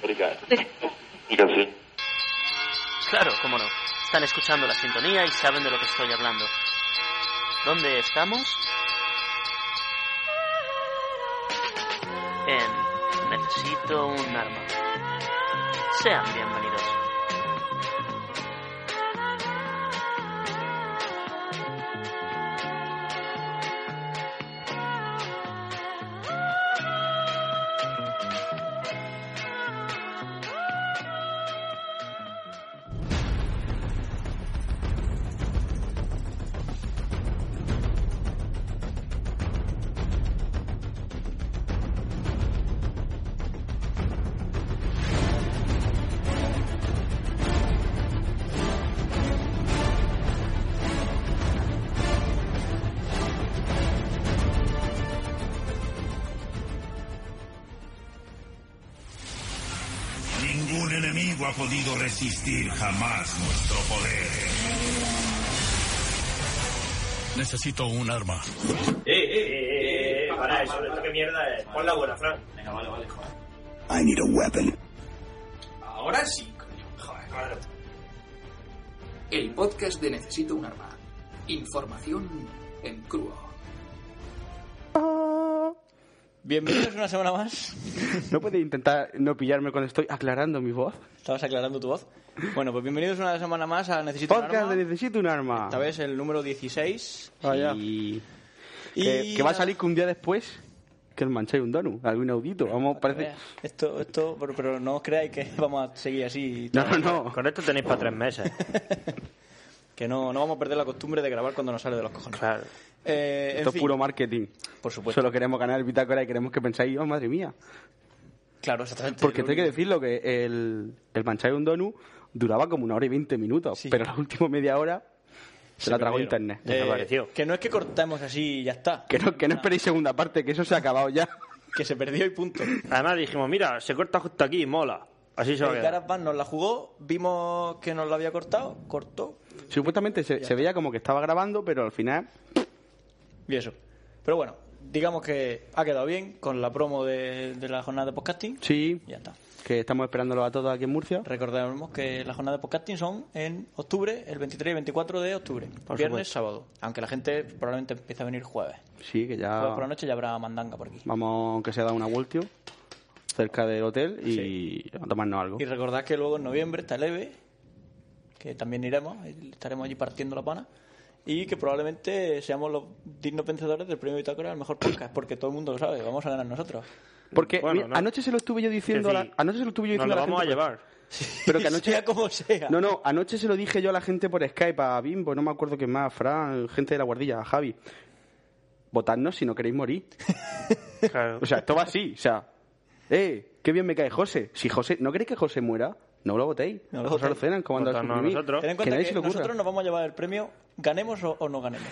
Obrigado. Obrigado. Claro, cómo no. Están escuchando la sintonía y saben de lo que estoy hablando. ¿Dónde estamos? En Necesito un arma. Sean bienvenidos. Ningún enemigo ha podido resistir jamás nuestro poder. Necesito un arma. Eh, eh, eh, eh, para eso, esta que mierda es. Pon la buena, Fran. Venga, vale, vale, joder. I need a weapon. Ahora sí, coño. Joder, madre. El podcast de Necesito un arma. Información en crudo. Bienvenidos una semana más. ¿No puede intentar no pillarme cuando estoy aclarando mi voz? Estabas aclarando tu voz. Bueno, pues bienvenidos una semana más a Necesito un Podcast arma. de Necesito un arma. Esta vez el número 16. Vaya. Y... Que, y- que va a salir que un día después que el mancháis un donut, algo inaudito. Vamos, parece... Esto, esto, pero, pero no os creáis que vamos a seguir así. No, no, no. Con esto tenéis para tres meses. Que no, no vamos a perder la costumbre de grabar cuando nos sale de los cojones. Claro. Eh, en Esto es fin, puro marketing. Por supuesto. Solo queremos ganar el bitácora y queremos que pensáis, oh, madre mía. Claro, exactamente. Porque Lo tengo que único- decirlo, que el, el mancháis un donut duraba como una hora y veinte minutos, Sí. pero la última media hora se, la tragó perdieron. internet. Eh, Desapareció. que no es que cortemos así y ya está. Que no, que no esperéis segunda parte, que eso se ha acabado ya. Que se perdió y punto. Además dijimos, mira, se corta justo aquí, mola. Así se va a el quedar. Caravan nos la jugó, vimos que nos la había cortado, cortó Supuestamente se, se veía como que estaba grabando, pero al final y eso. Pero bueno, digamos que ha quedado bien con la promo de, de la jornada de podcasting. sí, Ya está. que estamos esperándolo a todos aquí en Murcia. Recordemos que las jornadas de podcasting son en octubre, el 23 y 24 de octubre. Por viernes, supuesto. sábado. Aunque la gente probablemente empiece a venir jueves. Sí, que ya Pues, Jueves por la noche ya habrá mandanga por aquí. vamos que se ha dado una vueltio cerca del hotel y a tomarnos algo. Y recordad que luego en noviembre está el EVE, que también iremos, y estaremos allí partiendo la pana. Y que probablemente seamos los dignos vencedores del premio Bitácora al mejor podcast, porque todo el mundo lo sabe, vamos a ganar nosotros. Porque Bueno, mira, no. anoche se lo estuve yo diciendo Sí, a sí. la, anoche se lo estuve yo Nos diciendo lo a la vamos a gente por- llevar. Pero que anoche sea como sea. No, no, anoche se lo dije yo a la gente por Skype, a Bimbo, no me acuerdo quién más, a Fran, gente de la guardilla, a Javi. Votadnos si no queréis morir. Claro. O sea, esto va así, o sea, eh, qué bien me cae José. Si José, ¿no queréis que José muera? No lo votéis. No lo Os votéis. ordenan como anda a Votadnos a suprimir. nosotros. Ten Que en cuenta nadie que se le ocurra. nosotros nos vamos a llevar el premio, ganemos o, o no ganemos.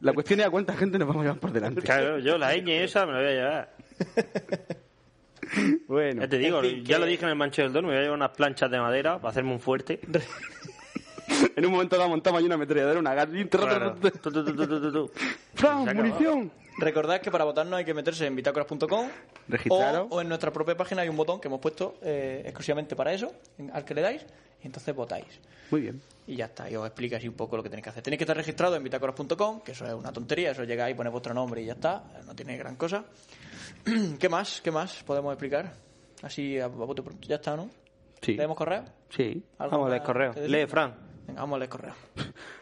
La cuestión es a cuánta gente nos vamos a llevar por delante. Claro, yo la ñ esa me la voy a llevar. Bueno, Ya te digo, En fin, ya que- lo dije en el mancheo del Don, me voy a llevar unas planchas de madera para hacerme un fuerte. en un momento dado montamos ahí una ametralladora, una gas... Claro. Tu, tu, tu, tu, tu, tu. Se ¡Fran, acabó. munición! Recordad que para votarnos hay que meterse en bitácoras.com Registraros. O, o en nuestra propia página hay un botón que hemos puesto eh, exclusivamente para eso, en- al que le dais, y entonces votáis. Muy bien. Y ya está, y os explica así un poco lo que tenéis que hacer. Tenéis que estar registrado en bitácoras.com, que eso es una tontería, eso llegáis, ponéis vuestro nombre y ya está, no tiene gran cosa. ¿Qué más? ¿Qué más podemos explicar? Así a, a bote pronto, ya está, ¿no? Sí. ¿Leemos correo? Sí. ¿Algo Vamos a leer más correo. que decir? Lee, Fran. Venga, vamos a leer correo.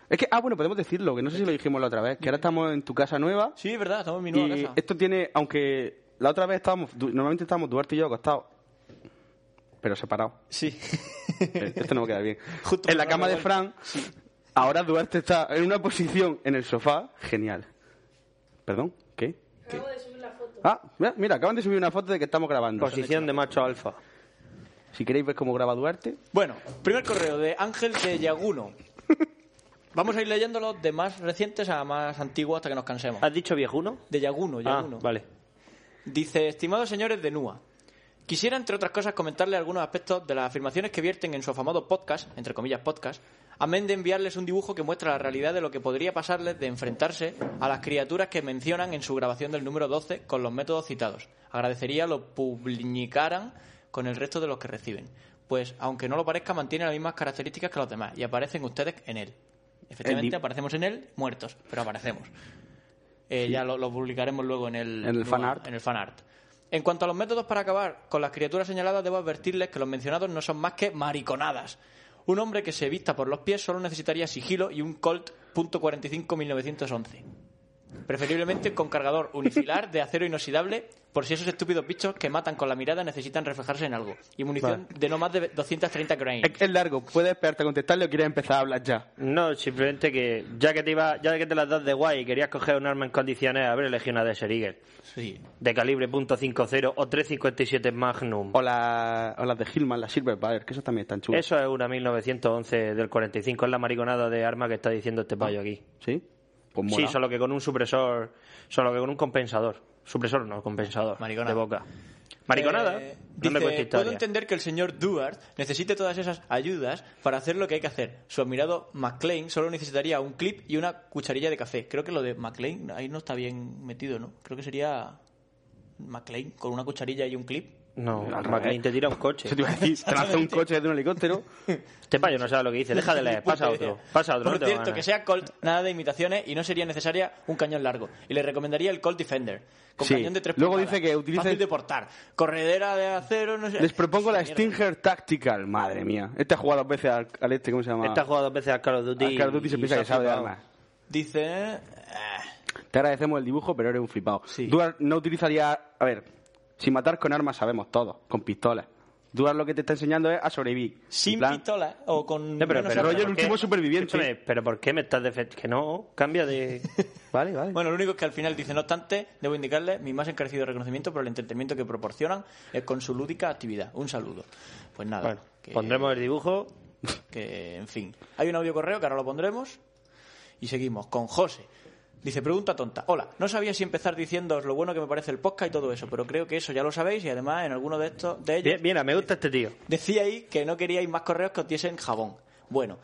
Es que, ah, bueno, podemos decirlo, que no sé si lo dijimos la otra vez, que ahora estamos en tu casa nueva Sí, es verdad, estamos en mi nueva y casa. esto tiene, aunque la otra vez estábamos, Du- normalmente estábamos Duarte y yo acostados, pero separados. Sí. Eh, Esto no va a quedar bien. Justo en la me cama daba de Fran, ahora Duarte está en una posición en el sofá genial. ¿Perdón? ¿Qué? Acabo de subir la foto. Ah, mira, mira, acaban de subir una foto de que estamos grabando. Posición de macho alfa. Si queréis ver cómo graba Duarte, Bueno, primer correo de Ángel de Yaguno. Vamos a ir leyéndolos de más recientes a más antiguos hasta que nos Ah. cansemos. ¿Has dicho viejuno? De Yaguno, Ah, Yaguno. vale. Dice, estimados señores de NUA, Quisiera, entre otras cosas, comentarle algunos aspectos de las afirmaciones que vierten en su afamado podcast, entre comillas podcast, amén de enviarles un dibujo que muestra la realidad de lo que podría pasarles de enfrentarse a las criaturas que mencionan en su grabación del número 12 con los métodos citados. Agradecería lo publicaran con el resto de los que reciben, pues aunque no lo parezca mantiene las mismas características que los demás y aparecen ustedes en él. Efectivamente, di- aparecemos en él muertos, pero aparecemos. Eh, Ya lo, lo publicaremos luego en el, En el fanart. en el fanart. En cuanto a los métodos para acabar con las criaturas señaladas, debo advertirles que los mencionados no son más que mariconadas. Un hombre que se vista por los pies solo necesitaría sigilo y un Colt .45 1911. Preferiblemente con cargador unifilar de acero inoxidable, por si esos estúpidos bichos que matan con la mirada necesitan reflejarse en algo. Y munición de no más de 230 grains. Es, es largo, puedes esperarte a contestarle o quieres empezar a hablar ya. No, simplemente que ya que te iba, ya que te las das de guay y querías coger un arma en condiciones, haber elegido una de Serigel, Sí. de calibre .50 o 357 Magnum. O, la, o las de Hillman, las Silverbaer, que esas también están chulas. Eso es una 1911 del 45, es la mariconada de arma que está diciendo este payo aquí. ¿Sí? Pues mola. Sí, solo que con un supresor, solo que con un compensador. Supresor no, compensador. Mariconada. De boca. Mariconada. Eh, no me cuentes dice, puedo historia. entender que el señor Duarte necesite todas esas ayudas para hacer lo que hay que hacer. Su admirado McLean solo necesitaría un clip y una cucharilla de café. Creo que lo de McLean ahí no está bien metido, ¿no? Creo que sería McLean con una cucharilla y un clip. No, Al McLean revés. te tira un coche. Eso te iba a decir, te lanza un coche desde un helicóptero. Este payo no sabe lo que dice. Deja de leer. Pasa a otro. eh, Pasa a otro. no eh. Por te cierto, ganas. que sea Colt, nada de imitaciones y no sería necesaria un cañón largo. Y le recomendaría el Colt Defender, con Sí. cañón de tres Luego pulgadas, dice que utilice- Fácil de portar, corredera de acero, no sé... Les propongo la Mierda. Stinger Tactical. Madre mía. Este ha jugado dos veces al, al este, ¿cómo se llama? Esta ha jugado dos veces al Call of Duty. al Call of Duty se y piensa que ha sabe de flipado. armas. Dice... ah, Te agradecemos el dibujo, pero eres un flipado. Sí. Duar no utilizaría. A ver, si matar con armas sabemos todos, con pistolas. Duar lo que te está enseñando es a sobrevivir. sin En plan, pistola o con No, pero, menos pero, armas. rollo el ¿por qué? último superviviente. Escúchame, pero ¿por qué me estás defendiendo? Que no, cambia de. Vale, vale. Bueno, lo único es que al final dice, no obstante, debo indicarle mi más encarecido reconocimiento por el entretenimiento que proporcionan eh, con su lúdica actividad. Un saludo. Pues nada, Bueno, que, pondremos el dibujo. que, en fin. Hay un audio correo que ahora lo pondremos y seguimos con José. Dice, pregunta tonta. Hola, no sabía si empezar diciéndoos lo bueno que me parece el podcast y todo eso, pero creo que eso ya lo sabéis y además en alguno de estos de ellos Bien, mira, me gusta este tío. Decíais que no queríais más correos que os diesen jabón. Bueno,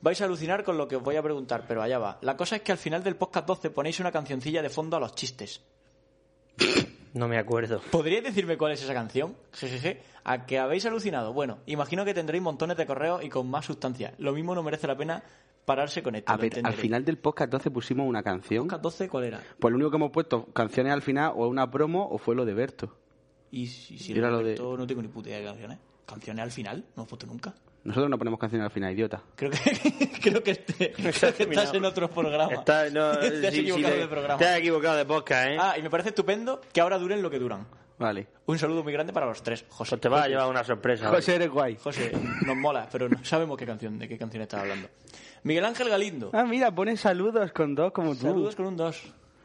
vais a alucinar con lo que os voy a preguntar, pero allá va. La cosa es que al final del podcast 12 ponéis una cancioncilla de fondo a los chistes. No me acuerdo. ¿Podríais decirme cuál es esa canción? Jejeje. ¿A que habéis alucinado? Bueno, imagino que tendréis montones de correos y con más sustancia. Lo mismo no merece la pena pararse con esto. a lo ver, al entenderéis. final del podcast 12 pusimos una canción. ¿Podcast 12 cuál era? Pues lo único que hemos puesto, canciones al final, o una promo, o fue lo de Berto. Y si, si Era lo de- respecto, no tengo ni puta idea de canciones. ¿Canciones al final? No he puesto nunca. Nosotros no ponemos canciones al final, idiota. Creo que, creo que, este- creo que estás en otro programa. Está, no, Te has sí, sí, equivocado te- de programa. Te has equivocado de podcast, ¿eh? Ah, y me parece estupendo que ahora duren lo que duran. Vale. Un saludo muy grande para los tres, José. Pues te vas a llevar una sorpresa. José, Pues eres guay. José, nos mola, pero no sabemos qué canción, de qué canción estás hablando. Miguel Ángel Galindo. Ah, mira, pone saludos con dos como tú. Saludos con un 2.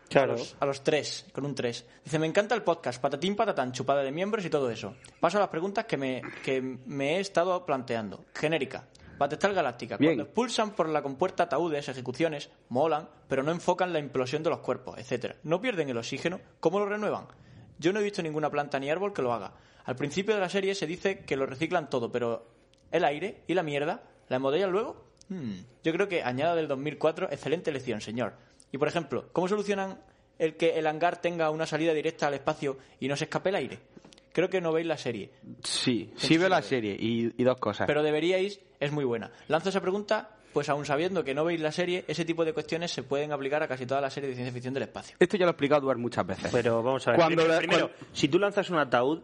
Claro. A los, a los tres, con un 3. Dice, me encanta el podcast, patatín, patatán, chupada de miembros y todo eso. Paso a las preguntas que me, que me he estado planteando. Genérica. Battlestar Galáctica. Bien. Cuando expulsan por la compuerta ataúdes, ejecuciones, molan, pero no enfocan la implosión de los cuerpos, etcétera. ¿No pierden el oxígeno? ¿Cómo lo renuevan? Yo no he visto ninguna planta ni árbol que lo haga. Al principio de la serie se dice que lo reciclan todo, pero el aire y la mierda, ¿la embotellan luego? Hmm. Yo creo que añada del 2004, excelente lección, señor. Y por ejemplo, ¿cómo solucionan el que el hangar tenga una salida directa al espacio y no se escape el aire? Creo que no veis la serie, Sí, sí veo la serie y, y dos cosas. pero deberíais, es muy buena. Lanzo esa pregunta, pues aún sabiendo que no veis la serie, ese tipo de cuestiones se pueden aplicar a casi toda la serie de ciencia ficción del espacio. Esto ya lo he explicado Duarte muchas veces. Pero vamos a ver. Cuando primero, la- primero, cuando- si tú lanzas un ataúd,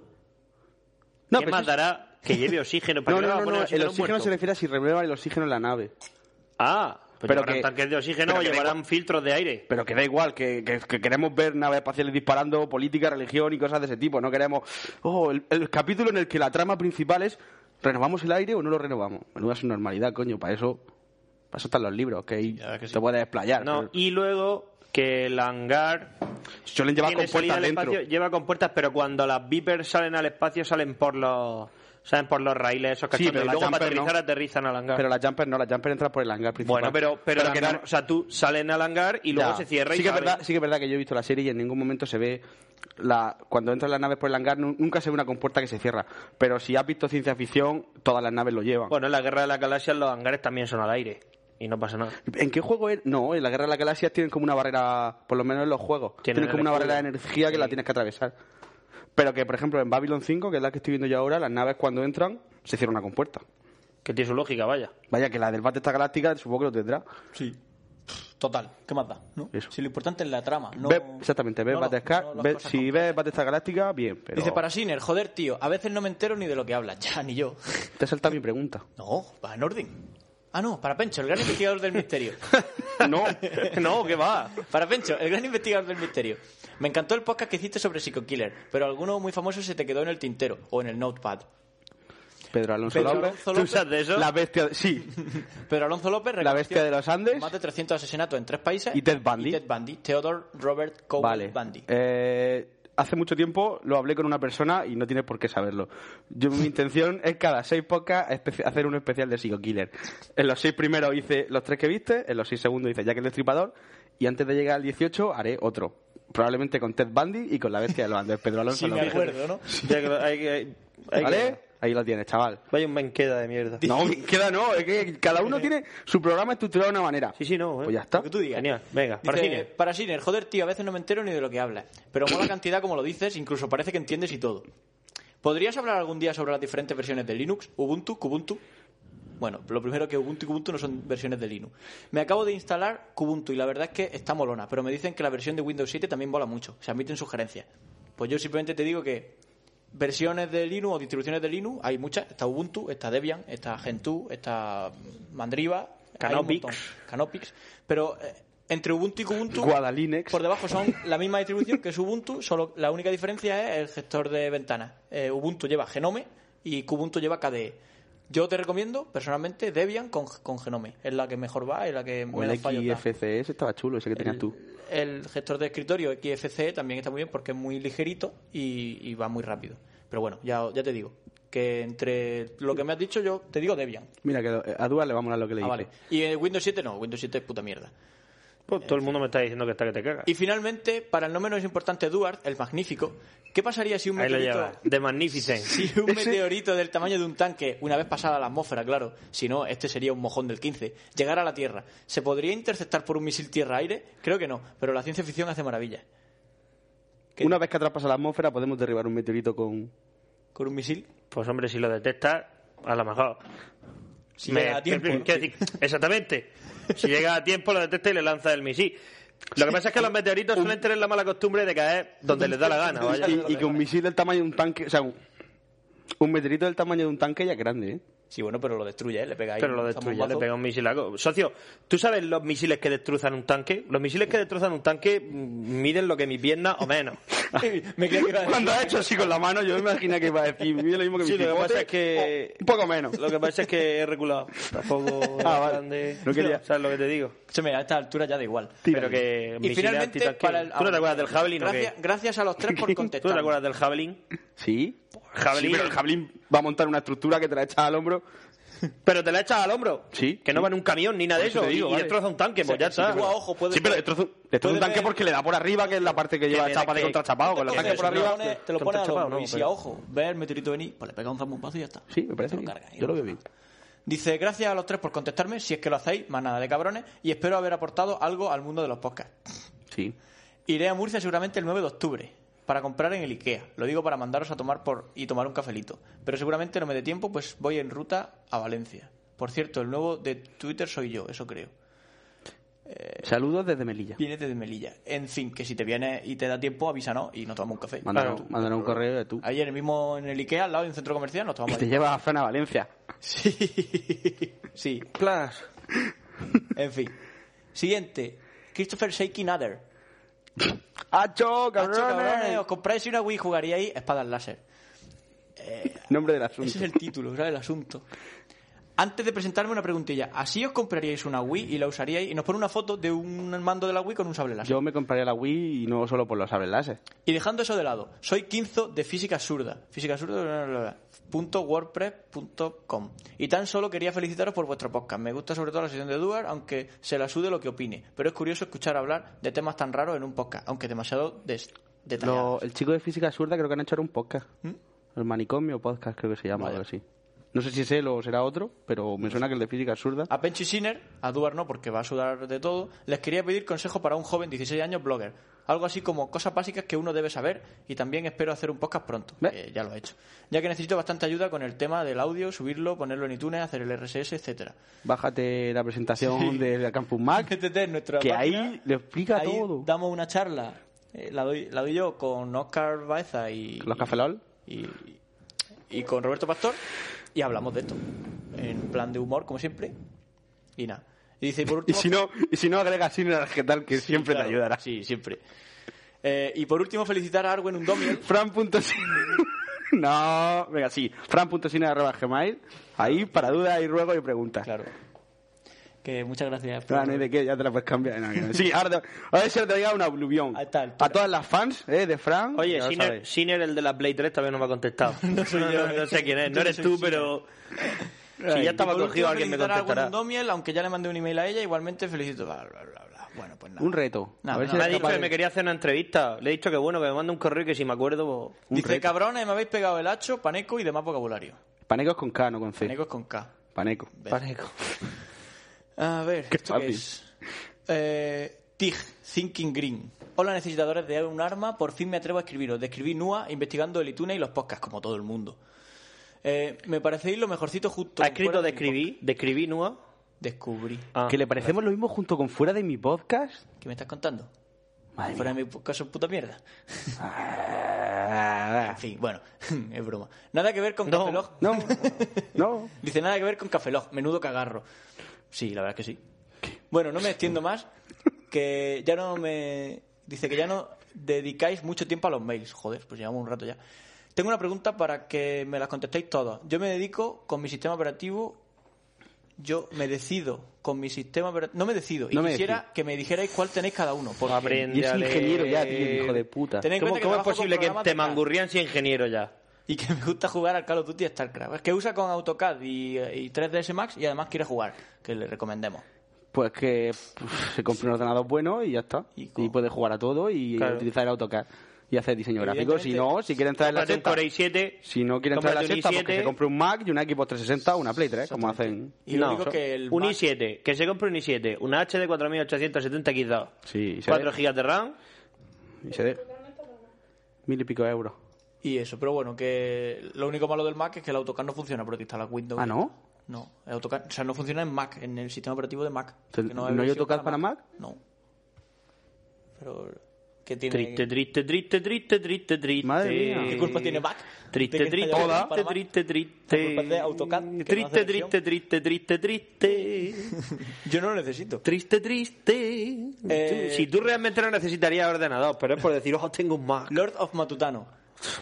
No, ¿qué pero más eso es- dará que lleve oxígeno? ¿Para No, qué no, le van a no, poner no, el oxígeno muerto? se refiere a si renueva el oxígeno en la nave. Ah, pero, Pero llevarán que- tanques de oxígeno pero o que da llevarán filtros de aire. Pero que da igual, que, que- que queremos ver naves espaciales disparando política, religión y cosas de ese tipo. No queremos. Oh, el, el capítulo en el que la trama principal es: ¿renovamos el aire o no lo renovamos? Menuda normalidad, coño, para eso. Para eso están los libros, que ahí la verdad que sí. te puedes explayar. No, pero- y luego que el hangar Suelen llevar tiene con salida puertas al dentro. espacio, lleva con puertas, pero cuando las Vipers salen al espacio salen por los salen por los raíles esos Sí, cachondos pero y la luego para Jumper no. aterrizar aterrizan al hangar. Pero la jumper no, la jumper entra por el hangar principal. bueno, pero pero, el que hangar- no- o sea, tú salen al hangar y luego Ya. se cierra sí y que es se abre. verdad sí que es verdad que yo he visto la serie y en ningún momento se ve la cuando entran las naves por el hangar nu- nunca se ve una compuerta que se cierra pero si has visto ciencia ficción todas las naves lo llevan Bueno, en la Guerra de las Galaxias los hangares también son al aire y no pasa nada. ¿En qué juego es? No, en la Guerra de las Galaxias tienen como una barrera, por lo menos en los juegos, Tienen tienen, como una el barrera de escudo. energía que la Sí. tienes que atravesar. Pero que, por ejemplo, en Babylon 5, que es la que estoy viendo yo ahora, las naves cuando entran se cierra una compuerta. Que tiene su lógica, vaya. Vaya, que la del Battlestar Galáctica supongo que lo tendrá. Sí. Total, ¿qué más da? ¿no? Eso. Si lo importante es la trama, no. Ve- exactamente, ves no lo- Battlestar, no las ves- cosas si ves Battlestar Galáctica, bien, pero Dice para Siner, joder, tío, a veces no me entero ni de lo que hablas, ya, ni yo. te salta mi pregunta. No, va en orden. Ah, no, para Pencho, el gran investigador del misterio. No, no, que va. Para Pencho, el gran investigador del misterio. Me encantó el podcast que hiciste sobre Psycho Killer, pero alguno muy famoso se te quedó en el tintero o en el notepad. Pedro Alonso Pedro López. Alonso ¿Tú López. sabes de eso? La bestia, de- sí, Pedro Alonso López la bestia de los Andes. más de 300 asesinatos en tres países. ¿Y Ted Bundy? Y Ted Bundy. Theodore Robert Cowell Vale. Bundy. Eh, hace mucho tiempo lo hablé con una persona y no tiene por qué saberlo. Yo, mi intención es cada seis podcasts espe- hacer un especial de Psycho Killer. En los seis primeros hice los tres que viste, en los seis segundos hice Jack el Destripador y antes de llegar al 18 haré otro. Probablemente con Ted Bundy y con la bestia de los Andes, Pedro Alonso. Sí, me López. acuerdo, ¿no? Ya que lo- hay que- hay que- ¿Vale? Ahí lo tienes, chaval. Vaya un benqueda de mierda. No, queda no, es que cada uno tiene su programa estructurado de una manera. Sí, sí, no. eh. Pues ya está. Lo que tú digas. Genial. Venga, Dice, para cine. para Siner, joder, tío, a veces no me entero ni de lo que hablas. Pero mola cantidad como lo dices, incluso parece que entiendes y todo. ¿Podrías hablar algún día sobre las diferentes versiones de Linux? Ubuntu, Kubuntu. Bueno, lo primero que Ubuntu y Kubuntu no son versiones de Linux. Me acabo de instalar Kubuntu y la verdad es que está molona, pero me dicen que la versión de Windows 7 también mola mucho. Se admiten sugerencias. Pues yo simplemente te digo que versiones de Linux o distribuciones de Linux hay muchas. Está Ubuntu, está Debian, está Gentoo, está Mandriva, hay un Canopix. montón. Canopix. Pero eh, entre Ubuntu y Kubuntu, Guadalinex. por debajo son la misma distribución que es Ubuntu, solo la única diferencia es el gestor de ventanas. Eh, Ubuntu lleva Genome y Kubuntu lleva KDE. Yo te recomiendo, personalmente, Debian con, con Genome. Es la que mejor va, es la que O el menos fallos da. XFCE, ese estaba chulo, ese que tenías tú. El gestor de escritorio XFCE también está muy bien porque es muy ligerito y, y va muy rápido. Pero bueno, ya, ya te digo, que entre lo que me has dicho yo, te digo Debian. Mira, que eh, a Dual le vamos a hablar lo que le Ah, dije. vale. Y eh, Windows 7 no, Windows 7 es puta mierda. Pues todo el mundo me está diciendo que está que te cagas. Y finalmente, para el no menos importante Duarte, el magnífico, ¿qué pasaría si un Ahí lo meteorito, llevas. De Magnificent. si un meteorito del tamaño de un tanque, una vez pasada la atmósfera, claro, si no, este sería un mojón del 15, llegara a la Tierra? ¿Se podría interceptar por un misil tierra-aire? Creo que no, pero la ciencia ficción hace maravillas. ¿Qué? Una vez que atrapas a la atmósfera, podemos derribar un meteorito con. ¿Con un misil? Pues hombre, si lo detectas, a lo mejor. Si Me- llega a tiempo. ¿no? quiero decir, exactamente. Si llega a tiempo, lo detecta y le lanza el misil. Lo que pasa es que los meteoritos suelen tener la mala costumbre de caer donde les da la gana, Ah, vaya. y, y que un misil del tamaño de un tanque. O sea, un, un meteorito del tamaño de un tanque ya es grande, ¿eh? Sí, bueno, pero lo destruye, ¿eh? le pega ahí. Pero lo un destruye, le zambombazo. pega un misil. a- Socio, ¿tú sabes los misiles que destrozan un tanque? Los misiles que destrozan un tanque mm, miden lo que mi pierna o menos. Me creía que iba a decir- Cuando ha hecho así con la mano, yo me imaginé que iba a decir. mira lo mismo que mi Sí, lo que cipote, pasa es que- o un poco menos. Lo que pasa es que he reculado. Tampoco Ah, vale. grande. No quería. ¿Sabes lo que te digo? Escúchame, a esta altura ya da igual. Pero que Y Eh, misiles finalmente, antitanque- para el... ¿Tú no te acuerdas del javelin o qué? gracias, gracias a los tres por ¿Tú no contestar. te acuerdas del javelin? Sí. Javelin. Sí, pero el javelin va a montar una estructura que te la echas al hombro. Pero te la echas al hombro. Sí. Que no va en un camión ni nada de Por eso eso. te digo, y, y vale. destroza un tanque, pues ya si está. tú a ojo puedes Sí, pero ver- destroza destroza un puedes tanque ver- porque le da por arriba, que es la parte que lleva le da chapa de que- contrachapado. Con Pues la tanque Entonces, por te lo arriba. pones- te lo pones al contrachapado, hombro ¿no? y si Pero- a ojo ve el meteorito venir, pues le pega un zambombazo y ya está. Sí, me parece Te lo bien. carga y Yo lo ya veo bien. está. Dice, gracias a los tres por contestarme, si es que lo hacéis, más nada de cabrones, y espero haber aportado algo al mundo de los podcasts. Sí. Iré a Murcia seguramente el 9 de octubre para comprar en el IKEA. Lo digo para mandaros a tomar por y tomar un cafelito. Pero seguramente no me dé tiempo, pues voy en ruta a Valencia. Por cierto, el nuevo de Twitter soy yo, eso creo. Eh, Saludos desde Melilla. Vienes desde Melilla. En fin, que si te vienes y te da tiempo, avísanos y nos tomamos un café. Mandaron, Claro. mandaron un correo de tú. Ahí en el mismo, en el Ikea, al lado de un centro comercial, nos Y tomamos te ahí. llevas a Fran a Valencia. Sí. sí. En fin. Siguiente. Christopher Shaking Other. ¡Acho, Macho, cabrones, cabrones! os compráis una Wii y jugaríais espadas láser. Nombre del asunto. Ese es el título, ¿sabes? El asunto. Antes de presentarme una preguntilla, ¿así os compraríais una Wii y la usaríais? Y nos pone una foto de un mando de la Wii con un sable láser. Yo me compraría la Wii y no solo por los sables láser. Y dejando eso de lado, soy quinzo de física absurda. Física absurda. bla, bla, bla, punto wordpress punto com. Y tan solo quería felicitaros por vuestro podcast. Me gusta sobre todo la sesión de Duar, aunque se la sude lo que opine. Pero es curioso escuchar hablar de temas tan raros en un podcast, aunque demasiado des- Lo- detallados. el chico de física absurda creo que han hecho ahora un podcast. ¿Mm? El manicomio podcast creo que se llama, algo así. No sé si es él o será otro, pero me suena que el de física absurda. A Penchi Sinner, a Duar no, porque va a sudar de todo, les quería pedir consejo para un joven 16 años blogger. Algo así como cosas básicas que uno debe saber y también espero hacer un podcast pronto. Ve. que ya lo he hecho. Ya que necesito bastante ayuda con el tema del audio, subirlo, ponerlo en iTunes, hacer el RSS, etcétera. Bájate la presentación de Campus Mac, Métete en nuestra que página. ahí lo explica Ahí todo. damos una charla. eh, la, doy, la doy yo con Oscar Baeza y, Los Cafelol. y, y con Roberto Pastor y hablamos de esto. En plan de humor, como siempre. Y nada. Y dice, y por Y último, si no, y si no agrega Sinner ¿qué tal? Que siempre Claro, te ayudará. Sí, siempre. Eh, y por último, felicitar a Arwen Undomiel. Fran.siner. no, venga, sí. Fran.siner arroba gmail. Ahí para dudas y ruegos y preguntas. Claro. Que muchas gracias. por- Ah, no hay de qué, ya te la puedes cambiar. No, no. Sí, ahora, te, ahora sí te voy a dar una abluvión. A esta altura. A todas las fans eh, de Fran. Oye, ya lo Sinner, sabéis. Sinner, el de la Play 3, todavía no me ha contestado. No soy yo, no sé quién es. Yo No eres soy tú, Sinner. pero... Si ya Y estaba por último, cogido, alguien me felicitar a Arwen contestará. Undomiel, aunque ya le mandé un email a ella, igualmente felicito. Bla, bla, bla, bla. Bueno, pues nada. Un reto. Nada, a ver nada. si Me ha eres dicho capaz que de- me quería hacer una entrevista. Le he dicho que bueno, que me mande un correo y que si me acuerdo... pues, Un Dice, reto. cabrones, me habéis pegado el hacho, paneco y demás vocabulario. Paneco es con K, no con C. Paneco es con K. Paneco. Paneco. A ver, Qué ¿esto qué fácil. es? Eh, TIG, Thinking Green. Hola, necesitadores de un arma. Por fin me atrevo a escribiros. Describí NUA investigando el iTunes y los podcasts, como todo el mundo. Eh, me parecéis lo mejorcito justo. ¿Ha con fuera escrito de mi describí? ¿Describí, Nua? podcast. Descubrí. Ah. que le parecemos lo mismo junto con Fuera de mi podcast. ¿Qué me estás contando? Madre Fuera de mi podcast son puta mierda. En fin, bueno, es broma. Nada que ver con No, Café Lock. Ah. No, no. Dice nada que ver con Café Lock, menudo cagarro. Sí, la verdad es que sí. Bueno, no me extiendo más, que ya no me... Dice que ya no dedicáis mucho tiempo a los mails. Joder, pues llevamos un rato ya. Tengo una pregunta para que me las contestéis todas. Yo me dedico con mi sistema operativo... Yo me decido con mi sistema operativo... No me decido. Y No me quisiera decido. que me dijerais cuál tenéis cada uno. Porque Aprende Y es a leer. ingeniero ya, tío, hijo de puta. Tened Ah, en ¿Cómo, cuenta que cómo es trabajo con posible que programas te de tal. mangurrían si ingeniero ya? Y que me gusta jugar al Call of Duty y a StarCraft. Es que usa con AutoCAD y, eh, y 3ds Max y además quiere jugar, que le recomendemos. Pues que pff, se compre un ordenador bueno y ya está. Y Y, con- puede jugar a todo y Claro. utilizar el AutoCAD y hacer diseño gráfico. Si Evidentemente- no, si quiere entrar en la Cómprate un sexta. Core i7. Si no quiere entrar en la cómprate un sexta, porque i7. se compre un Mac y un Xbox 360 o una Play 3, como hacen. Y lo No, único que el un Mac- i7, que se compre un i7, una H de 4870 quizás. Sí, y se 4 ve. GB de RAM. Y se dé mil y pico de euros. Y eso, pero bueno, que lo único malo del Mac es que el AutoCAD no funciona porque te instala Windows. Ah, ¿no? No, el AutoCAD, o sea, no funciona en Mac, en el sistema operativo de Mac. Entonces, que ¿no hay versión AutoCAD para Mac? No. Pero, ¿qué tiene? Triste, triste, triste, triste, triste, triste. Madre mía. ¿Qué culpa tiene Mac? Triste, de que triste, haya AutoCAD para triste, Mac? triste, La culpa triste. es de AutoCAD, que no hace Triste, versión. triste, triste, triste, triste. Yo no lo necesito. Triste, triste. Eh, Si tú realmente no necesitarías ordenador, pero es por decir, ojo, tengo un Mac. Lord of Matutano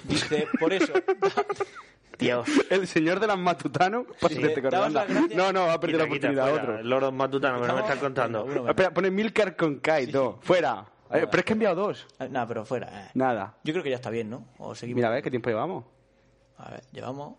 dice, por eso, Dios. El señor de las matutanos. Pues Sí. te corrió, Dabas anda. las gracias. No, no, ha perdido la Quita, quita, oportunidad a fuera. otro. Lord of Matutano, pero no me Estamos- estás contando. Bueno, bueno. Espera, pone Milcar con K y todo. Fuera. Eh, pero es que he enviado dos. Nada, pero fuera. eh. Nada. Yo creo que ya está bien, ¿no? O seguimos. Mira, a ver qué tiempo llevamos. A ver, llevamos.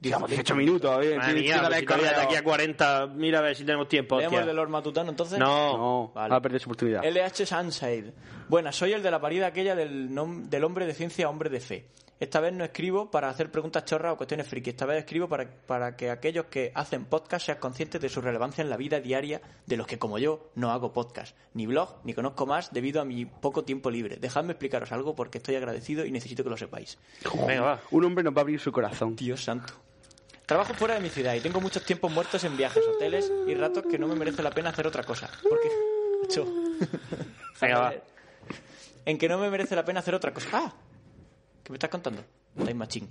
Llevamos 18 minutos. A ver, Madre sí, mía, sí, dale pues si todavía de correo. aquí a 40, mira a ver si tenemos tiempo. ¿Leemos el hostia. de Lord Matutano entonces? No. No, Vale. ha perdido su oportunidad. LH Sunside. Buenas, soy el de la parida aquella del, nom- del hombre de ciencia, hombre de fe. Esta vez no escribo para hacer preguntas chorras o cuestiones friki. Esta vez escribo para, para que aquellos que hacen podcast sean conscientes de su relevancia en la vida diaria de los que, como yo, no hago podcast, ni blog, ni conozco más debido a mi poco tiempo libre. Dejadme explicaros algo porque estoy agradecido y necesito que lo sepáis. Venga, va. Un hombre nos va a abrir su corazón. Dios santo. Trabajo fuera de mi ciudad y tengo muchos tiempos muertos en viajes, hoteles y ratos que no me merece la pena hacer otra cosa. Porque... Macho. Venga, va. En que no me merece la pena hacer otra cosa. ¡Ah! ¿Qué me estás contando? Time Machine.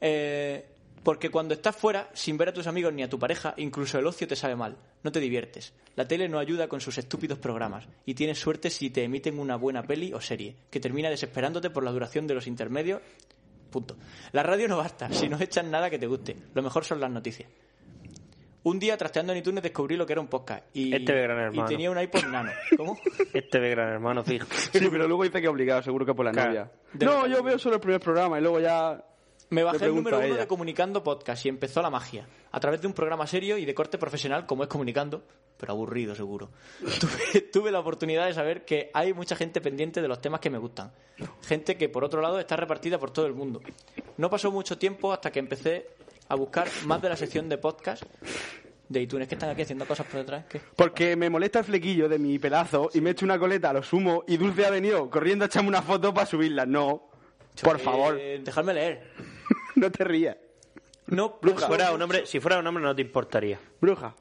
Eh, porque cuando estás fuera, sin ver a tus amigos ni a tu pareja, incluso el ocio te sabe mal. No te diviertes. La tele no ayuda con sus estúpidos programas. Y tienes suerte si te emiten una buena peli o serie, que termina desesperándote por la duración de los intermedios. Punto. La radio no basta, si no echan nada que te guste. Lo mejor son las noticias. Un día, trasteando en iTunes, descubrí lo que era un podcast. Y, Este ve Gran Hermano. Y tenía un iPod nano. ¿Cómo? Este ve gran hermano, fijo. Sí, pero luego dice que obligado, seguro que por la Claro. novia. De No, verdad. yo veo solo el primer programa y luego ya. Me le bajé el pregunto número a uno ella. de Comunicando Podcast y empezó la magia. A través de un programa serio y de corte profesional, como es Comunicando, pero aburrido seguro. Tuve, tuve la oportunidad de saber que hay mucha gente pendiente de los temas que me gustan. Gente que, por otro lado, está repartida por todo el mundo. No pasó mucho tiempo hasta que empecé a buscar más de la sección de podcast de iTunes, que están aquí haciendo cosas por detrás. ¿Qué? Porque me molesta el flequillo de mi pelazo y me echo una coleta, lo sumo y Dulce ha venido corriendo a echarme una foto para subirla. No, por Eh, favor, dejadme leer. no te rías. No, Si fuera un hombre, si fuera un hombre no te importaría. Bruja.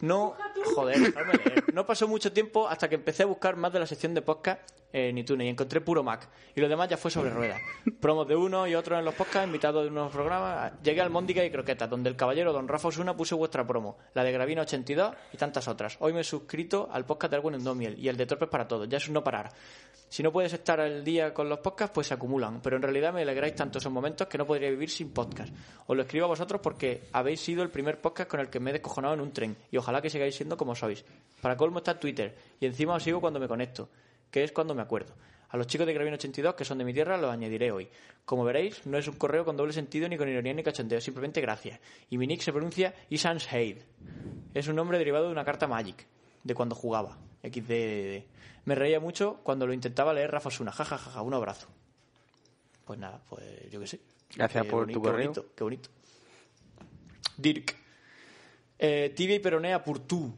No, joder, déjame leer. no pasó mucho tiempo hasta que empecé a buscar más de la sección de podcast en iTunes y encontré puro Mac. Y lo demás ya fue sobre ruedas. Promos de uno y otro en los podcasts, invitados de unos programas. Llegué al Móndica y Croquetas, donde el caballero Don Rafa Osuna puso vuestra promo, la de Gravina82 y tantas otras. Hoy me he suscrito al podcast de Algún Endomiel y el de Torpes para Todos. Ya es un no parar. Si no puedes estar al día con los podcasts, pues se acumulan. Pero en realidad me alegráis tanto esos momentos que no podría vivir sin podcast. Os lo escribo a vosotros porque habéis sido el primer podcast con el que me he descojonado en un tren. Y ojalá que sigáis siendo como sois. Para colmo está Twitter. Y encima os sigo cuando me conecto, que es cuando me acuerdo. A los chicos de Gravino82, que son de mi tierra, los añadiré hoy. Como veréis, no es un correo con doble sentido, ni con ironía, ni cachondeo, simplemente gracias. Y mi nick se pronuncia Isans Hade. Es un nombre derivado de una carta Magic, de cuando jugaba. XD. Me reía mucho cuando lo intentaba leer Rafa Suna. Ja, ja, ja, ja, un abrazo. Pues nada, pues yo qué sé. Gracias por boni- tu correo. bonito, qué bonito. Dirk. Eh, tibia y peronea por tú.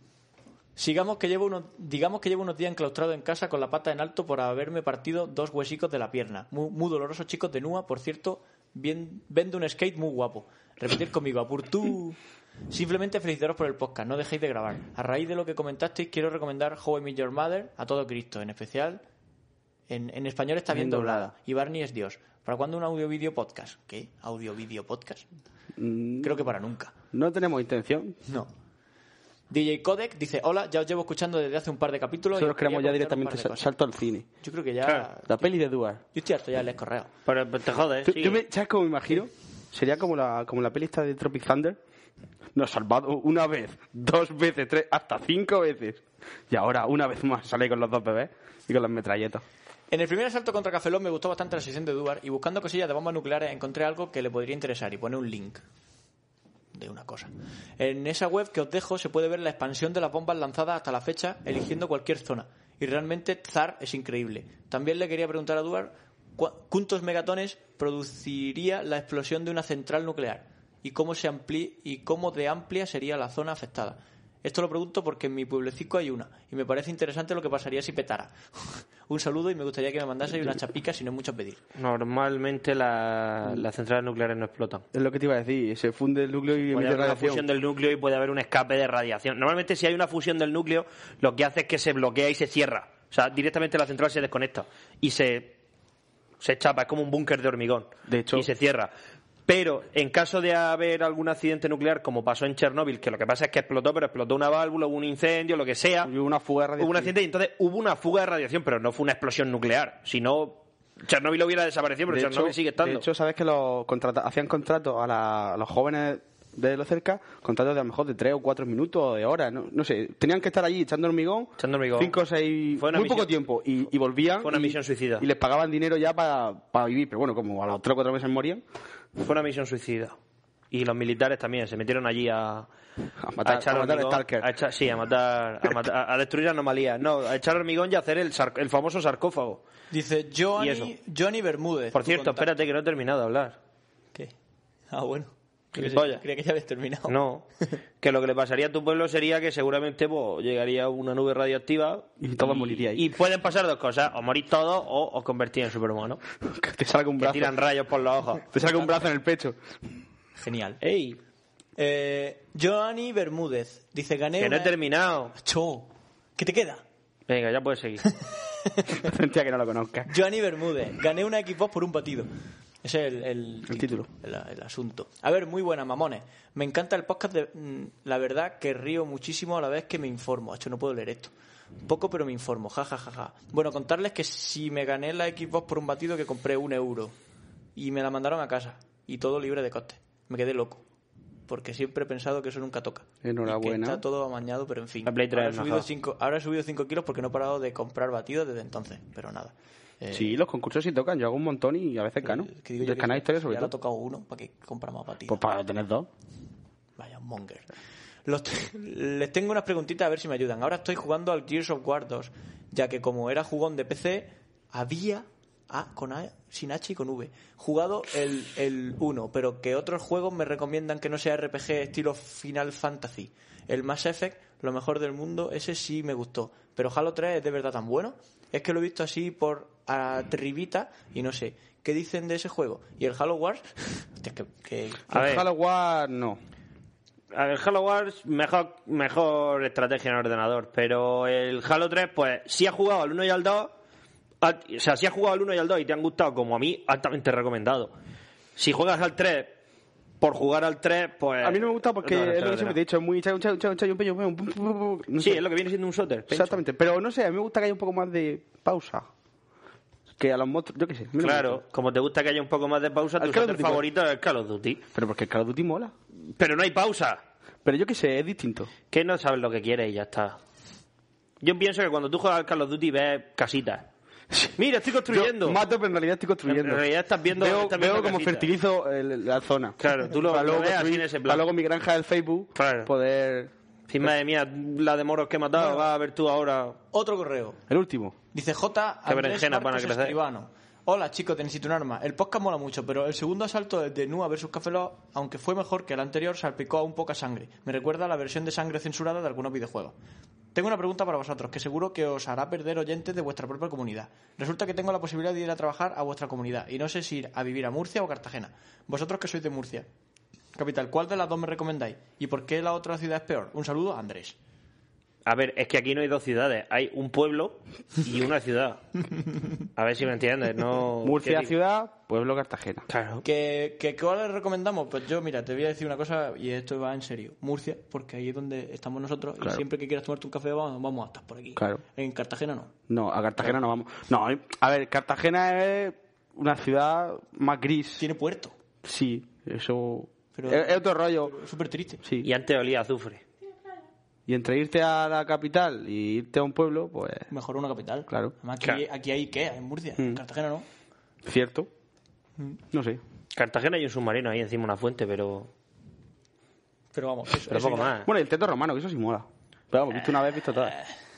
Sigamos que llevo unos, digamos que llevo unos días enclaustrado en casa con la pata en alto por haberme partido dos huesicos de la pierna. Muy, muy dolorosos chicos de Nua, por cierto, bien, vendo un skate muy guapo. Repetir conmigo, apur tú. Simplemente felicitaros por el podcast, no dejéis de grabar. A raíz de lo que comentasteis, quiero recomendar How I Met Your Mother a todo Cristo, en especial. En, en español está bien Bien doblada. doblada. Y Barney es Dios. ¿Para cuándo un audio-video podcast? ¿Qué? ¿Audio-video podcast? Mm, Creo que para nunca. No tenemos intención. No. DJ Codec dice, hola, ya os llevo escuchando desde hace un par de capítulos. y Nosotros os quería queremos ya comentar un par directamente de sal- cosas". salto al cine. Yo creo que ya... Claro. La peli de Duarte. Yo estoy harto ya de leer correos. Pero pero te jodes, Tú- sí. yo me- ¿Sabes cómo me imagino? Sería como la, como la peli esta de Tropic Thunder. Nos ha salvado una vez, dos veces, tres, hasta cinco veces. Y ahora, una vez más, sale con los dos bebés y con las metralletas. En el primer asalto contra Cafelón me gustó bastante la sesión de Duar y buscando cosillas de bombas nucleares encontré algo que le podría interesar y pone un link de una cosa. En esa web que os dejo se puede ver la expansión de las bombas lanzadas hasta la fecha eligiendo cualquier zona y realmente Zar es increíble. También le quería preguntar a Duar ¿cuántos megatones produciría la explosión de una central nuclear? ¿Y cómo, se ampli- ¿Y cómo de amplia sería la zona afectada? Esto lo pregunto porque en mi pueblecico hay una y me parece interesante lo que pasaría si petara. Un saludo y me gustaría que me mandaseis una chapica si no es mucho pedir. Normalmente la- las centrales nucleares no explotan. Es lo que te iba a decir. Se funde el núcleo Pues y Puede emite haber una radiación. fusión del núcleo y puede haber un escape de radiación. Normalmente si hay una fusión del núcleo, lo que hace es que se bloquea y se cierra. O sea, directamente la central se desconecta y se, se chapa, es como un búnker de hormigón. De hecho- Y se cierra. Pero en caso de haber algún accidente nuclear, como pasó en Chernóbil, que lo que pasa es que explotó, pero explotó una válvula, hubo un incendio, lo que sea, Hubo una fuga de radiación. hubo un accidente y entonces hubo una fuga de radiación, pero no fue una explosión nuclear. Si no, Chernóbil hubiera desaparecido, pero de Chernóbil hecho, sigue estando. de hecho, sabes que los contrata- hacían contratos a, la- a los jóvenes de lo cerca, contratos de a lo mejor de tres o cuatro minutos o de horas, no, no sé. Tenían que estar allí echando hormigón, Echando hormigón. cinco o seis, Fue muy una poco misión- tiempo, y, y volvían. fue una y- misión suicida. Y les pagaban dinero ya para vivir, pero bueno, como a los tres o cuatro meses morían, Fue una misión suicida. Y los militares también se metieron allí a, a matar, a echar a matar hormigón, Stalker. a echar- sí, a matar, a, matar- a- a destruir anomalías. No, a echar hormigón y a hacer el, sar- el famoso sarcófago. Dice ¿Y eso? Johnny, Johnny Bermúdez. Por tu cierto, contacto. espérate que no he terminado de hablar. ¿Qué? Ah, bueno. Creía Gilipollas. que ya habías terminado. No, que lo que le pasaría a tu pueblo sería que seguramente pues, llegaría una nube radioactiva Y todos moriríais. Y pueden pasar dos cosas, o morís todos o os convertís en superhumanos. Que te salga un Que brazo. tiran rayos por los ojos. Te salga un brazo en el pecho. Genial. ¡Ey! Eh, Johnny Bermúdez dice, gané Que no he una- terminado. Cho, ¿Qué te queda? Venga, ya puedes seguir. Sentía que no lo conozca. Johnny Bermúdez, gané una Xbox por un batido. Ese es el, el El título. el, el asunto. A ver, muy buena, mamones. Me encanta el podcast. De, mm, la verdad que río muchísimo a la vez que me informo. Hacho, no puedo leer esto. Poco, pero me informo. Ja, ja, ja, ja. Bueno, contarles que si me gané la Xbox por un batido, que compré un euro. Y me la mandaron a casa. Y todo libre de coste. Me quedé loco. porque siempre he pensado que eso nunca toca. Enhorabuena. Y que está todo amañado, pero en fin. La Play tres ahora, he es subido mejor. cinco, ahora he subido 5 kilos porque no he parado de comprar batidos desde entonces, pero nada. Eh, Sí, los concursos sí tocan. Yo hago un montón y a veces gano. que digo yo Del que canal historia sobre ya le ha todo. tocado uno para que compra más batidos. Pues para tener dos. Vaya monger. Los te- les tengo unas preguntitas a ver si me ayudan. Ahora estoy jugando al Gears of War 2, ya que como era jugón de PC, había ah, con A, sin H y con V, jugado el, el 1, pero que otros juegos me recomiendan que no sea RPG estilo Final Fantasy. El Mass Effect, lo mejor del mundo, ese sí me gustó. Pero Halo 3 es de verdad tan bueno. Es que lo he visto así por arribita y no sé. ¿Qué dicen de ese juego? ¿Y el Halo Wars? Hostia, que- que- A ver. Halo Wars, no. A ver, Halo Wars, mejor, mejor estrategia en ordenador. Pero el Halo 3, pues, si has jugado al 1 y al 2. a- o sea, si has jugado al 1 y al 2 y te han gustado, como a mí, altamente recomendado. Si juegas al 3, por jugar al 3, pues. A mí no me gusta porque no, no, es lo no, que no. siempre te he dicho, es muy chao, chao, chao, chao, pum, pum, pum, pum, pum, no Sí, sé. es lo que viene siendo un shooter. pencho. Exactamente, pero no sé, a mí me gusta que haya un poco más de pausa. Que a los monstruos, yo qué sé. a mí no me Claro, gusta. como te gusta que haya un poco más de pausa, Al tu Call shooter of Duty, pues. favorito es el Call of Duty. Pero porque el Call of Duty mola. Pero no hay pausa. Pero yo qué sé, es distinto. Que no sabes lo que quieres y ya está. Yo pienso que cuando tú juegas al Call of Duty ves casitas. Mira, estoy construyendo. Yo mato, pero en realidad estoy construyendo. En realidad estás viendo- Veo, estás veo viendo como casitas. fertilizo el- la zona. Claro, tú lo- Para lo luego ves así construir- en ese plan. Para luego mi granja del Facebook Claro. poder. Sí, madre mía, la de moros que he matado, vas a ver tú ahora. Otro correo. El último. Dice J. Qué Andrés berenjenas van a Marcos crecer. Escribano. Hola chicos, te necesito un arma. El podcast mola mucho, pero el segundo asalto de- de Nua vs Café Lock, aunque fue mejor que el anterior, salpicó aún poca sangre. Me recuerda a la versión de sangre censurada de algunos videojuegos. Tengo una pregunta para vosotros, que seguro que os hará perder oyentes de vuestra propia comunidad. Resulta que tengo la posibilidad de ir a trabajar a vuestra comunidad, y no sé si ir a vivir a Murcia o Cartagena. Vosotros que sois de Murcia, capital, ¿cuál de las dos me recomendáis? ¿Y por qué la otra ciudad es peor? Un saludo, Andrés. A ver, es que aquí no hay dos ciudades, hay un pueblo y una ciudad. A ver si me entiendes, no. Murcia, Oh, ¿Qué digo? ciudad, pueblo, Cartagena. Claro. ¿Que, que, ¿Cuál les recomendamos? Pues yo, mira, te voy a decir una cosa y esto va en serio. Murcia, porque ahí es donde estamos nosotros Claro. y siempre que quieras tomarte un café vamos, vamos a estar por aquí. Claro. En Cartagena no. No, a Cartagena no vamos. No, eh, a ver, Cartagena es una ciudad más gris. Tiene puerto. Sí, eso. Pero- es, es otro rollo. Súper triste. Sí. Y antes olía a azufre. Y entre irte a la capital y irte a un pueblo, pues. Mejor una capital. Claro. Mm. Además, aquí, Claro. aquí hay Ikea en Murcia. En Cartagena no. Cierto. Mm. No sé. Cartagena hay un submarino ahí encima de una fuente, pero. Pero vamos. eso- Pero eso poco ya- más. Bueno, y el teto romano, que eso sí mola. Pero vamos, visto una vez, visto todas.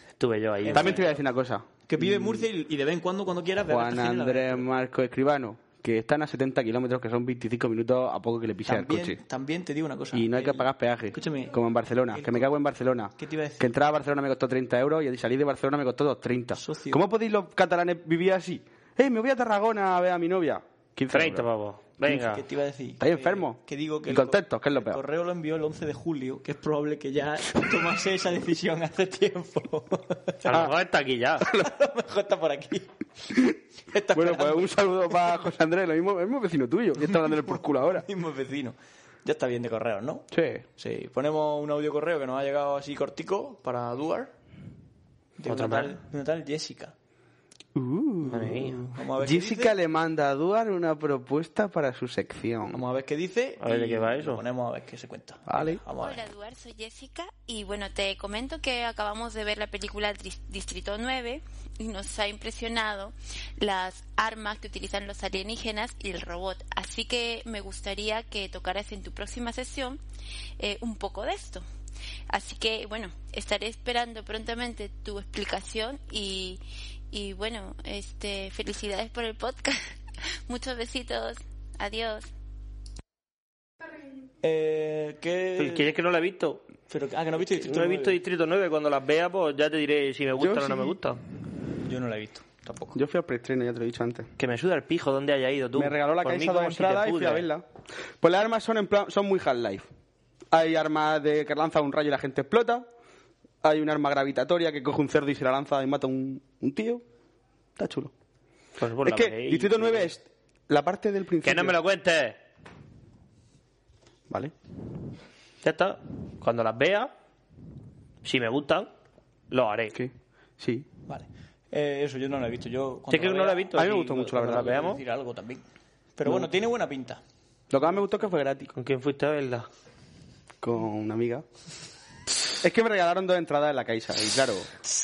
Estuve yo Eh, ahí. También te voy a decir una cosa. Que vive Murcia y, y de vez en cuando, cuando quieras, ve a Mm. Juan Cartagena y la ves. Andrés Marco Escribano, que están a 70 kilómetros, que son 25 minutos a poco que le pise el coche. También, también te digo una cosa. Y no hay que El- pagar peaje. Escúchame. Como en Barcelona. el- Que me cago en Barcelona. ¿Qué te iba a decir? Que entrar a Barcelona me costó 30 euros y salir de Barcelona me costó 230. Socio. ¿Cómo podéis los catalanes vivir así? ¡Eh, me voy a Tarragona a ver a mi novia! 15 30 euros. pavos. Venga. ¿Qué te iba a decir? Estáis enfermos. Que digo Y que el co- contentos, que es lo peor. El correo lo envió el 11 de julio, que es probable que ya tomase esa decisión hace tiempo. A Ah. lo mejor está aquí ya. A lo mejor está por aquí. Está Bueno, pues esperando un saludo para José Andrés, lo mismo, el mismo vecino tuyo. Y está dándole por culo ahora. al mismo vecino. Ya está bien de correos, ¿no? Sí. Sí, ponemos un audio correo que nos ha llegado así cortico para Duar. De Otra una tal, de una tal Jessica. Madre mía. Vamos a ver Uh. Jessica qué dice. le manda a Duar una propuesta para su sección. Vamos a ver qué dice. A ver de y qué va lo eso. Ponemos a ver qué se cuenta. Vale. Vamos a ver. Hola Duarte, soy Jessica y bueno, te comento que acabamos de ver la película Tris- Distrito 9 y nos ha impresionado las armas que utilizan los alienígenas y el robot. Así que me gustaría que tocaras en tu próxima sesión eh, un poco de esto. Así que bueno, estaré esperando prontamente tu explicación y, y bueno, este, felicidades por el podcast. Muchos besitos. Adiós. Eh, ¿qué... ¿Quieres que no la he visto? Pero, ah, que no has visto Distrito No he visto 9. Distrito 9. Cuando las vea, pues ya te diré si me gusta Yo o no sí. me gusta. Yo no la he visto, tampoco. Yo fui al preestreno, ya te lo he dicho antes. Que me suda el pijo donde haya ido tú. Me regaló la Por mí caixa dos como si te entradas y fui a pudres. verla. Pues las armas son en plan, son muy Half-Life. Hay armas de que lanza un rayo y la gente explota. Hay un arma gravitatoria que coge un cerdo y se la lanza y mata un, un tío. Está chulo. Pues, pues, es la que veré y- Distrito 9 es la parte del principio. Que no me lo cuentes. Vale. Ya está. Cuando las vea, si me gustan, lo haré. ¿Qué? Sí. Vale. Eh, eso yo no lo he visto. Yo cuando Sí, que no lo he visto. A mí me sí, gustó mucho, la cuando verdad. las voy a veamos. decir algo también. Pero bueno, tiene buena pinta. Lo que más me gustó es que fue gratis. ¿Con quién fuiste a verla? con una amiga. Es que me regalaron dos entradas en la Caixa y claro,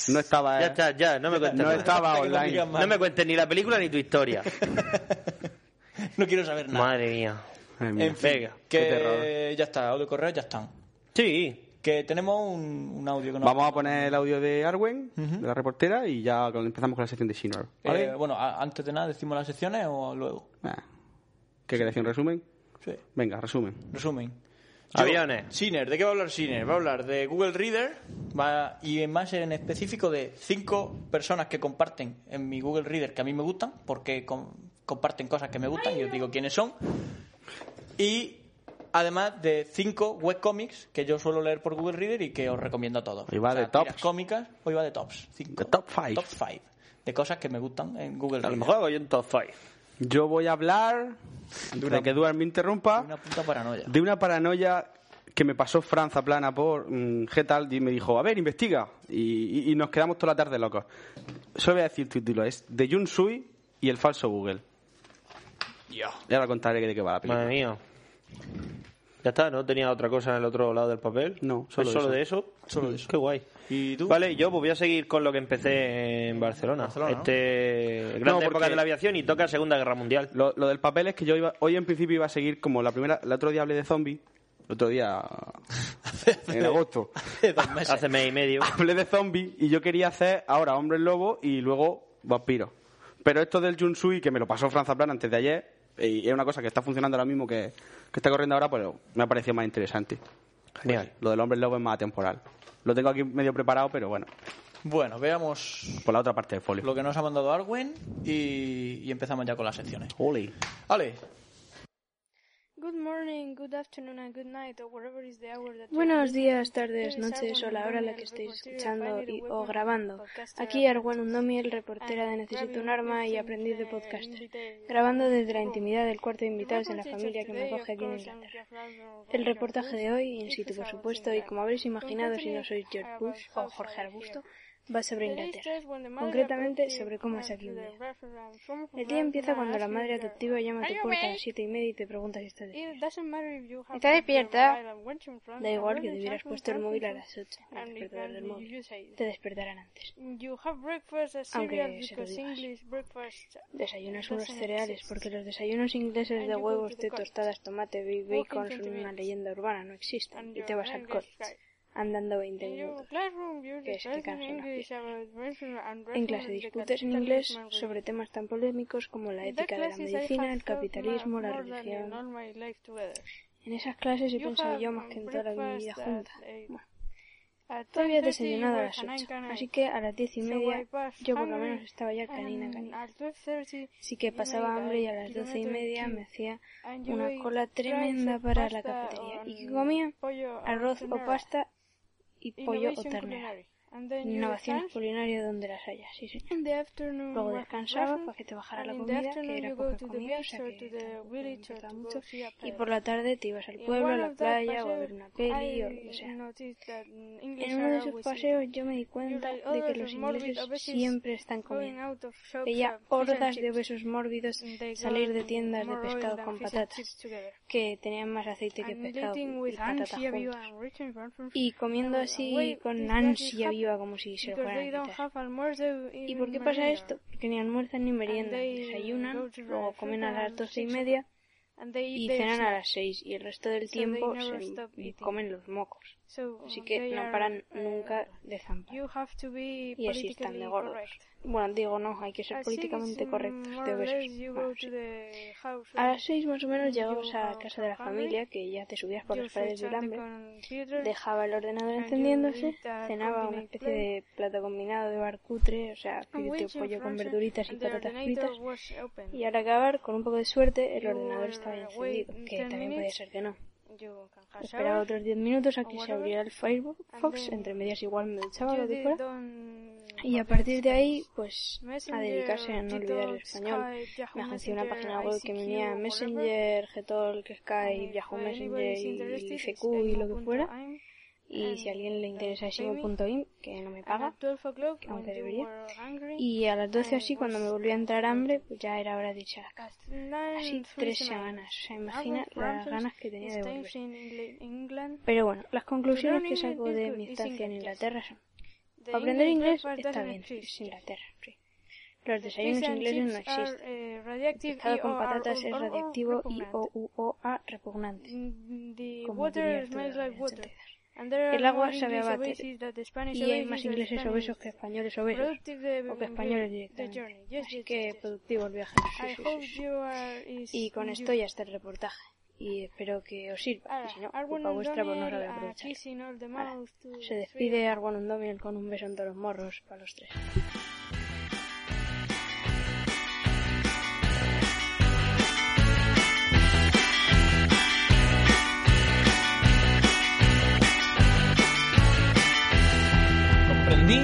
no estaba Ya está, ya, no me cuentes no nada. estaba que no online. digas No me cuentes ni la película ni tu historia. No quiero saber nada. Madre mía. Ay, mira. En fin, Venga, que qué terror. ya está, audio y correo ya están. Sí. Que tenemos un, un audio que nos... Vamos a poner el audio de Arwen, de la reportera, y ya con- empezamos con la sección de Shinor. Eh, ¿Vale? bueno, a- antes de nada, ¿decimos las secciones o luego? Ah. ¿Qué queréis? ¿Un resumen? Sí. Venga, resumen. Resumen. Aviones. Sinner, ¿de qué va a hablar Sinner? Va a hablar de Google Reader va, y más en específico de cinco personas que comparten en mi Google Reader que a mí me gustan, porque com- comparten cosas que me gustan y os digo quiénes son. Y además de cinco webcomics que yo suelo leer por Google Reader y que os recomiendo a todos. Hoy va de tiras tops. cómicas, hoy va de tops. Cinco. De top five. Top five. De cosas que me gustan en Google A lo Reader. mejor hago yo un top 5. Yo voy a hablar, antes de que Duarte me interrumpa, Una puta paranoia. de una paranoia que me pasó Franza Plana por mm, Getaldi y me dijo, a ver, investiga. Y, y- y nos quedamos toda la tarde locos. Solo voy a decir el título, es De Jun Sui y el falso Google. Ya ahora contaré de qué va la película. Madre mía. Ya está, no tenía otra cosa en el otro lado del papel. No, solo, solo solo eso. de eso. Mm, Solo de eso. Qué guay. ¿Y tú? Vale, yo pues voy a seguir con lo que empecé en Barcelona. Barcelona, ¿no? este gran porque- época de la aviación y toca Segunda Guerra Mundial. Lo, lo del papel es que yo iba, hoy en principio iba a seguir como la primera, el otro día hablé de zombie, el otro día en agosto. Dos meses. Hace mes y medio. hablé de zombie y yo quería hacer ahora hombre lobo y luego vampiro. Pero esto del Junsui, que me lo pasó Franza Plan antes de ayer, y es una cosa que está funcionando ahora mismo, que, que está corriendo ahora, pero me ha parecido más interesante. Genial. Lo del hombre lobo es más atemporal. Lo tengo aquí medio preparado, pero bueno, Bueno, veamos por la otra parte del folio. lo que nos ha mandado Arwen y, y empezamos ya con las secciones. Holy. Ale, Buenos días, tardes, noches o la hora a la que estéis escuchando y- o grabando. Aquí Arwen Undomiel, reportera de Necesito un arma y aprendiz de podcaster, grabando desde la intimidad del cuarto de invitados en la familia que me coge aquí en Inglaterra. El reportaje de hoy, in situ por supuesto, y como habréis imaginado si no sois George Bush o Jorge Arbusto, va sobre Inglaterra, concretamente sobre cómo es aquí un día. El día empieza cuando la madre adoptiva llama a tu puerta a las siete y media y te pregunta si estás despierta. ¿Está despierta? Da igual que te hubieras puesto el móvil a las 8, el despertador del móvil. Te despertarán antes. Aunque se lo digas. Desayunas unos cereales, porque los desayunos ingleses de huevos de tostadas, tomate y bacon son una leyenda urbana, no existen. Y te vas al college, andando 20 minutos. Que es que cansan las piernas. En clase discutes en inglés sobre temas tan polémicos como la ética de la medicina, el capitalismo, la religión, en esas clases he pensado yo más que en toda mi vida junta. Bueno, todavía he desayunado a las 8, así que a las diez y media yo por lo menos estaba ya canina canina. Así que pasaba hambre y a las doce y media me hacía una cola tremenda para la cafetería. ¿Y qué comía? Arroz o pasta y pollo o ternera. Innovaciones culinarias donde las haya, sí señor. Luego descansaba para que te bajara la comida, que era poca comida, o sea que tampoco importaba mucho. Y por la tarde te ibas al pueblo, a la playa, o a ver una peli, o lo que sea. En uno de esos paseos yo me di cuenta de que los ingleses siempre están comiendo. Veía hordas de obesos mórbidos salir de tiendas de pescado con patatas, que tenían más aceite que pescado y patatas juntos. Y comiendo así con ansia viva como si se lo fueran a quitar. ¿Y por qué pasa esto? Porque ni almuerzan ni meriendan, desayunan, luego comen a las doce y media y cenan a las seis y el resto del tiempo se comen los mocos. Así que no paran nunca de zampar. Y así están de gordos. Bueno, digo, no, hay que ser políticamente correctos de obesos. Bueno, sí. A las seis más o menos llegabas a la casa de la familia, que ya te subías por las paredes del hambre, dejaba el ordenador encendiéndose, cenaba una especie de plato combinado de bar cutre, o sea, filete o pollo con verduritas y patatas fritas, y al acabar, con un poco de suerte, el ordenador estaba encendido, que también podía ser que no. Esperaba otros 10 minutos a que se abriera el Firefox, entre medias igual me duchaba lo que fuera. Y a partir de ahí, pues a dedicarse a no olvidar el español. Me agencié una página web que me unía a Messenger, Getalk, Skype, Yahoo Messenger, y ICQ y lo que fuera. y si a alguien le interesa Shimo.im, que no me paga, aunque debería. Y a las 12 así, cuando me volvió a entrar hambre, pues ya era hora de echar acá. Así tres semanas, o sea, imagina las ganas que tenía de volver. Pero bueno, las conclusiones que saco de mi estancia en Inglaterra son, para aprender inglés está bien, es Inglaterra, sí. Los desayunos ingleses no existen. El pescado con patatas es radiactivo y OUOA repugnante. Como diría Arturo de el agua sabe a váter y hay más ingleses obesos que españoles obesos o que españoles directamente. Así que productivo el viaje. Sí, sí, sí. Y con esto ya está el reportaje y espero que os sirva. Y si no, culpa vuestra por no saber aprovechar. Ahora, se despide Arwan Undomiel con un beso en todos los morros para los tres.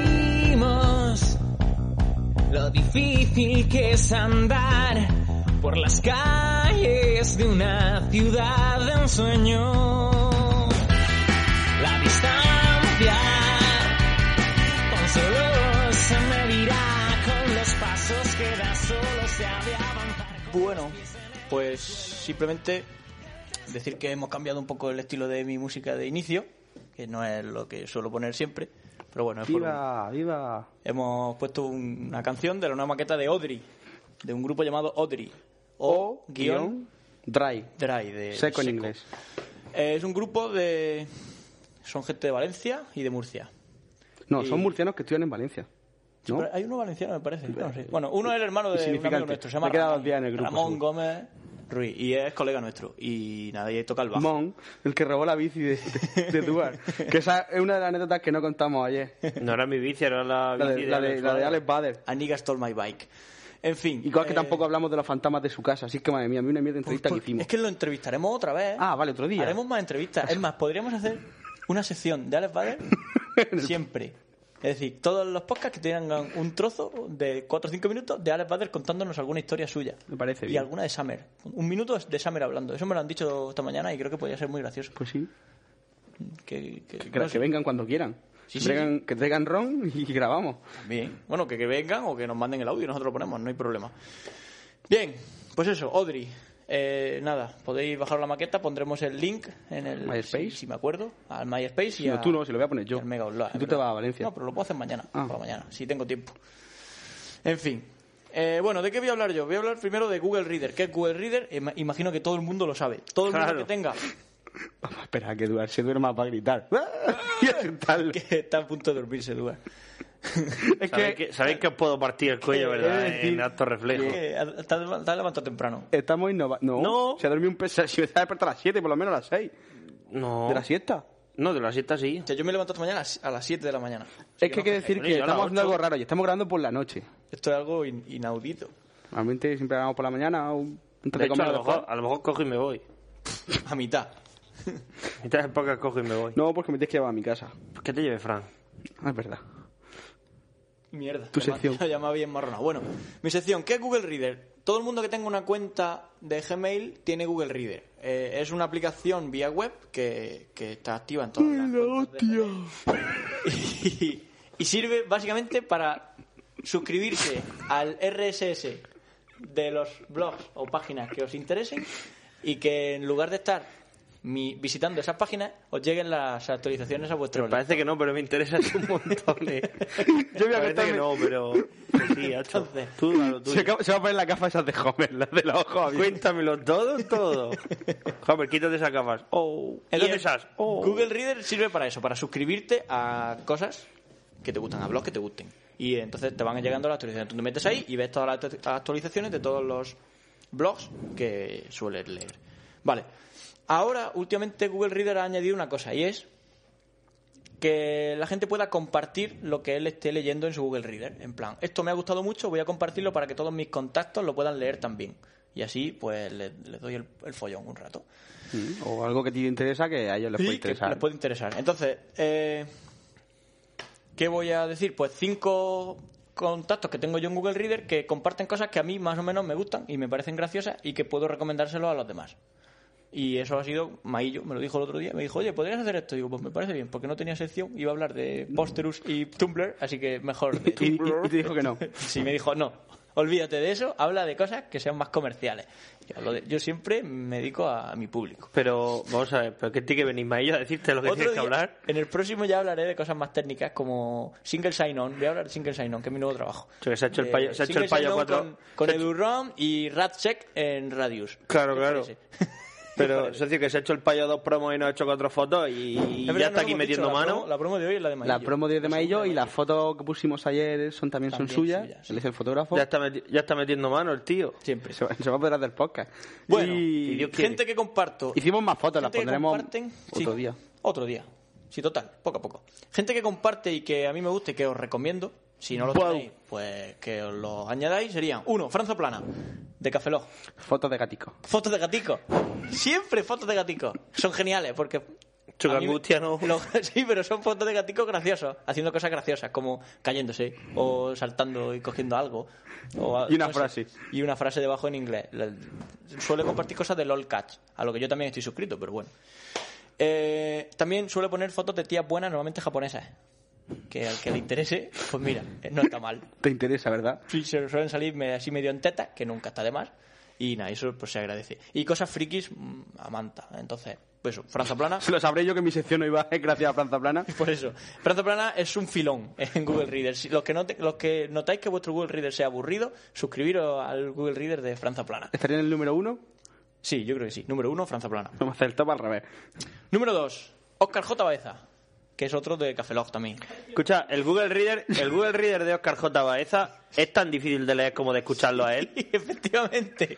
Comprendimos lo difícil que es andar por las calles de una ciudad de ensueño. La distancia tan solo se medirá con los pasos que da solo se ha de avanzar. Bueno, pues simplemente decir que hemos cambiado un poco el estilo de mi música de inicio, que no es lo que suelo poner siempre, pero bueno, es por ¡Viva! ¡Viva! un- hemos puesto un- una canción de la nueva maqueta de Audrey, de un grupo llamado Audrey. O guión Dry. Dry de Seco en seco. inglés. Eh, es un grupo de son gente de Valencia y de Murcia. No, Y- son murcianos que estudian en Valencia. Sí, ¿No? pero Hay uno valenciano, me parece. No sé. Bueno, uno es el hermano de un amigo Insignificante. nuestro, se llama Me he quedado Ramón, el día en el grupo, Ramón seguro. Gómez Ruiz y es colega nuestro y nada, y ahí toca el bajo. Mon, el que robó la bici de, de, de Duar. Que esa es una de las anécdotas que no contamos ayer. No era mi bici, era la La bici de, la de, la de Alex Bader. A nigga stole my bike. En fin. Igual que eh, tampoco hablamos de los fantasmas de su casa. Así que, madre mía, a mí una mierda de entrevista por- que hicimos. Es que lo entrevistaremos otra vez. Ah, vale, otro día. Haremos más entrevistas. Es más, podríamos hacer una sección de Alex Bader siempre. Es decir, todos los podcasts que tengan un trozo de 4 o 5 minutos de Alex Bader contándonos alguna historia suya. Me parece Y bien. alguna de Summer. Un minuto de Summer hablando. Eso me lo han dicho esta mañana y creo que podría ser muy gracioso. Pues sí. Que, que- Que, no sé, que vengan cuando quieran. Sí, que, sí, traigan, que traigan ron y grabamos. Bien. Bueno, que, que vengan o que nos manden el audio, nosotros lo ponemos, no hay problema. Bien, pues eso, Audrey. Eh, nada, podéis bajar la maqueta, pondremos el link en el MySpace. Si, si me acuerdo, al MySpace y No, a- tú no, si lo voy a poner yo. y al Mega Upload, Tú es te verdad. vas a Valencia. No, pero lo puedo hacer mañana, Ah. por la mañana, si tengo tiempo. En fin. Eh, bueno, ¿de qué voy a hablar yo? Voy a hablar primero de Google Reader. ¿Qué es Google Reader? Ima- Imagino que todo el mundo lo sabe. Todo el Claro. mundo que tenga Vamos a esperar a que Duar se duerma para gritar. y asustarle. que está a punto de dormirse, duda. Es ¿Sabéis que, sabéis que os puedo partir el cuello, ¿verdad? es decir, en acto reflejo. Eh, te has- te has levantado temprano. Estamos innovando. No. No. Se ha dormido un pesa. Si me está despertado a las 7, por lo menos a las 6. No. De la siesta. No, de la siesta sí. O sea, yo me levanto esta mañana a las- a las 7 de la mañana. Así Es que hay no- que decir bueno, que yo a las estamos haciendo ocho. algo raro y estamos grabando por la noche. Esto es algo in- inaudito. Normalmente siempre grabamos por la mañana o antes de, De hecho, comer a o lo, después. mejor, a lo mejor cojo y me voy. A mitad. Mientras en pocas cojo y me voy. No, porque me tienes que llevar a mi casa. ¿Por ¿Qué te lleve, Fran? Ah, es verdad. Mierda. Tu ya sección. me- Ya me había enmarronado. Bueno, mi sección, ¿qué es Google Reader? Todo el mundo que tenga una cuenta de Gmail tiene Google Reader. Eh, es una aplicación vía web que, que está activa en todas las cuentas de Gmail. y, y sirve básicamente para suscribirse al RSS de los blogs o páginas que os interesen y que en lugar de estar mi- visitando esas páginas os lleguen las actualizaciones a vuestro lector. Parece que no, pero me interesa un montón. eh. Yo voy a Parece contarme- que no, pero... pero Sí, hacho. Entonces, Tú, a lo tuyo. Se, acaba- se va a poner la gafa esas de Homer, las de los ojos abiertos. Cuéntamelo todo, todo. Joder, quítate esas gafas. Oh. Entonces, Entonces, esas. Oh. Google Reader sirve para eso, para suscribirte a cosas que te gustan, a blogs que te gusten. Y entonces te van llegando las actualizaciones. Tú te metes ahí y ves todas las actu- actualizaciones de todos los blogs que sueles leer. Vale. Ahora, últimamente, Google Reader ha añadido una cosa y es que la gente pueda compartir lo que él esté leyendo en su Google Reader. En plan, esto me ha gustado mucho, voy a compartirlo para que todos mis contactos lo puedan leer también. Y así, pues, le- les doy el- el follón un rato. Mm, O algo que te interesa que a ellos les Sí, puede que interesar. les puede interesar. Entonces, eh, ¿qué voy a decir? Pues cinco contactos que tengo yo en Google Reader que comparten cosas que a mí más o menos me gustan y me parecen graciosas y que puedo recomendárselo a los demás. Y eso ha sido Maillo, me lo dijo el otro día. Me dijo, oye, ¿podrías hacer esto? digo, pues me parece bien, porque no tenía sección, iba a hablar de Posterus y Tumblr, así que mejor. De Y- y- y te dijo que no. sí, me dijo, no, olvídate de eso, habla de cosas que sean más comerciales. Yo, hablo de- yo siempre me dedico a, mi público. Pero, vamos a ver, ¿pero qué tiene que venir Maillo a decirte lo que tienes que día- hablar? En el próximo ya hablaré de cosas más técnicas como single sign-on. Voy a hablar de single sign-on, que es mi nuevo trabajo. Yo que se ha hecho el Eh, payo- se ha hecho single el payo sign-on cuatro- Con, con EduROM y RadCheck en Radius. Claro, claro. parece? Pero, socio, que se ha hecho el payo dos promos y no ha hecho cuatro fotos y, y Es verdad, ya no lo está aquí hemos dicho, metiendo la mano. promo- la promo de hoy es la de Maillo. La promo de Maillo y la foto que pusimos ayer son también, son También suyas. suyas, Él es el fotógrafo. ya, está meti- ya está metiendo mano el tío. Siempre. Se va, se va a poder hacer podcast. Bueno, Y- y gente que comparto. Hicimos más fotos, las Gente que pondremos comparten, otro sí. día. Otro día. Sí, total, poco a poco. Gente que comparte y que a mí me gusta y que os recomiendo, si no lo Wow. tenéis, pues que os lo añadáis, serían uno, Franza Plana, de Cafelog. Fotos de gatico. Fotos de gaticos. Siempre fotos de gaticos. Son geniales porque... Chuca a mí me- angustia, ¿no? lo- sí, pero son fotos de gaticos graciosos, haciendo cosas graciosas, como cayéndose, o saltando y cogiendo algo. o a- Y una no sé. frase. y una frase debajo en inglés. La- Suele compartir cosas de LOLCAT, a lo que yo también estoy suscrito, pero bueno. Eh, también suele poner fotos de tías buenas, normalmente japonesas. Que al que le interese, pues mira, eh, no está mal. Te interesa, ¿verdad? Sí, se suelen salir me- así medio en teta, que nunca está de más. Y nada, eso pues se agradece. Y cosas frikis mm, a manta. Entonces, pues eso, Franza Plana. Se lo sabré yo que mi sección no iba a ser gracias a Franza Plana. Por eso, Franza Plana es un filón en Google Reader. Si- Los que, note- los que notáis que vuestro Google Reader sea aburrido, suscribiros al Google Reader de Franza Plana. Estaría en el número uno. Sí, yo creo que sí. Número uno, Franza Plana. Vamos a hacer el top al revés. Número dos, Oscar J. Baeza, que es otro de Café Lock también. Escucha, el Google Reader, el Google Reader de Oscar J. Baeza es tan difícil de leer como de escucharlo a él. Efectivamente.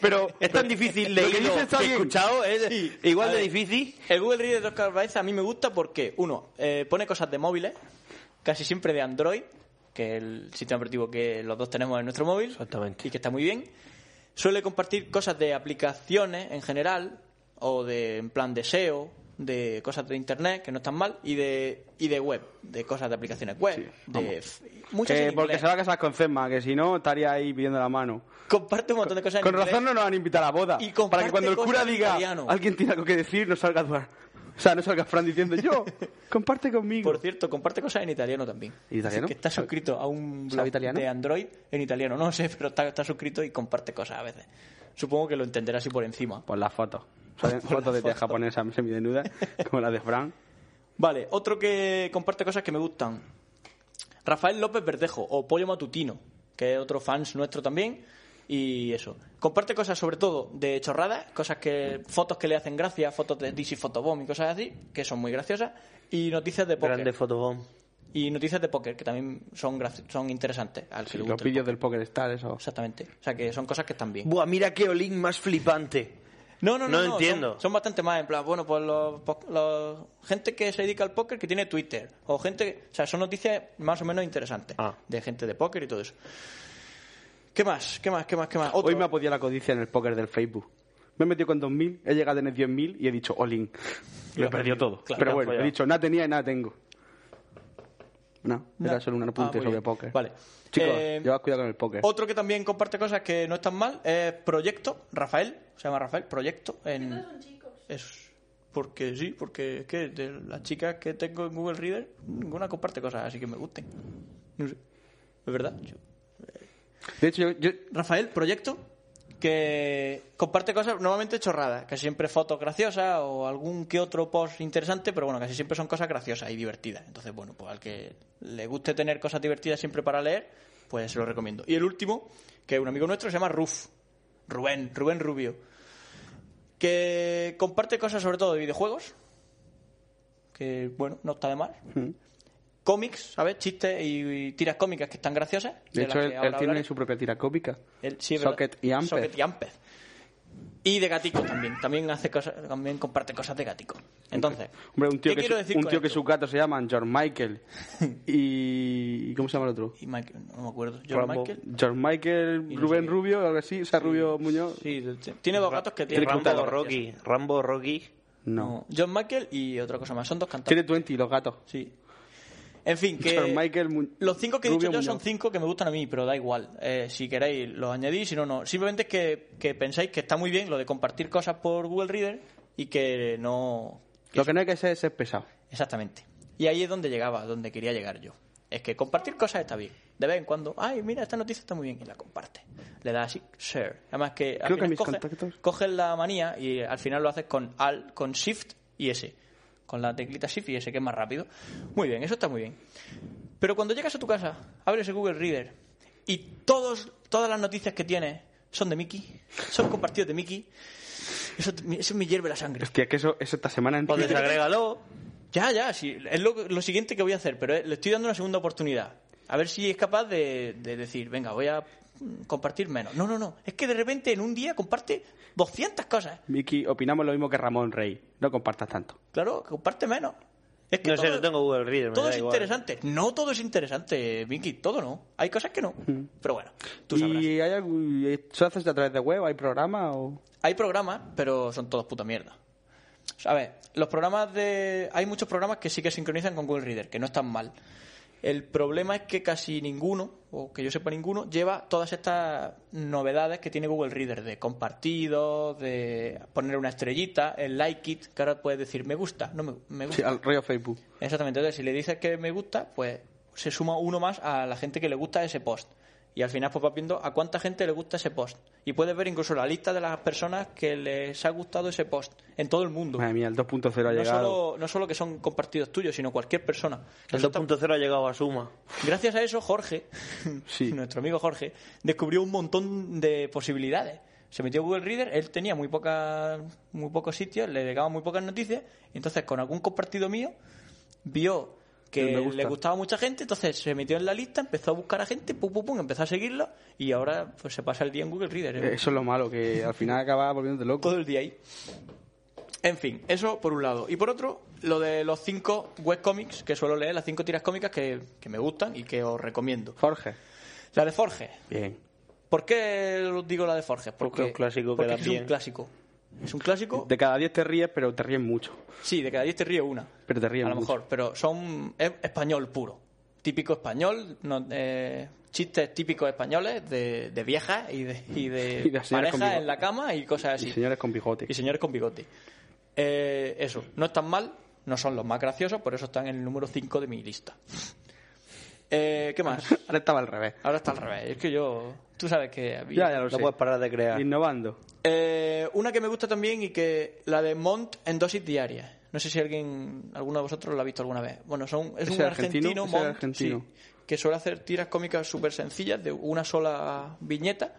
Pero es tan difícil Lo que leerlo dice está que bien. escuchado, es Sí. igual A de ver. difícil. El Google Reader de Oscar Baeza a mí me gusta porque, uno, eh, pone cosas de móviles, casi siempre de Android, que es el sistema operativo que los dos tenemos en nuestro móvil. Exactamente. Y que está muy bien. Suele compartir cosas de aplicaciones en general, o de en plan de SEO, de cosas de internet, que no están mal, y de, y de web, de cosas de aplicaciones web. de, f- muchas en Eh, porque inglés. se va a casar con Cesma, que si no estaría ahí pidiendo la mano. Comparte un montón de cosas en Con inglés. razón no nos van a invitar a la boda. Y para que cuando el comparte cura cosas en diga italiano. alguien tiene algo que decir, no salga Duar. O sea, no salga Fran diciendo yo, comparte conmigo. Por cierto, comparte cosas en italiano también. ¿En italiano? Dice Que está suscrito a un ¿Sabe blog italiano? de Android en italiano. No sé, pero está, está suscrito y comparte cosas a veces. Supongo que lo entenderá así por encima. Por las fotos. Salen Por fotos de las tías fotos. japonesas semidesnudas, como la de Fran. Vale, otro que comparte cosas que me gustan. Rafael López Verdejo, o Pollo Matutino, que es otro fans nuestro también. Y eso. Comparte cosas sobre todo de chorradas, cosas que. fotos que le hacen gracia, fotos de DC Photobomb y cosas así, que son muy graciosas. Y noticias de póker. Grande fotobomb. y noticias de póker, que también son, graci- son interesantes. Al que Sí, le los guste el vídeos del Poker Star, eso. Exactamente. O sea, que son cosas que están bien. Buah, mira qué olín más flipante. No, no, no. No son- entiendo. Son, bastante más, en plan, bueno, pues los, po- los- gente que se dedica al póker que tiene Twitter. O gente. O sea, son noticias más o menos interesantes. Ah. De gente de póker y todo eso. ¿Qué más? ¿Qué más? ¿Qué más? ¿Qué más? Otro. Hoy me ha podido la codicia en el póker del Facebook. Me he metido con 2.000, he llegado a tener 10.000 y he dicho, olin. Lo he perdido todo. Claro, Pero lo bueno, has he follado. dicho, nada tenía y nada tengo. No, Na- era solo un Ah, apunte muy sobre bien. póker. Vale. Chicos, Eh, llevad cuidado con el póker. Otro que también comparte cosas que no están mal es Proyecto, Rafael, se llama Rafael, Proyecto. En... Es porque sí, porque es que de las chicas que tengo en Google Reader, ninguna comparte cosas así que me gusten. No sé. Es verdad. Yo- De hecho, yo, yo- Rafael, Proyecto, que comparte cosas normalmente chorradas, casi siempre fotos graciosas o algún que otro post interesante, pero bueno, casi siempre son cosas graciosas y divertidas. Entonces, bueno, pues al que le guste tener cosas divertidas siempre para leer, pues se lo recomiendo. Y el último, que un amigo nuestro se llama Ruf, Rubén, Rubén Rubio, que comparte cosas sobre todo de videojuegos, que bueno, no está de mal. Cómics, ¿sabes? Chistes y, y tiras cómicas que están graciosas. de de hecho, las él, él que ahora tiene hablaré. Eh, su propia tira cómica. El- sí, es verdad. Socket y Amper. Socket y Amped. Y de gatico también. También hace cosas, también comparte cosas de gatico. Entonces, Hombre, un tío, ¿qué que, quiero su- decir un con tío que esto? sus gatos se llaman George Michael y... ¿y ¿Cómo se llama el otro? Y Michael, no me acuerdo. George Rambo. Michael. George Michael, Y no sé Rubén qué. Rubio, algo así, o sea, Rubio Muñoz. Sí, de- de- tiene dos gatos que tienen Rambo nombres Rocky. Rambo Rocky. graciosos. No. John Michael y otra cosa más. Son dos Tiene cantantes. 20 los gatos. Sí. En fin, que John Michael Mu- los cinco que he Rubio dicho yo Muñoz. son cinco que me gustan a mí, pero da igual. Eh, si queréis, los añadís, si no, no. Simplemente es que, que pensáis que está muy bien lo de compartir cosas por Google Reader y que no... Lo que no hay que ser es ser pesado. Exactamente. Y ahí es donde llegaba, donde quería llegar yo. Es que compartir cosas está bien. De vez en cuando, ay, mira, esta noticia está muy bien y la comparte. Le das así, share. Además que... al Creo que final mis coges- contactos- coges la manía y al final lo haces con Alt, con Shift y S. Con la teclita Shift y S, que es más rápido. Muy bien, eso está muy bien. Pero cuando llegas a tu casa, abres el Google Reader y todos, todas las noticias que tienes son de Mickey, son compartidos de Mickey, eso, te- eso me hierve la sangre. Hostia, que eso, eso esta semana en Pues Twitter- desagrégalo. Ya, ya, sí, es lo, lo siguiente que voy a hacer, pero eh, le estoy dando una segunda oportunidad. A ver si es capaz de, de decir, venga, voy a mm, compartir menos. No, no, no. Es que de repente en un día comparte 200 cosas. Miki, opinamos lo mismo que Ramón Rey. No compartas tanto. Claro, comparte menos. Es que No sé, todo- no tengo Google Reader. me todo da es igual. interesante. No todo es interesante, Vicky. Todo no. Hay cosas que no. Pero bueno, tú sabrás. ¿Y hay algún- eso haces a través de web? ¿Hay programa? O... Hay programas, pero son todos puta mierda. A ver, los programas de... Hay muchos programas que sí que sincronizan con Google Reader, que no están mal. El problema es que casi ninguno, o que yo sepa ninguno, lleva todas estas novedades que tiene Google Reader, de compartidos, de poner una estrellita, el like it, que ahora puedes decir me gusta, no me, me Sí, gusta. al rollo Facebook. Exactamente. Entonces, si le dices que me gusta, pues se suma uno más a la gente que le gusta ese post. Y al final pues vas viendo a cuánta gente le gusta ese post. Y puedes ver incluso la lista de las personas que les ha gustado ese post en todo el mundo. Madre mía, el 2.0 ha No llegado. solo, no solo que son compartidos tuyos, sino cualquier persona. El 2.0 ha llegado a suma. Gracias a eso, Jorge, Sí. nuestro amigo Jorge, descubrió un montón de posibilidades. Se metió a Google Reader, él tenía muy pocas muy pocos sitios, le llegaban muy pocas noticias, entonces con algún compartido mío vio que Me gusta. le gustaba a mucha gente, entonces se metió en la lista, empezó a buscar a gente, pum pum pum, empezó a seguirlo y ahora pues se pasa el día en Google Reader. ¿eh? Eso es lo malo, que al final acabas volviéndote loco. todo el día ahí. En fin, eso por un lado. Y por otro, lo de los cinco webcomics que suelo leer, las cinco tiras cómicas que, que me gustan y que os recomiendo. Jorge. La de Forge. Bien. ¿Por qué digo la de Forge? Porque, Porque un clásico porque queda es que es bien. un clásico. Es un clásico. De cada 10 te ríes, pero te ríes mucho. Sí, de cada 10 te ríe una. Pero te ríes a lo mucho. mejor, pero son es español puro. Típico español, no- eh, chistes típicos españoles de, de viejas y de, y de Y de señoras con parejas bigote. en la cama y cosas Y así. señores con bigote. Ah, Y señores con bigote. Eh, eso, no están mal, no son los más graciosos, por eso están en el número 5 de mi lista. Eh, ¿Qué más? Ahora estaba al revés. Ahora está al revés. Es que yo. Tú sabes que. a mí- Ya, ya lo No sé. puedes parar de crear. Innovando. Eh, una que me gusta también y que la de Mont en dosis diarias. No sé si alguien, alguno de vosotros la ha visto alguna vez. Bueno, son, es ¿Ese un argentino? argentino, Ese Mont, argentino. sí, que suele hacer tiras cómicas súper sencillas de una sola viñeta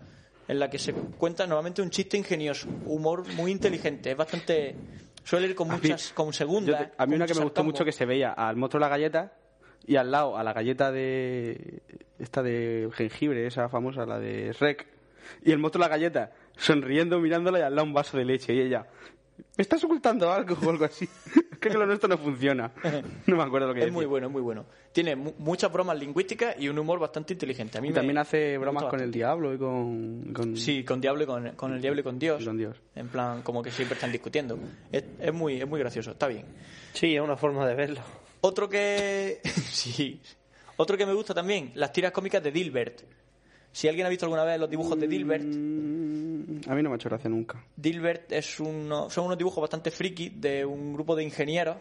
en la que se cuenta normalmente un chiste ingenioso, humor muy inteligente, es bastante suele ir con A mí- muchas, con Yo segundas. te- a mí con una que mucho me gustó sarcasmo. mucho que se veía al monstruo de la galleta y al lado a la galleta de. Esta de jengibre, esa famosa, la de Rec. Y el monstruo de la galleta sonriendo, mirándola y al lado un vaso de leche. Y ella. ¿Me estás ocultando algo o algo así? Creo que lo nuestro no funciona. No me acuerdo lo que es decía. muy bueno, es muy bueno. Tiene mu- muchas bromas lingüísticas y un humor bastante inteligente. A mí Y me- también hace me bromas gusta con el bastante. diablo y con. con- Sí, con diablo y con, con el diablo y con Dios. Y con Dios. En plan, como que siempre están discutiendo. Es, es muy, es muy gracioso, está bien. Sí, es una forma de verlo. Otro que. sí. Otro que me gusta también, las tiras cómicas de Dilbert. Si alguien ha visto alguna vez los dibujos de Dilbert, Mm, A mí no me ha hecho gracia nunca. Dilbert es uno, son unos dibujos bastante friki de un grupo de ingenieros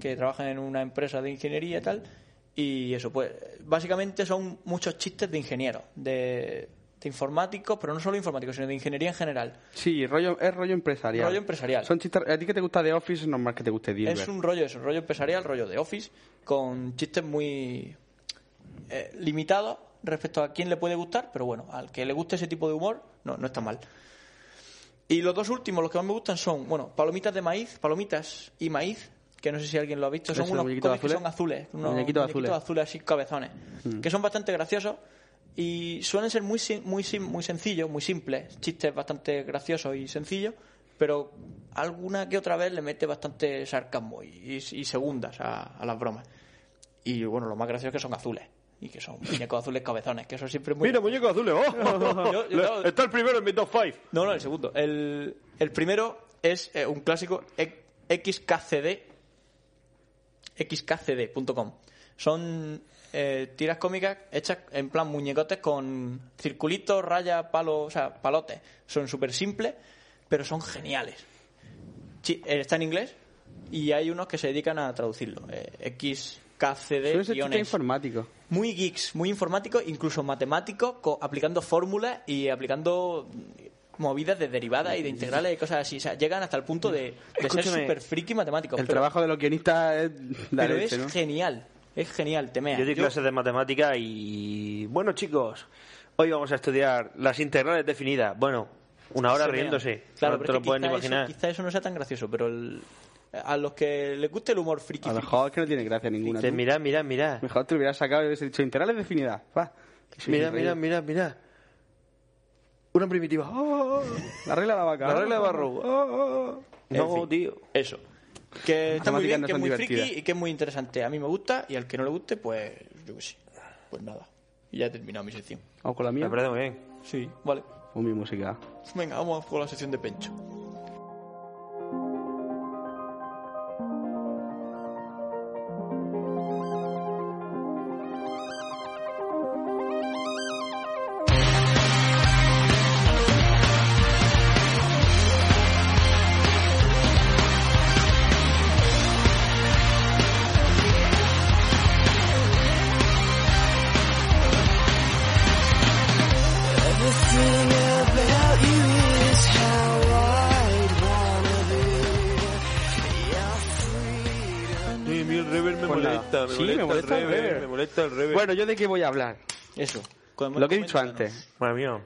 que trabajan en una empresa de ingeniería y tal. Y eso, pues básicamente son muchos chistes de ingenieros, de, de informáticos, pero no solo informáticos, sino de ingeniería en general. Sí, rollo, es rollo empresarial. Rollo empresarial. Son chistes- a ti que te gusta The Office es normal que te guste Dilbert. Es un rollo eso, rollo empresarial, rollo de office, con chistes muy eh, limitados respecto a quién le puede gustar, pero bueno, al que le guste ese tipo de humor, no, no está mal. Y los dos últimos, los que más me gustan son, bueno, palomitas de maíz, palomitas y maíz, que no sé si alguien lo ha visto, son ¿Es el unos muñequito cómics que azul? son azules, unos Muñequito azul. muñequitos azules así cabezones, que son bastante graciosos y suelen ser muy sim- muy sim- muy sencillos, muy simples, chistes bastante graciosos y sencillos, pero alguna que otra vez le mete bastante sarcasmo y, y- y segundas a, a las bromas. Y bueno, lo más gracioso es que son azules y que son muñecos azules cabezones, que eso siempre es muy Mira, muñeco azul. Yo- yo no- Está el primero en mi top 5. no, no, el segundo. El, el primero es eh, un clásico e- XKCD. XKCD.com. Son eh, tiras cómicas hechas en plan muñecotes con circulitos, rayas, palos, o sea, palotes. Son súper simples, pero son geniales. Chi- eh, está en inglés y hay unos que se dedican a traducirlo. Eh, Suele ser XKCD chiste guiones. informático. Muy geeks, muy informáticos, incluso matemáticos, co- aplicando fórmulas y aplicando movidas de derivadas y de integrales y cosas así. O sea, llegan hasta el punto de, de ser Escúchame, súper friki matemáticos. El pero- trabajo de los guionistas es la pero leche, es ¿no? genial, es genial, te mea. Yo di Yo- clases de matemática y. Bueno, chicos, hoy vamos a estudiar las integrales definidas. Bueno, una hora se mea. riéndose. no Claro, pero te es lo que pueden quizá imaginar. Eso, quizá eso no sea tan gracioso, pero el- a los que les guste el humor friki, A lo friki, mejor es que no tiene gracia ninguna. Dice, tú. mirad, mirad, mirad. Mejor te hubieras sacado y hubieras dicho integrales definidas. Va. Que soy Mirad, un rey. mirad, mirad, mirad. Una primitiva. Oh, oh, oh. La regla de la vaca. La regla de Barrow. Oh, oh, oh. En No, fin. tío. eso. Que está matemáticas muy bien, no que es son muy friki divertidas. y que es muy interesante. A mí me gusta y al que no le guste, pues yo qué sé. Pues nada. Y ya he terminado mi sección. O con la mía. Me parece muy bien. Sí, vale. O mi música. Venga, vamos con la sección de Pencho. el rever me Pues nada. molesta, me Sí, molesta me el molesta el rever, rever. me molesta el rever. Bueno, ¿yo de qué voy a hablar? Eso. Con- Lo que he dicho coméntanos. antes. Madre mía.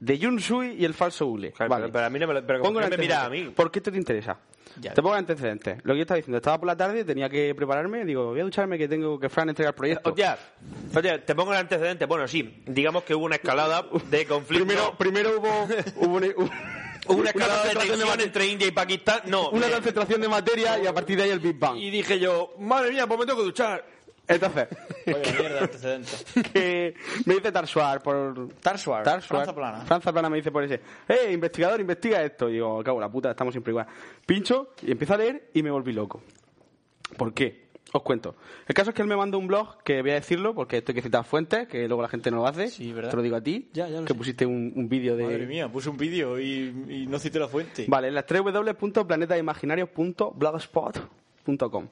De Jun Sui y el falso hule. Claro, Vale. pero, pero a mí no me, lo- pero como Pongo que un me mira a mí. antecedente. ¿Por qué esto te interesa? Ya. te pongo antecedentes. Lo que yo estaba diciendo, estaba por la tarde, tenía que prepararme, digo, voy a ducharme que tengo que Fran entregar proyectos. Hostia, hostia, Pues te pongo el antecedente. Bueno, sí, digamos que hubo una escalada de conflicto. Primero, primero hubo, hubo una, hubo una escalada de concentración de tensión mate- entre India y Pakistán. No, eh, una me- concentración de materia y a partir de ahí el Big Bang. y dije yo, madre mía, pues me tengo que duchar. Entonces, Oye, mierda, antecedentes. que me dice Tarsuar por... Tarsuar, Tarsuar. Franza Plana. Franza Plana me dice por ese, eh, investigador, investiga esto. Y digo, cago en la puta, estamos siempre igual. Pincho y empiezo a leer y me volví loco. ¿Por qué? Os cuento. El caso es que él me mandó un blog, que voy a decirlo, porque esto hay que citar fuentes, que luego la gente no lo hace. Sí, ¿verdad? Te lo digo a ti, Ya, ya lo que sé. pusiste un, un vídeo de... Madre mía, puse un vídeo y, y no cité la fuente. Vale, las www.planetaimaginario.blogspot.com.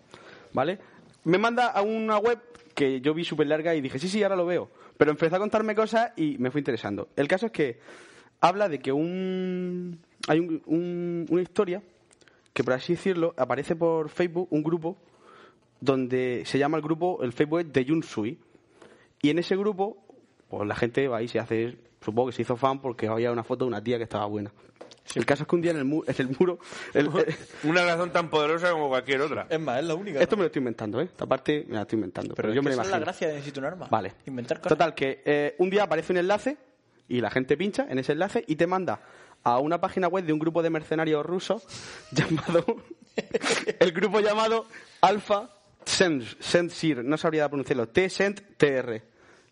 ¿Vale? Me manda a una web que yo vi súper larga y dije, sí, sí, ahora lo veo. Pero empezó a contarme cosas y me fue interesando. El caso es que habla de que un. Hay un- un- una historia que, por así decirlo, aparece por Facebook un grupo donde se llama el grupo, el Facebook es de Yun Sui. Y en ese grupo, pues la gente va y se hace, supongo que se hizo fan porque había una foto de una tía que estaba buena. El caso es que un día en el, mu- en el muro... el- el- Una razón tan poderosa como cualquier otra. Es más, es la única. esto ¿no? me lo estoy inventando, ¿eh? Esta parte me la estoy inventando, pero, es yo que me la esa es la imagino. gracia de necesito un arma. Vale. Inventar cosas. Total, que eh, un día aparece un enlace y la gente pincha en ese enlace y te manda a una página web de un grupo de mercenarios rusos llamado... el grupo llamado Alpha Sens- Sensir. No sabría pronunciarlo. E T-Sent-TR.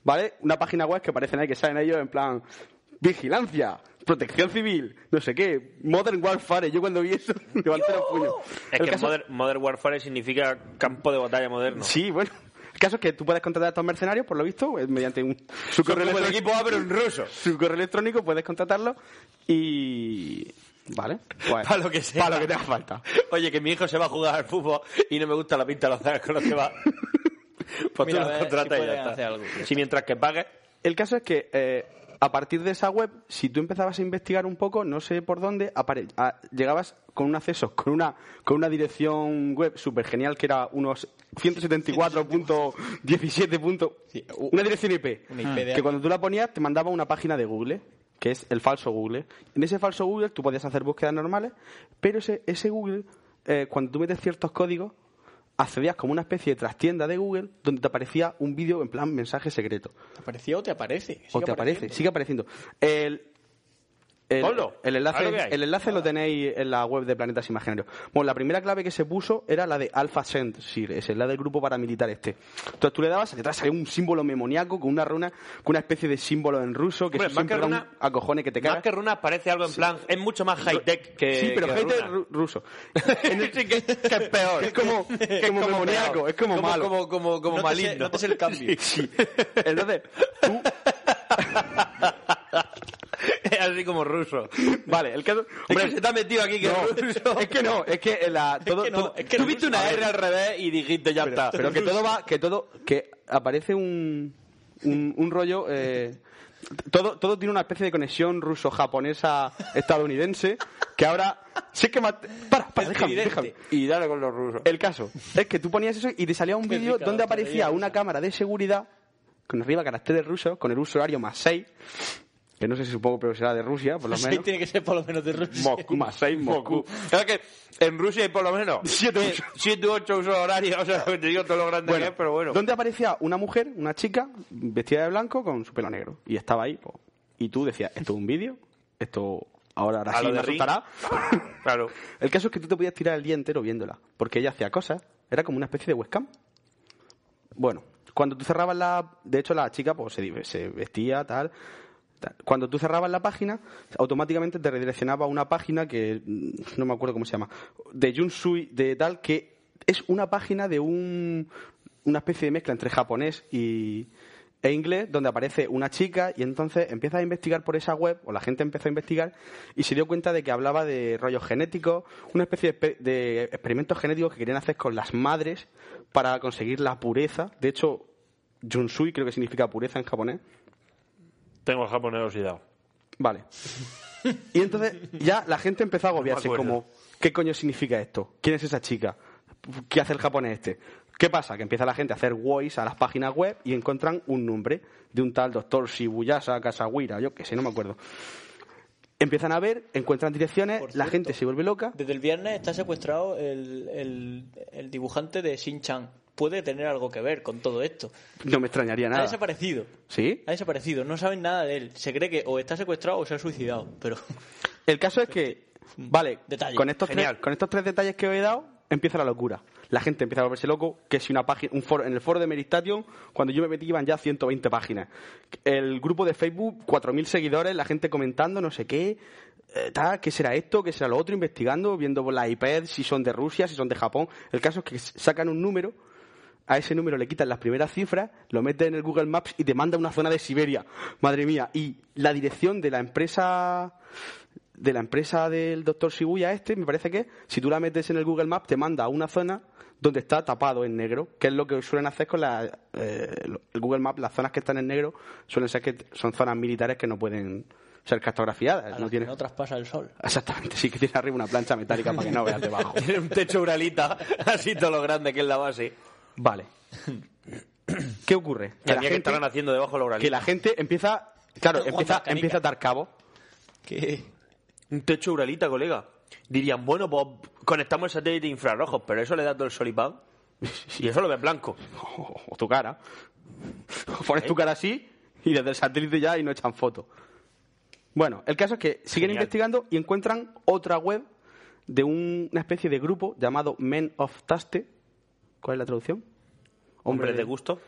¿Vale? Una página web que parecen ahí que salen ellos en plan... Vigilancia, protección civil, no sé qué, Modern Warfare. Yo cuando vi eso levanté los puños. Es El que caso- modern, Modern Warfare significa campo de batalla moderno. Sí, bueno. El caso es que tú puedes contratar a estos mercenarios, por lo visto, eh, mediante un, su, Son correo como el electrónico- equipo A, pero en ruso. su correo electrónico, puedes contratarlo y... ¿Vale? Pues, Pa' lo que sea. Para lo que te haga falta. Oye, que mi hijo se va a jugar al fútbol y no me gusta la pinta de los zagas con los que va. Pues Mira, tú lo a ver contratas si y ya pueden está. hacer algo. Si mientras que pagues, El caso es que eh, a partir de esa web, si tú empezabas a investigar un poco, no sé por dónde, apare- a- llegabas con un acceso, con una, con una dirección web súper genial que era unos 174.17. punto- Sí, u- Una dirección IP. Una IP de que algo. cuando tú la ponías te mandaba una página de Google, que es el falso Google. En ese falso Google tú podías hacer búsquedas normales, pero ese, ese Google, eh, cuando tú metes ciertos códigos, accedías como una especie de trastienda de Google donde te aparecía un vídeo en plan mensaje secreto ¿Te aparecía o te aparece? o Sigue te aparece, apareciendo. sigue apareciendo. El- El, Ponlo. el Haz enlace, lo que hay. el enlace lo tenéis en la web de Planetas Imaginarios. Bueno, la primera clave que se puso era la de Alpha Cent, sí, esa es la del grupo paramilitar este. Entonces tú le dabas, detrás salía un símbolo memoniaco con una runa, con una especie de símbolo en ruso que Hombre, eso más que siempre da un runa- acojones que te cagas. Más que runas parece algo en plan, es mucho más high tech que sí, pero que gente runas. ru- ruso. que, que es peor. Es como, es como demoníaco, es como, malo. Como, como, como maligno. el cambio. Entonces, Es así como ruso. vale, el caso. Hombre, se te ha metido aquí que No, es ruso. es que no, es que la, todo, todo- Tú viste una R al revés y dijiste, ya está. Pero que todo va, que todo, que aparece un, un, un rollo. eh, todo, todo tiene una especie de conexión ruso-japonesa-estadounidense que ahora. Sí que mat- Para, para, déjame, déjame. Y dale con los rusos. El caso es que tú ponías eso y te salía un Qué vídeo rica donde la aparecía tontería una cámara de seguridad con arriba caracteres rusos, con el usuario más 6, que no sé si supongo, pero será de Rusia, por lo Sí, menos. tiene que ser por lo menos de Rusia. Moscú, más 6, Moscú. Es que en Rusia hay por lo menos Siete eh, usos. siete u ocho usos horarios. O sea, te digo todo lo grande que es, pero bueno. Donde aparecía una mujer, una chica, vestida de blanco con su pelo negro. Y estaba ahí, pues, y tú decías, ¿esto es un vídeo? Esto ahora, ahora A sí lo me de Ring. asustará. Claro. El caso es que tú te podías tirar el día entero viéndola, porque ella hacía cosas, era como una especie de webcam. Bueno, cuando tú cerrabas la... De hecho, la chica pues, se, di- se vestía, tal, tal. Cuando tú cerrabas la página, automáticamente te redireccionaba a una página que mm, no me acuerdo cómo se llama, de Junsui, de tal, que es una página de un, una especie de mezcla entre japonés y, e inglés, donde aparece una chica y entonces empiezas a investigar por esa web, o la gente empezó a investigar, y se dio cuenta de que hablaba de rollos genéticos, una especie de, exper- de experimentos genéticos que querían hacer con las madres para conseguir la pureza. De hecho, Junsui creo que significa pureza en japonés. Tengo japonerosidad. Vale. Y entonces ya la gente empezó a agobiarse, acuerdo. como, ¿qué coño significa esto? ¿Quién es esa chica? ¿Qué hace el japonés este? ¿Qué pasa? Que empieza la gente a hacer WOIs a las páginas web y encuentran un nombre de un tal doctor Shibuyasa Kasawira, yo qué sé, no me acuerdo. Empiezan a ver, encuentran direcciones, Por la cierto. gente se vuelve loca. Desde el viernes está secuestrado el, el, el dibujante de Shin-Chan. Puede tener algo que ver con todo esto. No me extrañaría Ha nada. desaparecido. ¿Sí? Ha desaparecido. No saben nada de él. Se cree que o está secuestrado o se ha suicidado. Pero El caso es que, vale, Mm. Detalle. con, estos tres, Genial. con estos tres detalles que os he dado, empieza la locura. La gente empieza a volverse loco, que si una página, un foro, en el foro de Meristation, cuando yo me metí iban ya 120 páginas. El grupo de Facebook, 4.000 seguidores, la gente comentando, no sé qué, eh, tal, qué será esto, qué será lo otro, investigando, viendo por las iPads, si son de Rusia, si son de Japón. El caso es que sacan un número, a ese número le quitan las primeras cifras, lo meten en el Google Maps y te manda a una zona de Siberia. Madre mía, y la dirección de la empresa de la empresa del doctor Shibuya este, me parece que si tú la metes en el Google Maps te manda a una zona donde está tapado en negro, que es lo que suelen hacer con la, eh, lo- el Google Maps, las zonas que están en negro suelen ser que t- son zonas militares que no pueden ser a cartografiadas. las No que tiene... no traspasa el sol. Exactamente, sí que tiene arriba una plancha metálica para que no veas debajo. Tiene un techo uralita, así todo lo grande que es la base. Vale. ¿Qué ocurre? Que La mía que estarán haciendo debajo de la uralita. que la gente empieza, claro, Juan empieza, Canica. empieza a dar cabo. Que Un techo uralita, colega. Dirían, bueno, pues conectamos el satélite infrarrojos, pero eso le da todo el solipán. Y eso lo ves blanco. O, o tu cara. O pones ¿Eh? tu cara así y desde el satélite ya y no echan foto. Bueno, el caso es que siguen Genial. investigando y encuentran otra web de un- una especie de grupo llamado Men of Taste. ¿Cuál es la traducción? Hombre de gusto.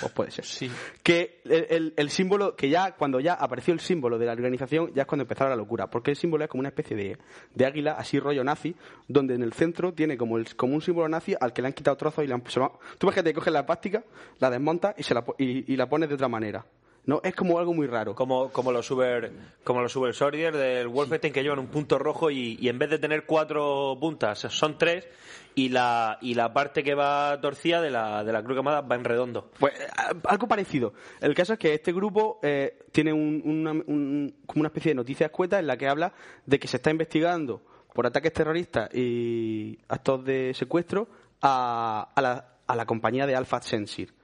Pues puede ser. Sí. Que el, el- el símbolo, que ya cuando ya apareció el símbolo de la organización, ya es cuando empezaba la locura. Porque el símbolo es como una especie de, de águila, así rollo nazi, donde en el centro tiene como, el, como un símbolo nazi al que le han quitado trozos y le han se lo han- Tú imagínate, coges la plástica, la desmontas y, se la, po- y, y la pones de otra manera. No, es como algo muy raro. Como, como los Uber, como los Uber Soldier del Wolfenstein que llevan un punto rojo y, y en vez de tener cuatro puntas, son tres y la, y la parte que va torcida de la, de la cruz quemada va en redondo. Pues eh, algo parecido. El caso es que este grupo eh, tiene un- una, un- como una especie de noticia escueta en la que habla de que se está investigando por ataques terroristas y actos de secuestro a, a la, a la compañía de Alpha Sensir.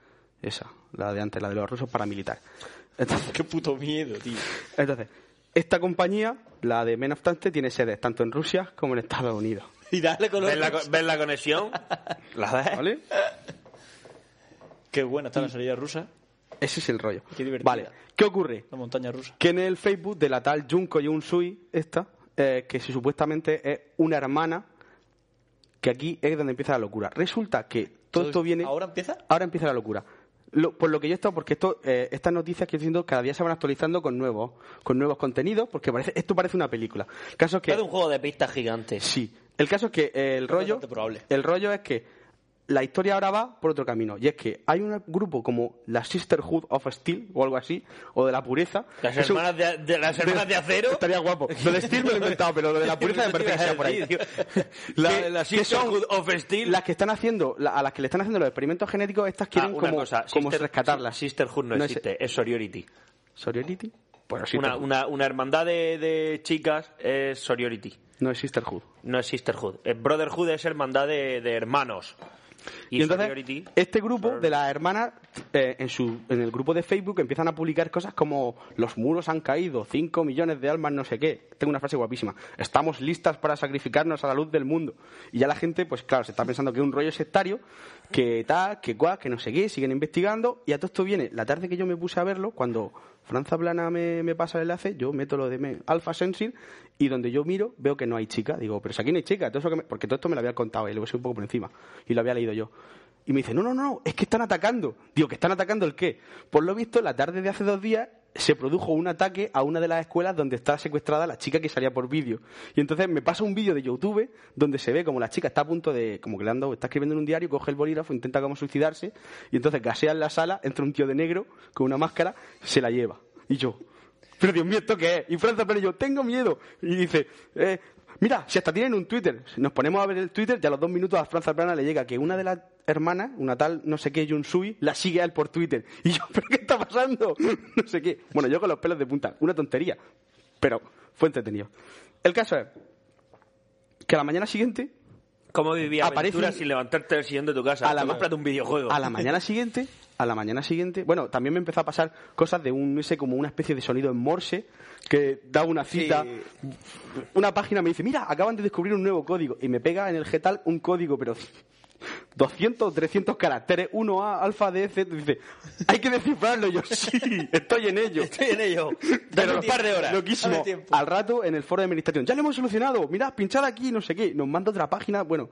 Esa, la de antes, la de los rusos paramilitares. Entonces, Qué puto miedo, tío. entonces, esta compañía, la de Men of Tante, tiene sedes tanto en Rusia como en Estados Unidos. Y dale con los ¿Ves la, co- ves la conexión? ¿La ves? ¿Vale? Qué buena está la salida rusa. Ese es el rollo. Qué divertida. Vale, ¿qué ocurre? La montaña rusa. Que en el Facebook de la tal Junko Yun Sui, esta, eh, que si supuestamente es una hermana, que aquí es donde empieza la locura. Resulta que todo esto viene. ¿Ahora empieza? Ahora empieza la locura. Lo- por lo que yo he estado, porque esto, eh, estas noticias que estoy diciendo cada día se van actualizando con nuevos, con nuevos contenidos, porque parece, esto parece una película. Caso es que. Era un juego de pistas gigante. Sí. El caso es que eh, el rollo. El rollo es que la historia ahora va por otro camino. Y es que hay un grupo como la Sisterhood of Steel o algo así, o de la pureza. Las Es un- hermanas de, de- las hermanas de acero. Estaría guapo. Lo de Steel me lo he inventado, pero lo de la pureza me parece que sea por ahí. La, Que- la que Sisterhood of Steel. Las que están haciendo, la- a las que le están haciendo los experimentos genéticos, estas Ah, quieren una como, cosa, como Sister- rescatarlas. Sisterhood no, No es- existe, es Soriority. ¿Soriority? Pues Bueno, sí, Una, una, una hermandad de, de chicas es Soriority. no es Sisterhood. No es Sisterhood. Eh, Brotherhood es hermandad de, de hermanos. Y, Y, entonces, Soriority. este grupo de las hermanas, eh, en, su, en el grupo de Facebook, empiezan a publicar cosas como los muros han caído, 5 millones de almas, no sé qué. Tengo una frase guapísima. Estamos listas para sacrificarnos a la luz del mundo. Y ya la gente, pues claro, se está pensando que es un rollo sectario, que tal, que cual, que no sé qué, siguen investigando. Y a todo esto viene, la tarde que yo me puse a verlo, cuando Franza Plana me, me pasa el enlace, yo meto lo de me- Alpha Sensing y donde yo miro veo que no hay chica. Digo, pero si aquí no hay chica, todo eso que me- porque todo esto me lo había contado él, lo sé un poco por encima y lo había leído yo. Y me dice, no, no, no, es que están atacando. Digo, ¿que están atacando el qué? Por lo visto, la tarde de hace dos días se produjo un ataque a una de las escuelas donde está secuestrada la chica que salía por vídeo. Y entonces me pasa un vídeo de YouTube donde se ve como la chica está a punto de, como que le han dado- está escribiendo en un diario, coge el bolígrafo, intenta como suicidarse, y entonces gasea en la sala, entra un tío de negro con una máscara, se la lleva. Y yo, pero Dios mío, ¿esto qué es? Y Franza pero yo, tengo miedo. Y dice, eh, mira, si hasta tienen un Twitter. Si Nos ponemos a ver el Twitter y a los dos minutos a Franza Plana le llega que una de las hermanas, una tal no sé qué, Yunsui, la sigue a él por Twitter. Y yo, ¿pero qué está pasando? No sé qué. Bueno, yo con los pelos de punta. Una tontería. Pero fue entretenido. El caso es que a la mañana siguiente ¿Cómo vivía Aparece aventuras un- sin levantarte del sillón de tu casa? A la ma- Cómprate un videojuego. A la mañana siguiente, a la mañana siguiente, bueno, también me empezó a pasar cosas de un ese como una especie de sonido en Morse que da una cita. Una página me dice, "Mira, acaban de descubrir un nuevo código" y me pega en el Getal un código, pero 200, 300 caracteres, 1A, alfa, DC, dice, hay que descifrarlo. Yo, sí, estoy en ello. Estoy en ello. Pero Dame un par de horas. Loquísimo. Dame tiempo. Al rato en el foro de administración. Ya lo hemos solucionado. Mirad, pinchad aquí, no sé qué. Nos manda otra página. Bueno,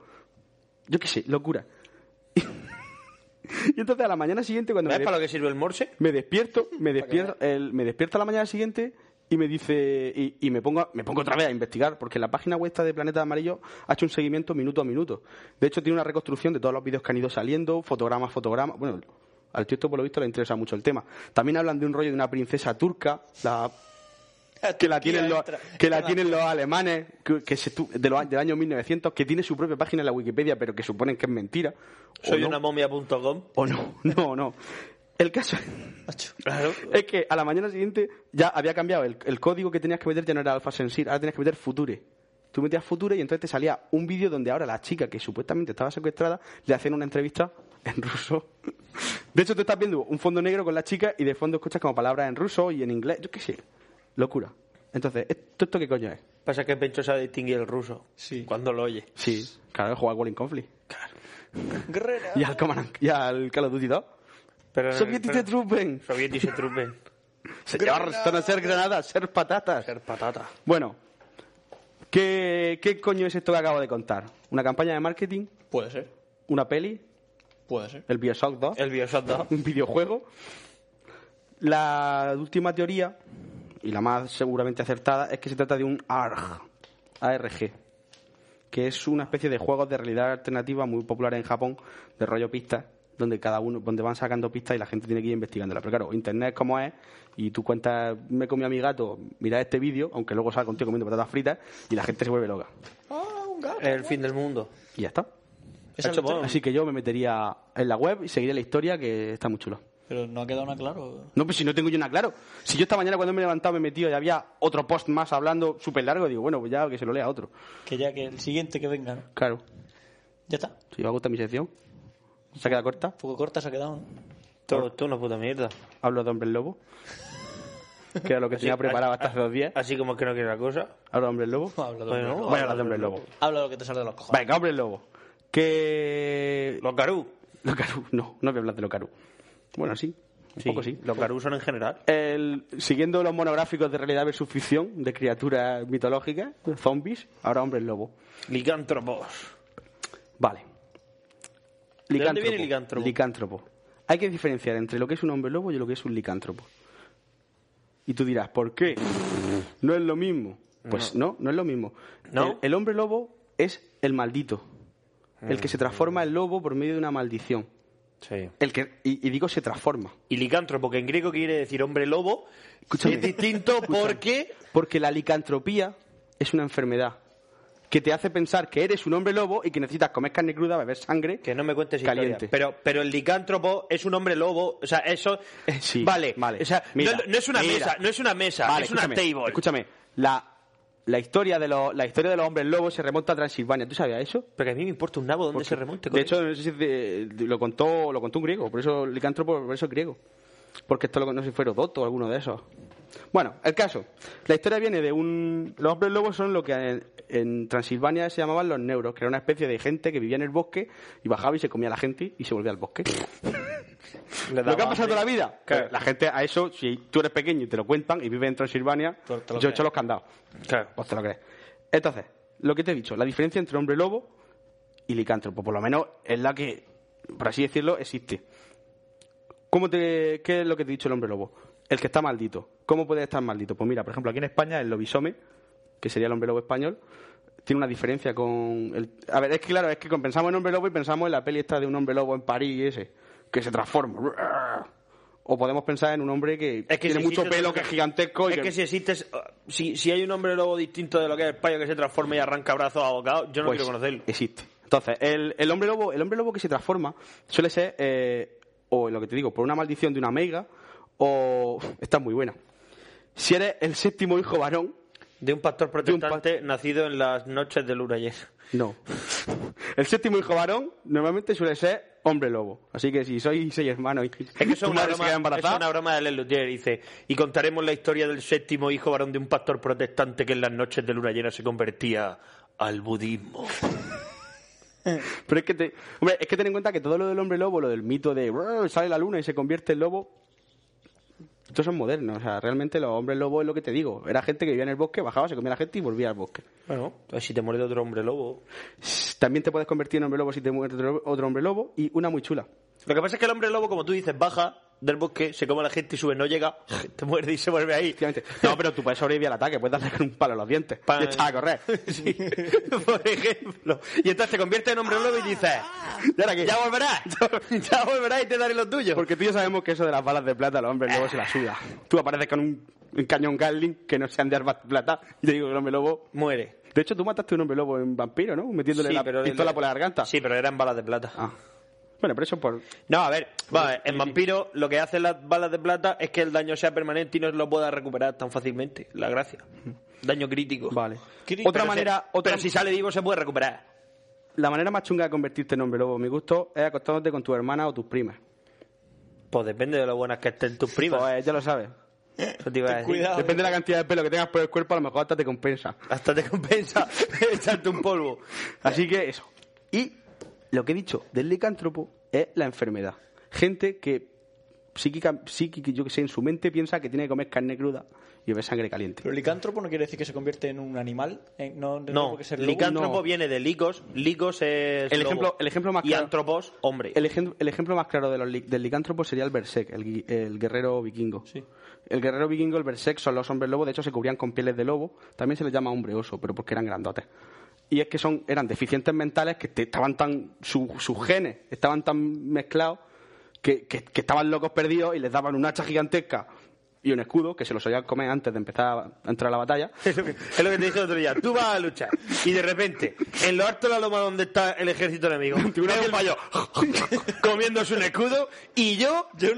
yo qué sé, locura. y entonces a la mañana siguiente cuando me, ¿Ves de- para lo que sirve el morse? me despierto, me despierto, el- me despierto a la mañana siguiente y me dice y, y me pongo a- me pongo otra vez a investigar porque la página web esta de Planeta Amarillo ha hecho un seguimiento minuto a minuto. De hecho tiene una reconstrucción de todos los vídeos que han ido saliendo, fotograma a fotograma. Bueno, al tío esto por lo visto le interesa mucho el tema. También hablan de un rollo de una princesa turca, la que la tienen los, entra. que la tienen los alemanes que, que se tu- de los, a- del año 1900 que tiene su propia página en la Wikipedia pero que suponen que es mentira ¿O Soy no? una momia.com. o no no no el caso es que a la mañana siguiente ya había cambiado el, el código que tenías que meter ya no era alfa sensir ahora tenías que meter future tú metías future y entonces te salía un vídeo donde ahora la chica que supuestamente estaba secuestrada le hacen una entrevista en ruso de hecho tú estás viendo un fondo negro con la chica y de fondo escuchas como palabras en ruso y en inglés yo qué sé locura entonces esto, esto qué coño es Pasa que Pencho sabe distinguir el ruso. Sí. Cuando lo oye. sí claro he jugado al Walling Conflict Guerrera. y al, Command and- y al Call of Duty 2 Pero, Soviética pero- Truppen Soviética Truppen. Señor, esto no es ser granadas, ser patatas. Ser patata. Bueno, ¿qué, ¿qué coño es esto que acabo de contar? ¿Una campaña de marketing? Puede ser, ¿Una peli? puede ser. ¿El Bioshock 2? El Bioshock 2. ¿Un videojuego? La última teoría, y la más seguramente acertada, es que se trata de un ARG, ARG, que es una especie de juegos de realidad alternativa muy popular en Japón, de rollo pistas, donde cada uno, donde van sacando pistas y la gente tiene que ir investigándola. Pero claro, internet es como es, y tú cuentas, me comí a mi gato, mira este vídeo, aunque luego salga contigo comiendo patatas fritas, y la gente se vuelve loca. Ah, El fin del mundo. Y ya está. Esa es la teoría. Así que yo me metería en la web y seguiría la historia, que está muy chulo. Pero no ha quedado una claro. No, pues si no tengo yo nada claro. Si yo esta mañana cuando me he levantado me he metido y había otro post más hablando súper largo, digo, bueno, pues ya que se lo lea otro. Que ya que el siguiente que venga, ¿no? Claro. Ya está. Un Si os gusta mi sección, se queda corta, poco corta se ha quedado, ¿no? Todo esto es una puta mierda. hablo de Hombre Lobo, que era lo que Así- tenía preparado hasta así- hace dos días. Así como es que no quiere la cosa. Hablo de Hombre Lobo. Habla Bueno, de hombre lobo. Voy a hablar de Hombre Lobo. Habla lo que te sale de los cojones. Venga, Hombre Lobo. Que... Los Garú. Locaru, no, no voy a hablar de Locaru. Bueno, sí. Un poco sí. Los Garuson en general. El- siguiendo los monográficos de realidad versus ficción de criaturas mitológicas, zombies, ahora hombres lobo. Licántropos. Vale. ¿De dónde viene licántropo? Licántropo. Hay que diferenciar entre lo que es un hombre lobo y lo que es un licántropo. Y tú dirás, ¿por qué? No es lo mismo. Pues no, no, es lo mismo. ¿No? El, el hombre lobo es el maldito. El Mm. que se transforma en lobo por medio de una maldición. Sí. El que, y, y digo se transforma. Y licántropo, que en griego quiere decir hombre lobo, Escúchame. es distinto Escúchame. porque... Porque la licantropía es una enfermedad que te hace pensar que eres un hombre lobo y que necesitas comer carne cruda, beber sangre. Que no me cuentes Caliente. historias. Pero, pero el licántropo es un hombre lobo. O sea, eso... Sí, vale, vale. O sea, Mira, no, no es una mira. mesa, no es una mesa, Vale, es una escúchame, table. Escúchame, la, la, historia de los, la historia de los hombres lobos se remonta a Transilvania. ¿Tú sabías eso? Pero que a mí me importa un nabo dónde Porque- se remonte. De coño. hecho, no sé si de- de- lo, contó, lo contó un griego, por eso licántropo, por eso es griego. Porque esto lo, no sé si fue Herodoto o alguno de esos. Bueno, el caso. La historia viene de un... Los hombres lobos son lo que en, en Transilvania se llamaban los neuros, que era una especie de gente que vivía en el bosque y bajaba y se comía a la gente y se volvía al bosque. Le lo que ha daba pasado toda la hambre. vida. Claro. La gente a eso, si tú eres pequeño y te lo cuentan y vives en Transilvania, Tú te lo yo crees. echo los candados. Claro. Pues te lo crees. Entonces, lo que te he dicho, la diferencia entre hombre lobo y licántropo, por lo menos es la que, por así decirlo, existe. ¿Cómo te, ¿Qué es lo que te he dicho el hombre lobo? El que está maldito. ¿Cómo puede estar maldito? Pues mira, por ejemplo, aquí en España el lobisome, que sería el hombre lobo español, tiene una diferencia con... El... A ver, es que claro, es que pensamos en hombre lobo y pensamos en la peli esta de un hombre lobo en París y ese, que se transforma. O podemos pensar en un hombre que, Es que tiene si mucho existe- pelo, que es gigantesco. y Es que, que- si existe, si, si hay un hombre lobo distinto de lo que es el payo que se transforma y arranca brazos abocados, yo no Pues, quiero conocerlo. Existe. Entonces, el, el hombre lobo, el hombre lobo que se transforma suele ser, eh, o lo que te digo, por una maldición de una meiga, o está muy buena. Si eres el séptimo hijo varón, De un pastor De un pa- protestante nacido en las noches de luna llena. no. El séptimo hijo varón normalmente suele ser hombre lobo. Así que si sois seis hermanos y Es que eso es tu una madre se queda broma, eso embarazada, es una broma de Les Luthier. Dice, y contaremos la historia del séptimo hijo varón de un pastor protestante que en las noches de luna llena se convertía al budismo. Pero es que, te- hombre, es que ten en cuenta que todo lo del hombre lobo, lo del mito de "Brr, sale la luna y se convierte en lobo, estos son modernos. O sea, realmente los hombres lobos es lo que te digo. Era gente que vivía en el bosque, bajaba, se comía a la gente y volvía al bosque. Bueno, si te muere otro hombre lobo. También te puedes convertir en hombre lobo si te muere otro, otro hombre lobo y una muy chula. Lo que pasa es que el hombre lobo, como tú dices, baja del bosque, se come a la gente y sube, no llega, te muerde y se vuelve ahí. Efectivamente. No, pero tú puedes sobrevivir al ataque, puedes darle con un palo a los dientes Pa- y echar a correr. Sí, por ejemplo. Y entonces te convierte en hombre lobo y dices, ¿Y ahora qué? ya volverás, ya volverás y te daré lo tuyo. Porque tú y yo sabemos que eso de las balas de plata, los hombres lobos se la suda. Tú apareces con un, un cañón Gatling que no sean de armas de plata y te digo que el hombre lobo Muere. De hecho, tú mataste a un hombre lobo en vampiro, ¿no? Metiéndole Sí, la pero- pistola por la garganta. Sí, pero eran balas de plata. Ah. Bueno, pero eso por. No, a ver, va, en vampiro lo que hacen las balas de plata es que el daño sea permanente y no lo pueda recuperar tan fácilmente. La gracia. Daño crítico. Vale. Crítico. Otra Pero manera- se- otra- Pero si sale vivo se puede recuperar. La manera más chunga de convertirte en hombre lobo, a mi gusto, es acostándote con tu hermana o tus primas. Pues depende de lo buenas que estén tus primas. Pues ya lo sabes. Eso te iba a decir. cuidado. Depende de la cantidad de pelo que tengas por el cuerpo, a lo mejor hasta te compensa. Hasta te compensa echarte un polvo. Así que eso. Y lo que he dicho del licántropo es la enfermedad. Gente que psíquica, psíquica, yo que sé, en su mente piensa que tiene que comer carne cruda y beber sangre caliente. Pero licántropo no quiere decir que se convierte en un animal. eh, No, no, No, porque ser lobo, licántropo no. viene de licos. Licos es. El lobo. ejemplo- el ejemplo más Y claro- antropos, hombre. El, ejem- el ejemplo más claro de los li- del licántropo sería el berserk, el, gui- el guerrero vikingo. Sí. El guerrero vikingo, el berserk, son los hombres lobo. De hecho, se cubrían con pieles de lobo. También se les llama hombre oso, pero porque eran grandotes. Y es que son, eran deficientes mentales que te- estaban tan. su- sus genes estaban tan mezclados que, que- que estaban locos perdidos y les daban un hacha gigantesca y un escudo que se los solían comer antes de empezar a entrar a la batalla. Es lo, que, es lo que te dije el otro día. Tú vas a luchar y de repente, en lo alto de la loma donde está el ejército enemigo, veo un payo comiéndose un escudo y yo, yo,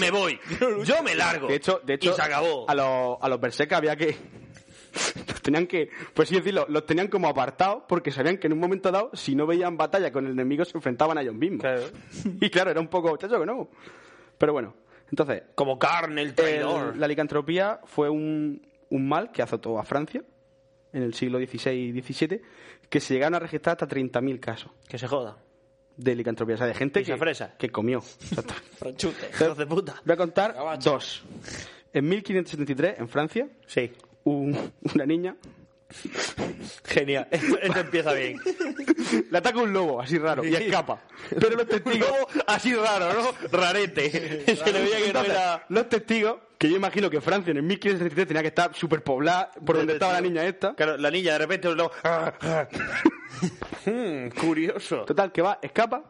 me voy. yo me largo. De hecho, de hecho y se acabó. A, los, a los Berserk había que. los tenían que. Pues sí decirlo, los tenían como apartados porque sabían que en un momento dado, si no veían batalla con el enemigo, se enfrentaban a ellos mismos. Claro. y claro, era un poco. chacho que no. Pero bueno, entonces. Como carne, el el- traidor. la licantropía fue un, un mal que azotó a Francia en el siglo XVI y XVII, que se llegaron a registrar hasta 30.000 casos. Que se joda. de licantropía, o sea, de gente que, que comió. Exacto. Hijos de puta. Voy a contar dos. En 1573, en Francia, sí. un- una niña Genial. Esto, esto empieza bien. le ataca un lobo, así raro, y escapa. Pero los testigos, así raro, ¿no? Rarete. Se le veía que no Entonces, era. los testigos, que yo imagino que Francia en el 1573 tenía que estar superpoblada por donde estaba la niña esta. Claro, la niña de repente un lobo. Hmm, curioso. Total, que va, escapa.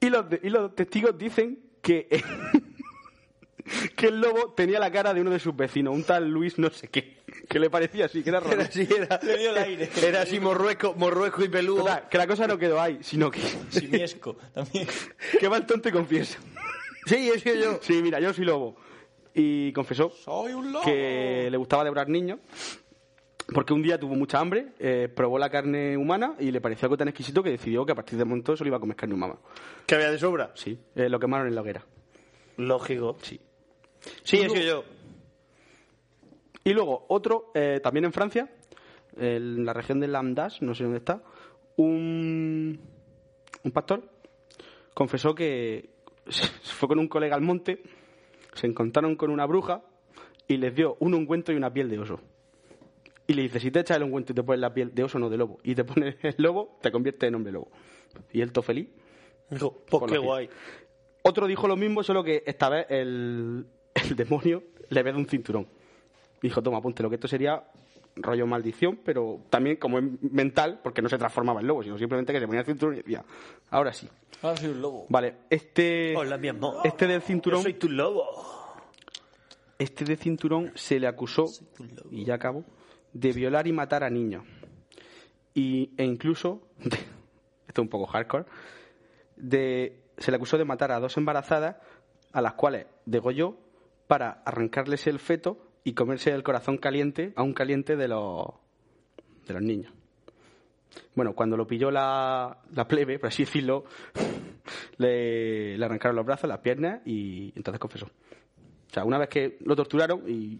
Y los, de- y los testigos dicen que, que el lobo tenía la cara de uno de sus vecinos, un tal Luis no sé qué, que le parecía así, que era raro. Era así, era, aire. era así morrueco, morrueco y peludo. Total, que la cosa no quedó ahí, sino que, Simiesco también. que va el tonto y confiesa. Sí, es que yo. Sí, mira, yo soy lobo. Y confesó Soy un lobo. que le gustaba devorar niños porque un día tuvo mucha hambre, eh, probó la carne humana y le pareció algo tan exquisito que decidió que a partir de momento solo iba a comer carne humana. ¿Que había de sobra? Sí, eh, lo quemaron en la hoguera. Lógico. Sí. Sí, es que yo. Y luego, otro, eh, también en Francia, en la región de Lamdas, no sé dónde está, un, un pastor confesó que se fue con un colega al monte, se encontraron con una bruja y les dio un ungüento y una piel de oso. Y le dice, si te echas el ungüento y te pones la piel de oso, no de lobo, y te pones el lobo, te convierte en hombre lobo. Y él, todo feliz, Dijo, pues Con qué la piel. guay. Otro dijo lo mismo, solo que esta vez el, el demonio le ve de un cinturón. Dijo, toma, ponte lo que esto sería rollo maldición, pero también como es mental, porque no se transformaba en lobo, sino simplemente que se ponía el cinturón y decía, ahora sí. Ahora Ah, soy un lobo. Vale, este, Hola, mi amor. este del cinturón, Yo soy tu lobo. este del cinturón se le acusó, y ya acabo, de violar y matar a niños. Y, e incluso, esto es un poco hardcore, de, se le acusó de matar a dos embarazadas a las cuales degolló para arrancarles el feto y comerse el corazón caliente, aún caliente, de los, de los niños. Bueno, cuando lo pilló la, la plebe, por así decirlo, le, le arrancaron los brazos, las piernas y entonces confesó. O sea, una vez que lo torturaron y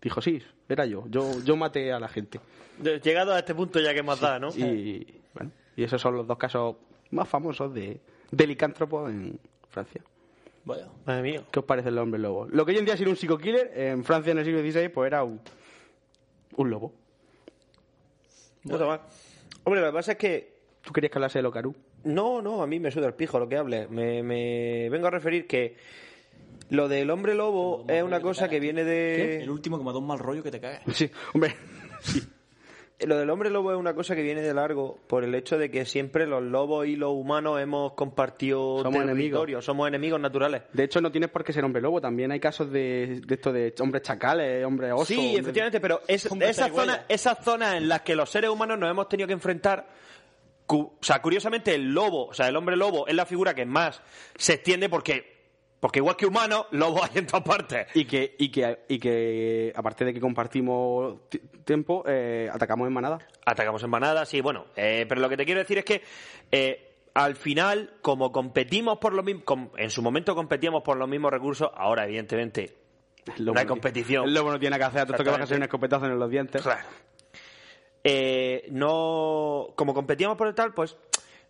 dijo, sí, era yo, yo, yo maté a la gente. De- Llegado a este punto ya que más da, ¿no? Y, bueno, y esos son los dos casos más famosos de, de licántropos en Francia. Vaya. Madre mía. ¿Qué os parece el hombre lobo? Lo que hoy en día sería un psico-killer, en Francia en el siglo XVI, pues era un, un lobo. No te va. Hombre, lo que pasa es que. ¿Tú querías que hablase de Locarú? No, no, a mí me suda el pijo lo que hable. Me, me vengo a referir que lo del hombre lobo es una cosa que viene de. El último que me da un mal rollo que te cagas. Sí, hombre. Lo del hombre lobo es una cosa que viene de largo por el hecho de que siempre los lobos y los humanos hemos compartido Somos territorio, enemigos. somos enemigos naturales. De hecho, no tienes por qué ser hombre lobo. También hay casos de, de esto de hombres chacales, hombres osos. sí, hombres- efectivamente, pero es- Hombre, esas, zarigüeya. zonas, esas zonas en las que los seres humanos nos hemos tenido que enfrentar, cu- o sea, curiosamente el lobo, o sea, el hombre lobo es la figura que más se extiende porque, porque igual que humanos, lobos hay en todas partes. Y que, y, que, y que, aparte de que compartimos ti- tiempo, eh, atacamos en manada. Atacamos en manadas, sí, bueno. eh, pero lo que te quiero decir es que eh, al final, como competimos por los mismos. en su momento competíamos por los mismos recursos, ahora, evidentemente, El lobo no hay ti- competición. El lobo no tiene que hacer todo esto que vas a hacer un escopetazo en los dientes. Claro. Eh, no. Como competíamos por el tal, pues.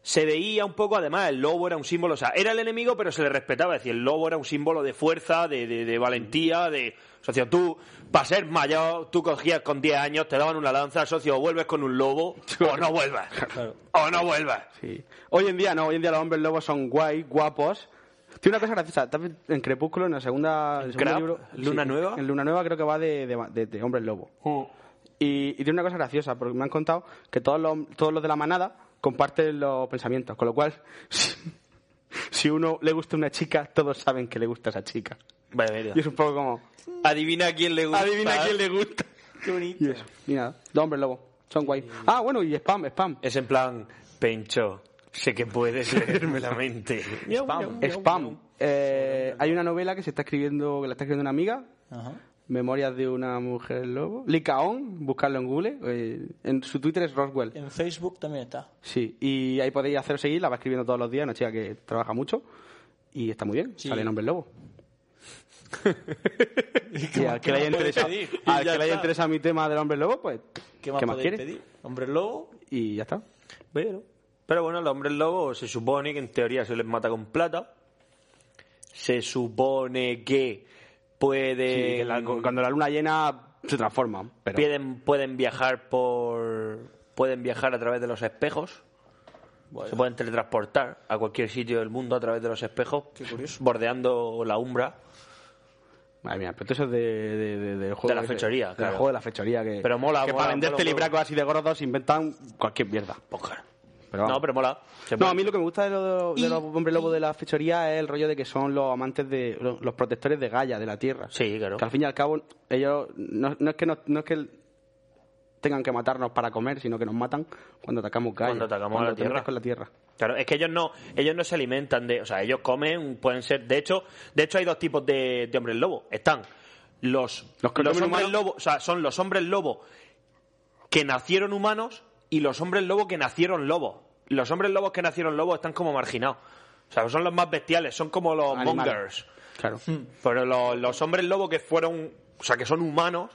Se veía un poco, además, el lobo era un símbolo, o sea, era el enemigo, pero se le respetaba. Es decir, el lobo era un símbolo de fuerza, de, de- de valentía, de. Socio, tú, para ser mayor, tú cogías con 10 años, te daban una lanza, socio, o vuelves con un lobo, o no vuelvas. O no vuelvas. Sí. Hoy en día no, hoy en día los hombres lobos son guay, guapos. Tiene una cosa graciosa, también en Crepúsculo, en la segunda, el segundo Crap, libro, Luna Nueva. Oh. En Luna Nueva creo que va de, de, de- de hombres lobo. Y, y tiene una cosa graciosa, porque me han contado que todos los, todos los de la manada comparten los pensamientos, con lo cual, si, si uno le gusta una chica, todos saben que le gusta esa chica. Vaya mierda. Y es un poco como, Adivina a quién le gusta. adivina a quién le gusta. Qué bonito. Y eso, y nada, los hombres lobo, son guay. Ah, bueno, y spam, spam. Es en plan, Pencho, sé que puedes leerme la mente. Spam. Spam. Eh, hay una novela que se está escribiendo, que la está escribiendo una amiga. Ajá. Memorias de una mujer lobo. Licaón, buscarlo en Google. eh, en su Twitter es Roswell. En Facebook también está. Sí, y ahí podéis hacer seguir, la va escribiendo todos los días, una chica que trabaja mucho. Y está muy bien, Sí. sale el hombre lobo. Y al más- que qué le más haya puedes interesado, pedir? al que Y ya le haya está. interesado mi tema del hombre lobo, pues, ¿Qué más, podéis quiere? pedir? Hombre lobo. Y ya está. Bueno, Pero bueno, el hombre lobo se supone que en teoría se les mata con plata. Se supone que puede. Sí, que Eh, la- cuando la luna llena se transforma. Pero... Pueden, pueden viajar por. Pueden viajar a través de los espejos. Se pueden teletransportar a cualquier sitio del mundo a través de los espejos. Bordeando la umbra. Madre mía, pero eso es de, de- de- del juego la ese, fechoría, del claro. juego de la fechoría. Que, Pero mola, que mola, para venderte mola un libracos así de gordos inventan cualquier mierda. Pero vamos. No, pero mola. Se No, puede- a mí lo que me gusta de, lo- de los hombres lobos de la fechoría es el rollo de que son los amantes de. los, los protectores de Gaia, de la tierra. Sí, claro. Que al fin y al cabo, ellos. no, no es que nos- no es que tengan que matarnos para comer, sino que nos matan cuando atacamos Gaia. Cuando atacamos a la te Tierra. metes con la tierra. Claro, es que ellos no, ellos no se alimentan de, o sea, ellos comen, pueden ser, de hecho, de hecho hay dos tipos de, de hombres lobo. Están los, los, que comen hombres lobo, o sea, son los hombres lobo que nacieron humanos y los hombres lobo que nacieron lobos. Los hombres lobos que nacieron lobos están como marginados. O sea, son los más bestiales, son como los Animales. mongers. Claro. Pero lo- los hombres lobo que fueron, o sea, que son humanos,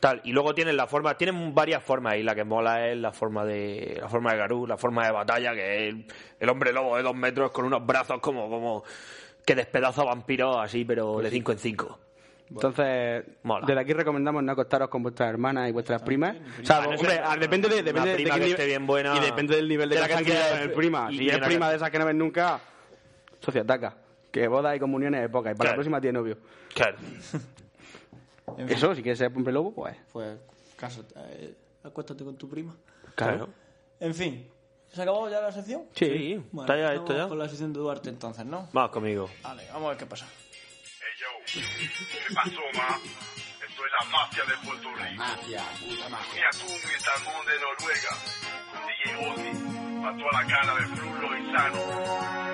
tal, y luego tienen la forma, tienen varias formas y la que mola es la forma de la forma de Garú, la forma de batalla, que es el, el hombre lobo de dos metros con unos brazos como, como que despedaza vampiros así, pero de cinco en cinco. Entonces, Mola. desde aquí recomendamos no acostaros con vuestras hermanas y vuestras primas. O sea, Ah, no hombre, sé, ah, depende de, una depende de prima qué que nivel- esté bien buena. y depende del nivel de, De la la sangre cantidad de de- prima. y Si de es la prima can- de esas que no ves nunca, socio ataca. Que bodas y comuniones es poca y para Claro. la próxima tiene novio. Claro. Eso, si quieres ser hombre lobo, pues. Pues, caso, eh, acuéstate con tu prima. Claro. En fin, ¿se acabó ya la sección? Sí. Sí. Está ya esto vamos ya. Con la sección de Duarte entonces, ¿no? Vamos conmigo. Vale, vamos a ver qué pasa. ¿Qué pasó, ma? Esto es la mafia de Puerto Rico. Mafia, puta mafia. Mira tú, mi salmón de Noruega. Con DJ Ozzy. Mató a la cara de Frulo y Sano.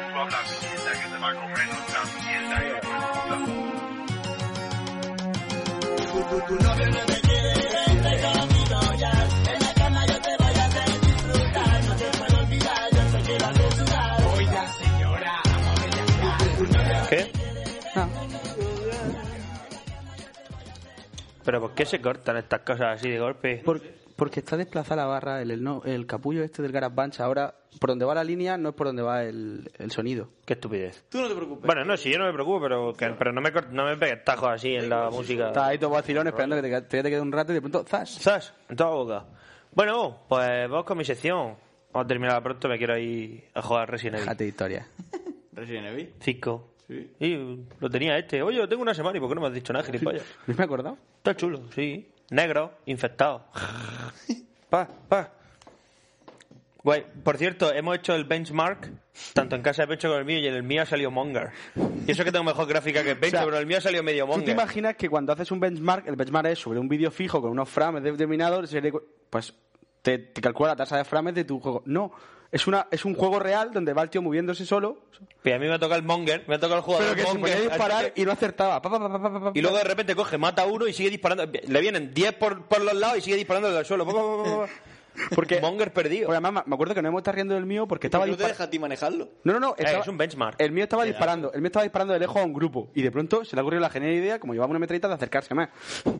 Tú hablas mierda que te va a comer nuestra mierda, hijo de puta. Tu novio no te quiere, déjalo ya. En la cama yo te voy a hacer disfrutar. No te puedo olvidar, yo te quiero hacer sudar. Oiga, señora, amor, ya está. Tu novio ¿Qué? Ah, Pero ¿por qué se cortan estas cosas así de golpe? porque está desplazada la barra, el, el, no- el capullo este del GarageBand. Ahora, por donde va la línea, no es por donde va el, el sonido. Qué estupidez. Tú no te preocupes. Bueno, no, si yo no me preocupo, pero, que- pero no me cort- no me pegues tajos así en la música. Estás ahí todo vacilón esperando que te, que te quede un rato y de pronto, ¡zas! ¡zas! En toda boca. Bueno, pues vamos con mi sección. Vamos a terminar pronto, me quiero ir a jugar Resident Evil. Déjate de historia. Resident Evil. Cinco. Sí. Y lo tenía este. Oye, lo tengo una semana y ¿por qué no me has dicho nada, gilipollas? ¿No me he acordado? Está chulo, sí. Negro, infectado. pa, pa. Guay. Por cierto, hemos hecho el benchmark tanto en casa de Pecho como en el mío y en el mío ha salido Monger. Y eso que tengo mejor gráfica que el Pecho, O sea, pero en el mío ha salido medio ¿Tú te Monger. imaginas que cuando haces un benchmark, el benchmark es sobre un vídeo fijo con unos frames determinados, se le- pues te, te calcula la tasa de frames de tu juego? No, es, una, es un juego real donde va el tío moviéndose solo, Pero a mí me ha tocado el Monger, me ha tocado el jugador pero que se Monger. podía disparar así que- y no acertaba. Pa, pa, pa, pa, pa, pa, Y luego de repente coge, mata a uno y sigue disparando. Le vienen 10 por, por los lados y sigue disparando al suelo. Pa, pa, pa, pa, pa. Porque- Monger perdido. Porque además, me acuerdo que no hemos estado riendo del mío porque estaba ¿Por qué no te dispar- deja a ti manejarlo? No, no, no. Eh, estaba- es un benchmark. El mío estaba Qué disparando. El mío estaba disparando de lejos a un grupo. Y de pronto se le ocurrió la genial idea, como llevaba una metralleta, de acercarse más.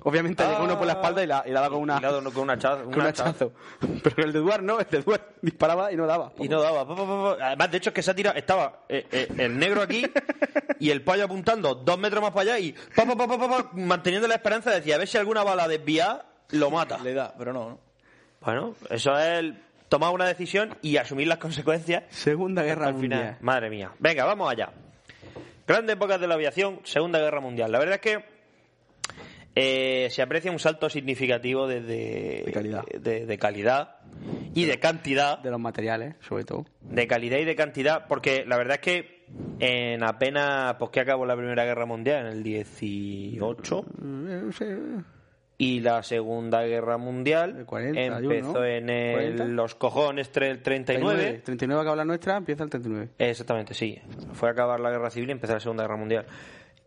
Obviamente le llegó uno por la espalda y la, y la daba con una. Ah. Y le ha dado con un hachazo- con un un hachazo. hachazo. Pero el de Duar no, el de Duar disparaba y no daba. Y no daba. pa, pa, pa, pa. Además, de hecho, es que se ha tirado. Estaba eh, eh, el negro aquí y el pollo apuntando dos metros más para allá y pa, pa, pa, pa, pa, pa, manteniendo la esperanza de decir, a ver si alguna bala desviada lo mata. Le da, pero no, ¿no? Bueno, eso es el tomar una decisión y asumir las consecuencias Segunda Guerra al final. Mundial. Madre mía. Venga, vamos allá. Grandes épocas de la aviación, Segunda Guerra Mundial. La verdad es que eh, se aprecia un salto significativo desde De calidad. de- de calidad y de cantidad De los materiales, sobre todo. de calidad y de cantidad, porque la verdad es que en apenas, pues que acabó la Primera Guerra Mundial, en el 18, Eh, sí. y la Segunda Guerra Mundial El 40, empezó ¿no? en el- 40. los cojones tre- el 39. 39 acaba la nuestra, empieza el 39. Exactamente, sí. Fue a acabar la Guerra Civil y empezó la Segunda Guerra Mundial.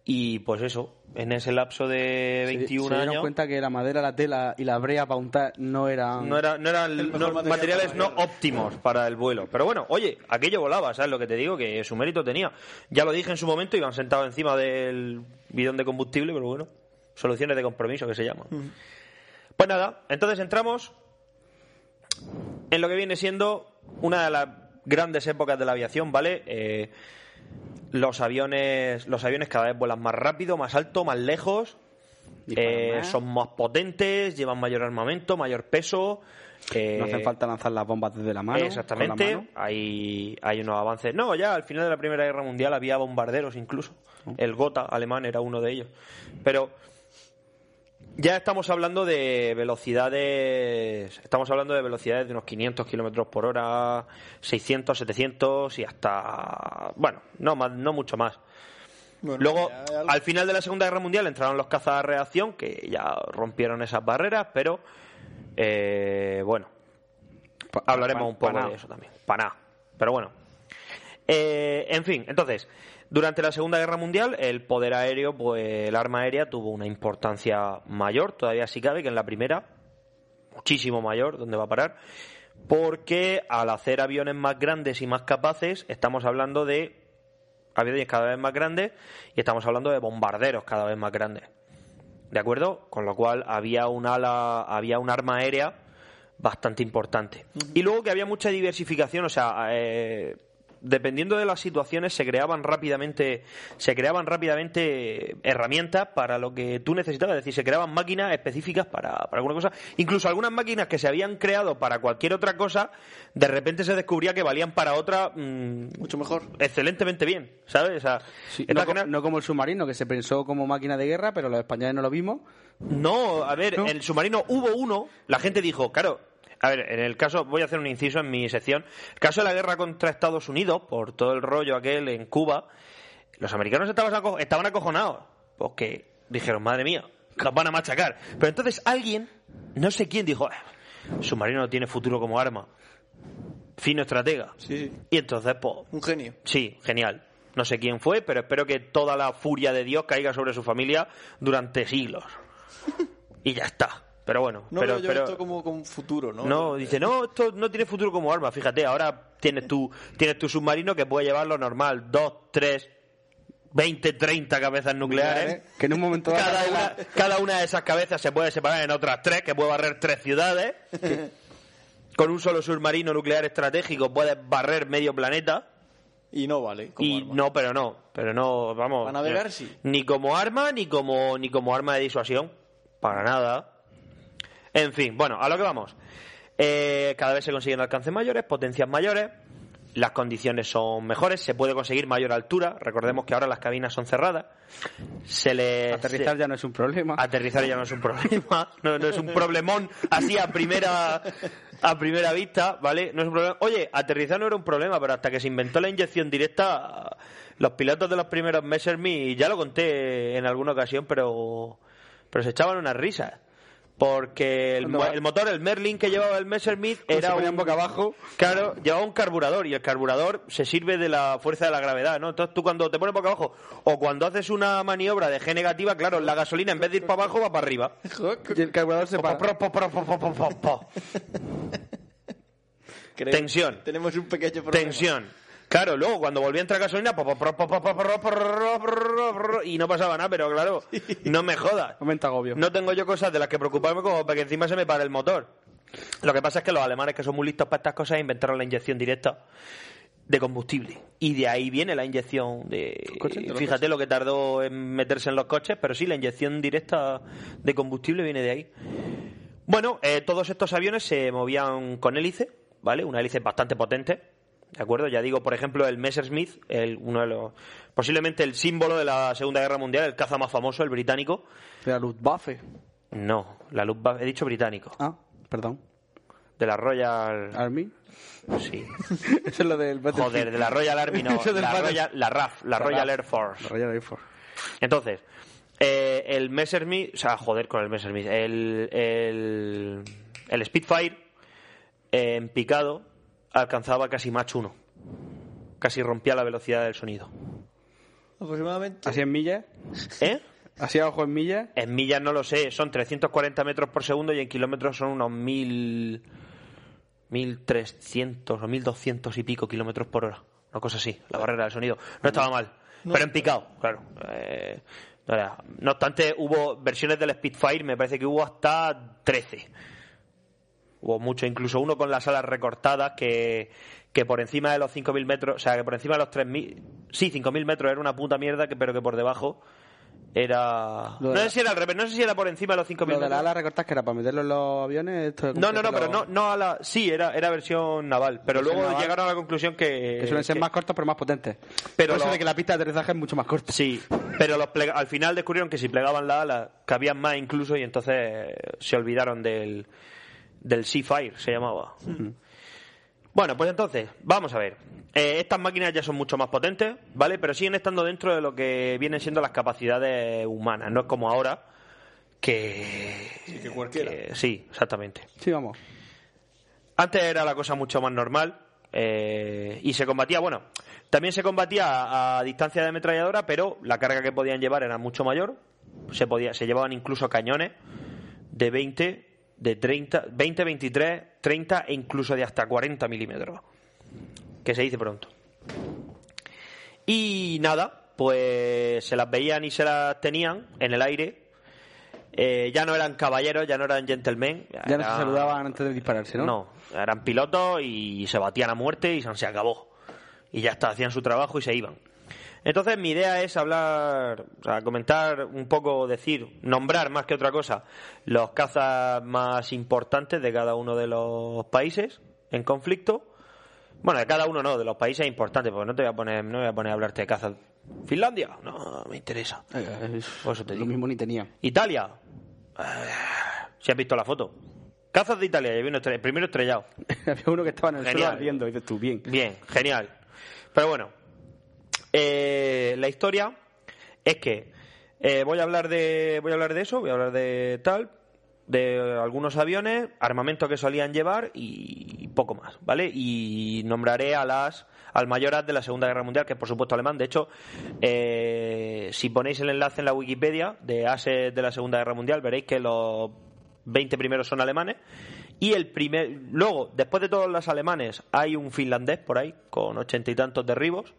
Y pues eso, en ese lapso de Se- 21 se, dieron años... cuenta que la madera, la tela y la brea para untar no eran. No, era, no eran no- mejor material materiales para no la guerra. óptimos para el vuelo. Pero bueno, oye, aquello volaba, ¿sabes lo que te digo? Que su mérito tenía. Ya lo dije en su momento, iban sentados encima del bidón de combustible, pero bueno, soluciones de compromiso que se llaman. Pues nada, entonces entramos en lo que viene siendo una de las grandes épocas de la aviación, ¿vale? Eh, los aviones, los aviones cada vez vuelan más rápido, más alto, más lejos, eh, son más potentes, llevan mayor armamento, mayor peso. eh, No hace falta lanzar las bombas desde la mano. Exactamente, con la mano. Hay, hay unos avances. No, ya al final de la Primera Guerra Mundial había bombarderos incluso. Oh. El Gotha alemán era uno de ellos. Pero ya estamos hablando de velocidades. Estamos hablando de velocidades de unos 500 kilómetros por hora, 600, 700 y hasta. Bueno, no, más, no mucho más. Luego, al final de la Segunda Guerra Mundial entraron los cazas de reacción, que ya rompieron esas barreras, pero eh, bueno, hablaremos pa- un poco paná. de eso también. Paná. Pero bueno. Eh, en fin, entonces, durante la Segunda Guerra Mundial, el poder aéreo, pues el arma aérea tuvo una importancia mayor, todavía si cabe, que en la primera, muchísimo mayor, donde va a parar, porque al hacer aviones más grandes y más capaces, estamos hablando de aviones cada vez más grandes y estamos hablando de bombarderos cada vez más grandes. ¿De acuerdo? Con lo cual había un ala, había un arma aérea bastante importante. Y luego que había mucha diversificación, o sea, eh, dependiendo de las situaciones se creaban rápidamente se creaban rápidamente herramientas para lo que tú necesitabas, es decir, se creaban máquinas específicas para, para alguna cosa, incluso algunas máquinas que se habían creado para cualquier otra cosa, de repente se descubría que valían para otra mucho mejor, excelentemente bien, ¿sabes? O sea, es la No, co- no como el submarino, que se pensó como máquina de guerra, pero los españoles no lo vimos. No, a ver, en el submarino hubo uno, la gente dijo, claro, a ver, en el caso, voy a hacer un inciso en mi sección, el caso de la guerra contra Estados Unidos, por todo el rollo aquel en Cuba, los americanos estaban, aco- estaban acojonados, porque dijeron, madre mía, nos van a machacar. Pero entonces alguien, no sé quién, dijo, "Ah, el submarino no tiene futuro como arma, fino estratega. Y entonces, pues... Un genio. Sí, genial. No sé quién fue, pero espero que toda la furia de Dios caiga sobre su familia durante siglos. Y ya está. Pero bueno, No pero, veo yo pero- esto como con futuro, ¿no? no, dice, no, esto no tiene futuro como arma. Fíjate, ahora tienes tu, tienes tu submarino que puede llevarlo normal, dos, tres, 20, 30 cabezas nucleares. Que en un momento dado- Cada una, cada una de esas cabezas se puede separar en otras tres, que puede barrer tres ciudades. Con un solo submarino nuclear estratégico puedes barrer medio planeta. Y no vale. y no, pero no, pero no, vamos. Para navegar, ni- sí. Ni como arma, ni como, ni como arma de disuasión. Para nada. En fin, bueno, a lo que vamos. Eh, cada vez se consiguen alcances mayores, potencias mayores, las condiciones son mejores, se puede conseguir mayor altura. Recordemos que ahora las cabinas son cerradas. Se le, Aterrizar se- ya no es un problema. aterrizar ya no es un problema, no, no es un problemón así a primera a primera vista, ¿vale? No es un problema. Oye, aterrizar no era un problema, pero hasta que se inventó la inyección directa, los pilotos de los primeros Messerschmitt, ya lo conté en alguna ocasión, pero pero se echaban unas risas. Porque el, Cuando mo- va- el motor, el Merlin que llevaba el Messerschmitt Cuando era se ponían un boca abajo. Claro, llevaba un carburador y el carburador se sirve de la fuerza de la gravedad, ¿no? Entonces tú cuando te pones boca abajo o cuando haces una maniobra de G negativa, claro, la gasolina en vez de ir para abajo va para arriba. Y el carburador se para. Tensión. Tenemos un pequeño problema. Tensión. Claro, luego cuando volví a entrar gasolina, po, po, pro, po, po, po, pro, pro, pro, pro, y no pasaba nada, pero claro, no me jodas. Aumenta agobio. No tengo yo cosas de las que preocuparme como para que encima se me pare el motor. Lo que pasa es que los alemanes, que son muy listos para estas cosas, inventaron la inyección directa de combustible. Y de ahí viene la inyección de... coches, de los Fíjate lo que tardó en meterse en los coches, pero sí, la inyección directa de combustible viene de ahí. Bueno, eh, todos estos aviones se movían con hélice, ¿vale? Una hélice bastante potente, ¿de acuerdo? Ya digo, por ejemplo, el Messerschmitt, el, uno de los, posiblemente el símbolo de la Segunda Guerra Mundial, el caza más famoso, el británico. De la Luftwaffe. No, la Luftwaffe, he dicho británico. Ah, perdón. De la Royal... Army. Sí. Eso es lo del Battlefield. Joder, de la Royal Army, no. Eso del la, Battle- Royal- la RAF, la, La Royal RAF. Air Force. La Royal Air Force. Entonces, eh, el Messerschmitt, o sea, joder con el Messerschmitt, el, el, el Spitfire eh, en picado alcanzaba casi Mach 1. Casi rompía la velocidad del sonido. Ah. Aproximadamente. ¿Así en millas? ¿Eh? ¿Así a ojo en millas? En millas no lo sé, son 340 metros por segundo y en kilómetros son unos 1000, 1300 o 1200 y pico kilómetros por hora. Una cosa así, la barrera del sonido. No estaba mal, pero en picado, claro. Eh, no, era- no obstante, hubo versiones del Spitfire, me parece que hubo hasta 13. hubo muchos, incluso uno con las alas recortadas que, que por encima de los 5.000 metros, o sea, que por encima de los 3.000, sí, 5.000 metros era una puta mierda, que, pero que por debajo era... Lo de no sé la- si era al revés, no sé si era por encima de los 5.000 Lo de metros. las alas recortadas que era para meterlo en los aviones. Esto, No, no, no, pero no, no ala, sí, era, era versión naval, pero Versión luego naval. llegaron a la conclusión que... Que suelen ser que- más cortos pero más potentes. Pero Por eso lo- de que la pista de aterrizaje es mucho más corta. Sí, pero los plega- al final descubrieron que si plegaban la ala cabían más incluso y entonces eh, se olvidaron del, del Sea Fire, se llamaba. Bueno, pues entonces, vamos a ver. Eh, estas máquinas ya son mucho más potentes, ¿vale? Pero siguen estando dentro de lo que vienen siendo las capacidades humanas. No es como ahora que... Sí, que cualquiera. sí, exactamente. Sí, vamos. Antes era la cosa mucho más normal eh, y se combatía, bueno, también se combatía a, a distancia de ametralladora, pero la carga que podían llevar era mucho mayor. Se, podía, se llevaban incluso cañones de 20, de 30, 20, 23, 30 e incluso de hasta 40 milímetros. Que se dice pronto. Y nada, pues se las veían y se las tenían en el aire. Eh, ya no eran caballeros, ya no eran gentlemen. Ya no se eran- saludaban antes de dispararse, ¿no? Ah, no, eran pilotos y se batían a muerte y se se acabó. Y ya está, hacían su trabajo y se iban. Entonces mi idea es hablar, o sea, comentar un poco, decir, nombrar más que otra cosa los cazas más importantes de cada uno de los países en conflicto. Bueno, de cada uno no, de los países importantes, porque no te voy a poner, no voy a poner a hablarte de cazas. Finlandia, no me interesa. Por eso te digo. Lo mismo ni tenía. Italia. Ah, Si has visto la foto. Cazas de Italia, ya vino estre- el primero estrellado. Había uno que estaba en el suelo Genial. ardiendo. Y dices tú, bien. Bien, genial. Pero bueno, eh, la historia es que eh, voy a hablar de voy a hablar de eso, voy a hablar de tal, de algunos aviones, armamento que solían llevar y poco más, ¿vale? Y nombraré a las al mayoras de la Segunda Guerra Mundial, que es por supuesto alemán. De hecho, eh, si ponéis el enlace en la Wikipedia de ases de la Segunda Guerra Mundial, veréis que los 20 primeros son alemanes y el primer luego después de todos los alemanes hay un finlandés por ahí con ochenta y tantos derribos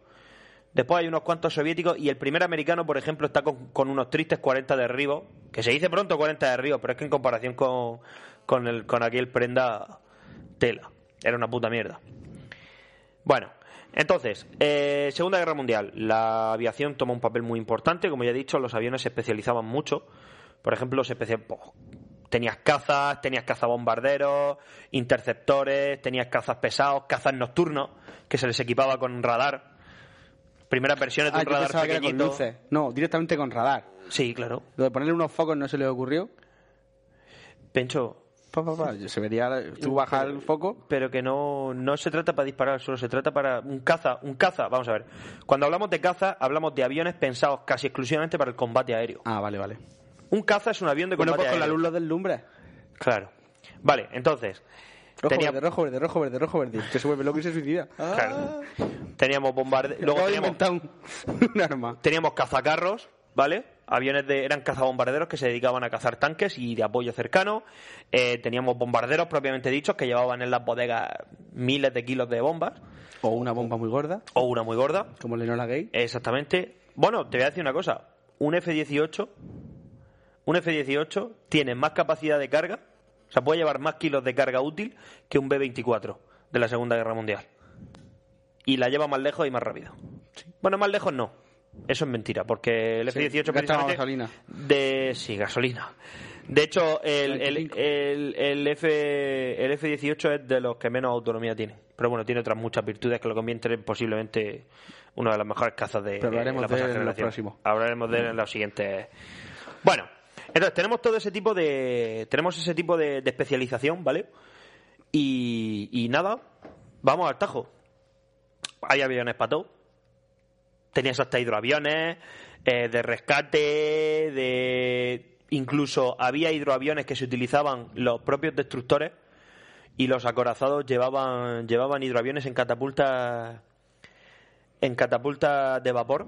después hay unos cuantos soviéticos y el primer americano por ejemplo está con, con unos tristes 40 derribos que se dice pronto 40 derribos pero es que en comparación con con el con aquel prenda tela era una puta mierda bueno, entonces, eh, Segunda Guerra Mundial. La aviación toma un papel muy importante. Como ya he dicho, los aviones se especializaban mucho. Por ejemplo, se especia- po, tenías cazas, tenías cazabombarderos, interceptores, tenías cazas pesados, cazas nocturnos, que se les equipaba con radar. Primeras versiones de Ah, un yo radar pensaba que era pequeñito. con luces. No, directamente con radar. Sí, claro. Lo de ponerle unos focos no se le ocurrió. Pencho. Pa, pa, pa. Se vería, tú bajas el foco. pero que no, no se trata para disparar al suelo, se trata para un caza, un caza, vamos a ver. Cuando hablamos de caza, hablamos de aviones pensados casi exclusivamente para el combate aéreo. Ah, vale, vale. Un caza es un avión de Bueno, combate pues con la aéreo. luz los deslumbra. Claro. Vale, entonces, Rojo, Tenía- verde, rojo, verde, rojo, verde, rojo, verde. Que se vuelve loco y se suicida. Claro. teníamos bombarde, luego Ah. Acabo de teníamos, inventar un, un arma. teníamos cazacarros, ¿vale? Aviones de eran cazabombarderos que se dedicaban a cazar tanques y de apoyo cercano. Eh, teníamos bombarderos propiamente dichos que llevaban en las bodegas miles de kilos de bombas O una bomba muy gorda, o una muy gorda. como el Enola Gay. Exactamente. Bueno, te voy a decir una cosa. Un F-18, un F-18 tiene más capacidad de carga, o sea, puede llevar más kilos de carga útil que un B-24 de la Segunda Guerra Mundial. Y la lleva más lejos y más rápido. Bueno, más lejos no. Eso es mentira, porque el Sí, F-18 gasta más precisamente gasolina. De, sí, gasolina. De hecho, el, el- 25. el- el F, el F-18 es de los que menos autonomía tiene. Pero bueno, tiene otras muchas virtudes que lo convierten posiblemente una de las mejores cazas de, Pero hablaremos la de él pasada en los generación. próximos. Hablaremos de él en los siguientes. Bueno, entonces tenemos todo ese tipo de. Tenemos ese tipo de, de especialización, ¿vale? Y, y nada, vamos al tajo. Hay aviones para todo. Tenías hasta hidroaviones, eh, de rescate, de. Incluso había hidroaviones que se utilizaban los propios destructores y los acorazados llevaban, llevaban hidroaviones en catapultas en catapultas de vapor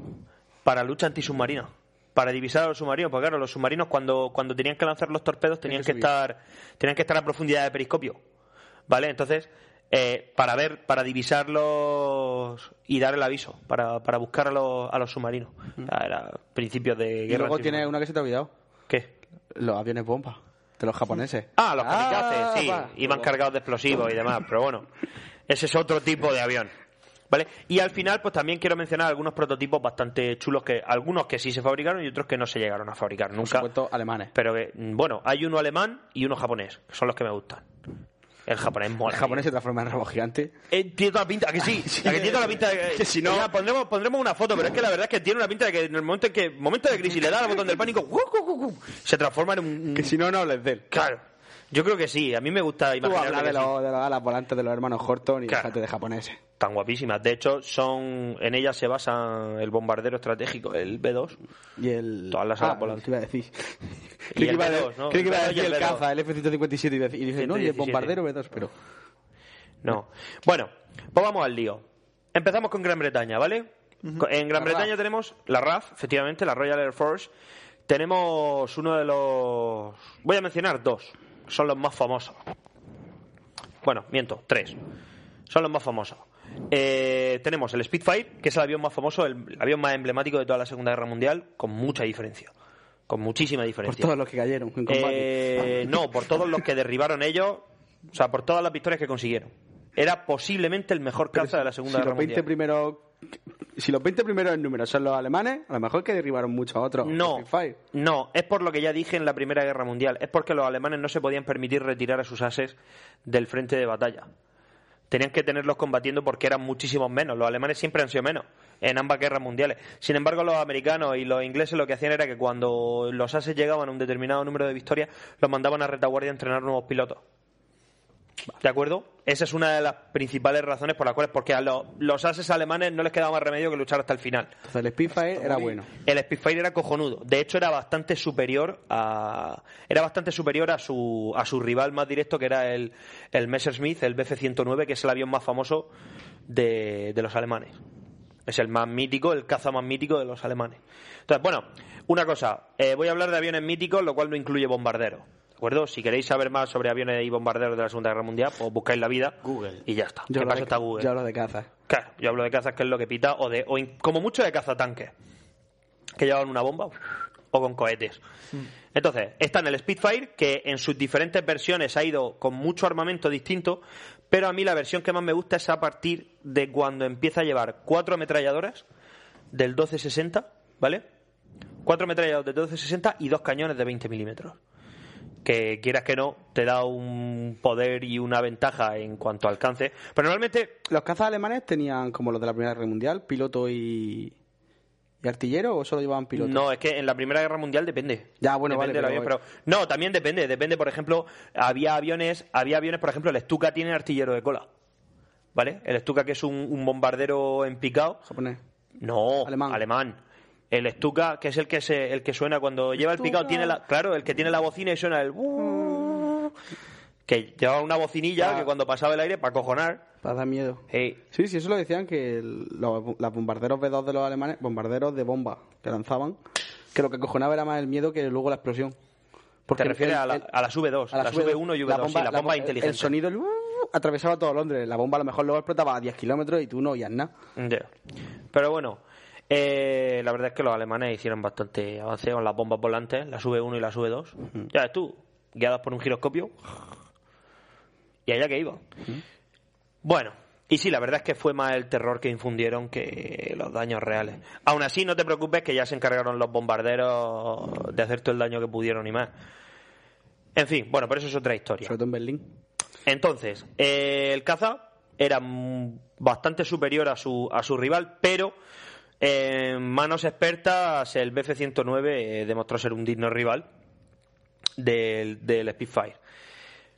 para lucha antisubmarina, para divisar a los submarinos, porque claro, los submarinos cuando, cuando tenían que lanzar los torpedos tenían que, que subir. estar tenían que estar a profundidad de periscopio, ¿vale? Entonces, eh, para ver, para divisarlos y dar el aviso, para, para buscar a los, a los submarinos. Era principios de Y guerra. luego tiene antisubmarina. una que se te ha olvidado. ¿Qué? Los aviones bomba. De los japoneses. Ah, los kamikazes, Ah, sí. va. Iban cargados de explosivos y demás, pero bueno. Ese es otro tipo de avión. ¿Vale? Y al final, pues también quiero mencionar algunos prototipos bastante chulos que, algunos que sí se fabricaron y otros que no se llegaron a fabricar nunca. Por supuesto, alemanes. Pero que, mm, bueno, hay uno alemán y uno japonés, que son los que me gustan. El japonés mola. El japonés se transforma en robo gigante. Eh, tiene toda la pinta, ¿a que sí, ¿A que tiene toda la pinta de que, Que si no- Mira, pondremos, pondremos una foto, pero es que la verdad es que tiene una pinta de que en el momento en que momento de crisis le da al botón del pánico, ¡guau, guau, guau, guau! se transforma en un Que si no, no hables de él. Claro. Yo creo que sí, a mí me gusta Tú imaginar hablas de, los- de las alas volantes de los hermanos Horton y déjate de japoneses. tan guapísimas. De hecho, son en ellas se basa el bombardero estratégico, el B2 y el todas las Ah, alas volantes. te iba a decir. Y Creí que el iba a B2, ¿no? creí que iba a El B2 y decir el el B2. caza, el F-157, y dice- y dice, no, y el 117. bombardero B2, pero... No. Bueno, pues vamos al lío. Empezamos con Gran Bretaña, ¿vale? Co- En Gran La Bretaña RAF. tenemos la RAF, efectivamente, la Royal Air Force. Tenemos uno de los... Voy a mencionar dos. Son los más famosos. Bueno, miento, tres. Son los más famosos. Eh, tenemos el Spitfire, que es el avión más famoso, el, avión más emblemático de toda la Segunda Guerra Mundial, con mucha diferencia. Con muchísima Por diferencia. todos los que cayeron en combate. Ah. Eh, no, por todos los que derribaron ellos, o sea, por todas las victorias que consiguieron. Era posiblemente el mejor caza de la Segunda si Guerra los 20 Mundial. primeros si los 20 primeros en número son los alemanes, a lo mejor que derribaron muchos otros. No, no, es por lo que ya dije en la Primera Guerra Mundial, es porque los alemanes no se podían permitir retirar a sus ases del frente de batalla. Tenían que tenerlos combatiendo porque eran muchísimos menos. Los alemanes siempre han sido menos en ambas guerras mundiales. Sin embargo, los americanos y los ingleses lo que hacían era que cuando los ases llegaban a un determinado número de victorias, los mandaban a retaguardia a entrenar nuevos pilotos. ¿De acuerdo? Esa es una de las principales razones por las cuales, porque a los, los ases alemanes no les quedaba más remedio que luchar hasta el final. Entonces el Spitfire era bueno. El Spitfire era cojonudo. De hecho, era bastante superior a. Era bastante superior a su, a su rival más directo, que era el, el Messerschmitt, el Bf-109, que es el avión más famoso de, de los alemanes. Es el más mítico, el caza más mítico de los alemanes. Entonces, bueno, una cosa. eh, voy a hablar de aviones míticos, lo cual no incluye bombarderos. ¿De acuerdo? Si queréis saber más sobre aviones y bombarderos de la Segunda Guerra Mundial, pues buscáis la vida. Google. Y ya está. Yo ¿Qué hablo pasa de- está Google? Yo hablo de caza. Claro, yo hablo de cazas que es lo que pita, o de, o in- como mucho de cazatanques, que llevan una bomba o con cohetes. Entonces, está en el Spitfire, que en sus diferentes versiones ha ido con mucho armamento distinto, pero a mí la versión que más me gusta es a partir de cuando empieza a llevar cuatro ametralladoras del 1260, ¿vale? Cuatro ametralladoras del 1260 y dos cañones de 20 milímetros. Que quieras que no, te da un poder y una ventaja en cuanto a alcance. Pero normalmente ¿Los cazas alemanes tenían, como los de la Primera Guerra Mundial, piloto y, y artillero o solo llevaban piloto? No, es que en la Primera Guerra Mundial depende. Ya, bueno, Depende vale, del pero- avión, pero- no, también depende, depende, por ejemplo, había aviones, había aviones, por ejemplo, el Stuka tiene artillero de cola. ¿Vale? El Stuka que es un, un bombardero en picado. Japonés. No, alemán. El Stuka, que es el que se, el que suena cuando lleva el picado, tiene la, claro, el que tiene la bocina y suena el que llevaba una bocinilla que cuando pasaba el aire para cojonar. Para dar miedo. Sí, sí, eso lo decían que el- los, los bombarderos B2 de los alemanes, bombarderos de bomba que lanzaban, que lo que acojonaba era más el miedo que luego la explosión. Te refieres a Pues la- a las V2, las V1 y V2, sí, la bomba bo- el- inteligente. El sonido el- uh, atravesaba todo Londres. La bomba a lo mejor luego explotaba a 10 kilómetros y tú no oías nada. Ya. Pero bueno, eh, la verdad es que los alemanes hicieron bastante avance con las bombas volantes, las V1 y las V2. Ya ves tú, guiadas por un giroscopio. Y allá que iba. Bueno, y sí, la verdad es que fue más el terror que infundieron que los daños reales. Aún así, no te preocupes que ya se encargaron los bombarderos de hacer todo el daño que pudieron y más. En fin, bueno, pero eso es otra historia. Sobre todo en Berlín. Entonces, eh, el caza era mm, bastante superior a su, a su rival, pero eh, en manos expertas el BF-109 eh, demostró ser un digno rival del, del Spitfire.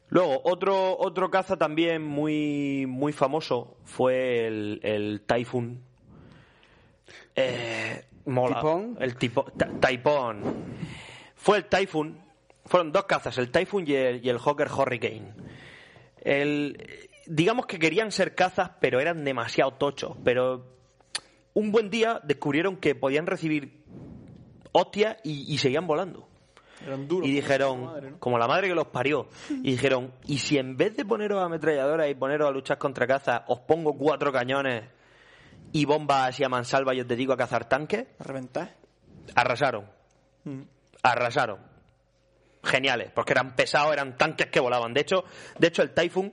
Luego, otro, otro caza también muy, muy famoso fue el, el Typhoon. Eh, mola. ¿Tipón? El tipo, ta- Typhoon. Fue el Typhoon. Fueron dos cazas, el Typhoon y el, y el Hawker Hurricane. El, digamos que querían ser cazas, pero eran demasiado tochos. Pero un buen día descubrieron que podían recibir hostias y- y seguían volando. Eran duros. Y dijeron, como la madre que los parió, y dijeron, ¿y si en vez de poneros ametralladoras y poneros a luchar contra cazas, os pongo cuatro cañones y bombas así a mansalva y os dedico a cazar tanques? ¿A reventar? Arrasaron. Mm. Arrasaron. geniales, porque eran pesados, eran tanques que volaban. De hecho, de hecho el Typhoon,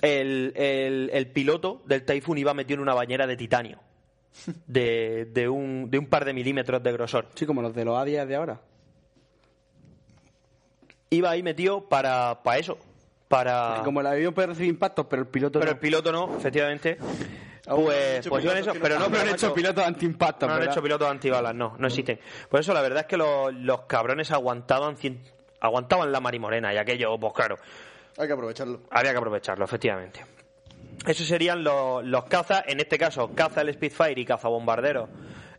el, el- el piloto del Typhoon iba metido en una bañera de titanio. De, de un, de un par de milímetros de grosor. Sí, como los de los Adidas de ahora. Iba ahí metido para, para eso. Para... Como el avión puede recibir impactos, pero el piloto Ah. Pero no. el piloto no, efectivamente. Pues, pues iban esos, pero no, Habrán pero macho, hecho pilotos antiimpactos, No han ¿verdad? hecho pilotos antibalas, no, no existen. Por eso la verdad es que los, los cabrones aguantaban, cien- aguantaban la marimorena y aquello, pues claro, Hay que aprovecharlo. había que aprovecharlo, efectivamente. Esos serían los, los cazas, en este caso, caza el Spitfire y caza bombardero,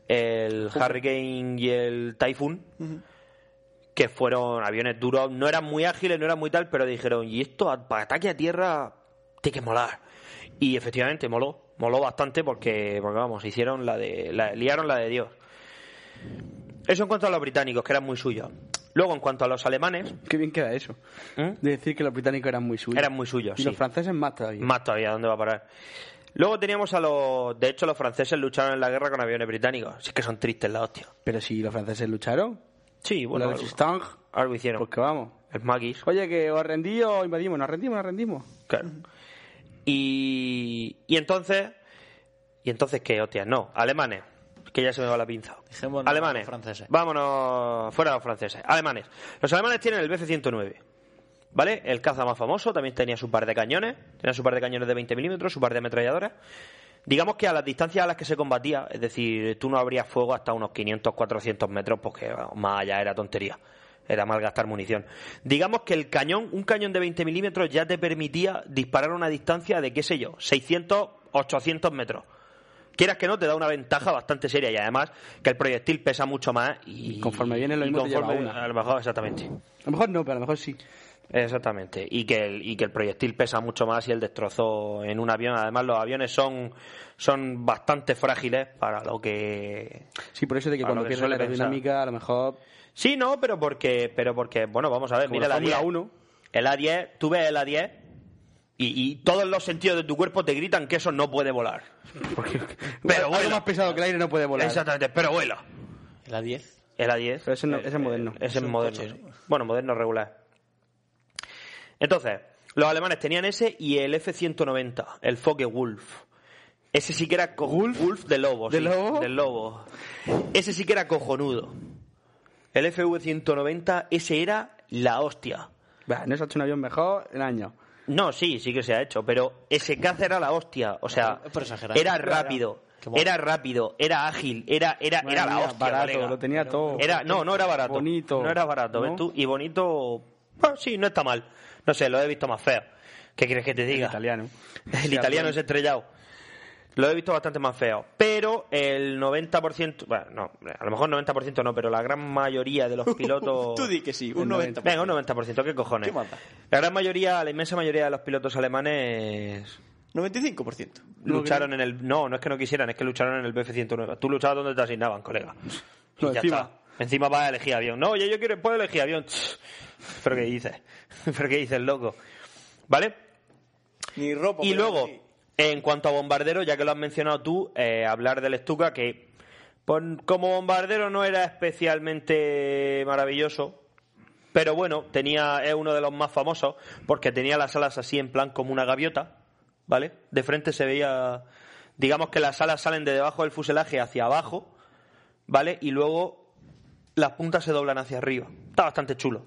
el Hurricane y el Typhoon, que fueron aviones duros, no eran muy ágiles, no eran muy tal, pero dijeron, y esto a- para ataque a tierra tiene que molar. Y efectivamente moló, moló bastante porque, porque vamos, hicieron la de, la, liaron la de Dios. Eso en cuanto a los británicos, que eran muy suyos. Luego, en cuanto a los alemanes, Qué bien queda eso. De decir que los británicos eran muy suyos. Eran muy suyos, Y sí. los franceses más todavía. Más todavía, ¿dónde va a parar? Luego teníamos a los... De hecho, los franceses lucharon en la guerra con aviones británicos. Si es que son tristes la hostia. Pero si los franceses lucharon. Sí, bueno, La algo. Resistance. Algo hicieron. Porque pues vamos. El maquis. Oye, que os rendí o invadimos. Nos rendimos, nos rendimos. Claro. Y... Y entonces... Y entonces, ¿qué hostias? No, alemanes. Que ya se me va la pinza. alemanes. franceses. Vámonos fuera los franceses. Alemanes. Los alemanes tienen el BF-109. ¿Vale? El caza más famoso. También tenía su par de cañones. Tenía su par de cañones de 20 milímetros, su par de ametralladoras. Digamos que a las distancias a las que se combatía, es decir, tú no abrías fuego hasta unos 500, 400 metros, porque vamos, más allá era tontería. Era malgastar munición. Digamos que el cañón, un cañón de 20 milímetros, ya te permitía disparar a una distancia de, qué sé yo, 600, 800 metros. Quieras que no, te da una ventaja bastante seria y además que el proyectil pesa mucho más y. Conforme viene lo y mismo te lleva conforme- una. A lo mejor, exactamente. A lo mejor no, pero a lo mejor sí. Exactamente, y que, el, y que el proyectil pesa mucho más y el destrozo en un avión. Además, los aviones son, son bastante frágiles para lo que. Sí, por eso de que para cuando lo pierdes la suele pensar. aerodinámica, a lo mejor. Sí, no, pero porque, pero porque bueno, vamos a ver, Como mira la la Fórmula 10. El A10, tú ves el A10 y, y todos los sentidos de tu cuerpo te gritan que eso no puede volar. pero Algo más pesado que el aire no puede volar. ¿eh? Exactamente, pero vuela. El A10. El A10. Pero ese, no- ese es moderno. Eh, Ese es moderno. sí. Bueno, moderno regular. Entonces, los alemanes tenían ese y el F-190, el Focke Wolf. Ese sí que era cojonudo. Wolf de lobo. ¿De sí, lobo? del lobo. Ese sí que era cojonudo. El FV-190, ese era la hostia. Bah, no se ha hecho un avión mejor en años. No, sí, sí que se ha hecho, pero ese caza era la hostia. O sea, Es por exagerar. era rápido. Qué bueno. Era rápido, era ágil, era, era, Madre era la mía, hostia. barato, colega. lo tenía todo. Era, no, no era barato. Bonito. No era barato, ¿No? ¿ves tú? Y bonito, bueno, sí, no está mal. No sé, lo he visto más feo. ¿Qué quieres que te diga? El italiano. El italiano es estrellado. Lo he visto bastante más feo. Pero el 90%, bueno, no, a lo mejor 90% no, pero la gran mayoría de los pilotos... Tú di que sí, un El 90%. Venga, un 90%, ¿qué cojones? ¿Qué más da? La gran mayoría, la inmensa mayoría de los pilotos alemanes 95%. lucharon en el... No, no es que no quisieran, es que lucharon en el BF-109. Tú luchabas donde te asignaban, colega. Y No, ya encima. está. Encima vas a elegir avión. No, yo, yo quiero, puedo elegir avión. ¿Pero qué dices? ¿Pero qué dices, loco? ¿Vale? Ni ropa. Y pero luego, en cuanto a bombardero, ya que lo has mencionado tú, eh, hablar del Stuka, que pues, como bombardero no era especialmente maravilloso, pero bueno, tenía, es uno de los más famosos, porque tenía las alas así en plan como una gaviota, ¿vale? De frente se veía, digamos que las alas salen de debajo del fuselaje hacia abajo, ¿vale? Y luego las puntas se doblan hacia arriba. Está bastante chulo.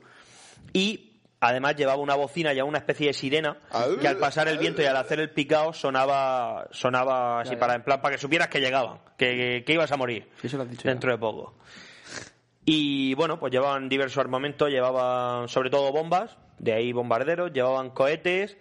Y además llevaba una bocina ya una especie de sirena que al pasar el viento y al hacer el picado sonaba sonaba así para en plan para que supieras que llegaban, que, que ibas a morir Eso lo has dicho. dentro de poco. Y bueno, pues llevaban diversos armamentos, llevaban sobre todo bombas, de ahí bombarderos, llevaban cohetes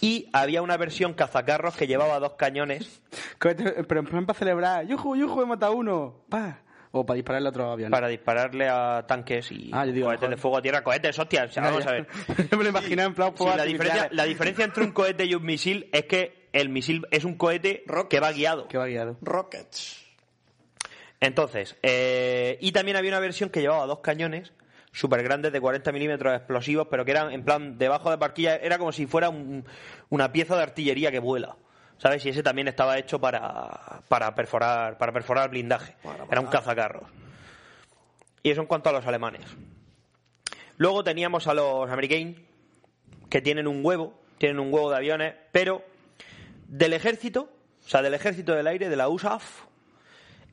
y había una versión cazacarros que llevaba dos cañones Cohete- Pero en plan para celebrar. ¡Yuju, yuju! He matado uno. Pa. O para dispararle a otro avión. para dispararle a tanques y Ah, yo digo, cohetes mejor. de fuego a tierra, cohetes, hostia, o sea, Ya, vamos ya. a ver. me lo imaginaba en plan Sí, fuegos la, diferencia, artificiales. la diferencia entre un cohete y un misil es que el misil es un cohete que va guiado. Que va guiado. Rockets. Entonces, eh, y también había una versión que llevaba dos cañones súper grandes de 40 milímetros explosivos, pero que eran en plan debajo de parquilla, era como si fuera un- una pieza de artillería que vuela. ¿Sabes? Y ese también estaba hecho para, para perforar para perforar blindaje. Era un cazacarros. Y eso en cuanto a los alemanes. Luego teníamos a los American, que tienen un huevo, tienen un huevo de aviones, pero del ejército, o sea, del ejército del aire, de la USAF,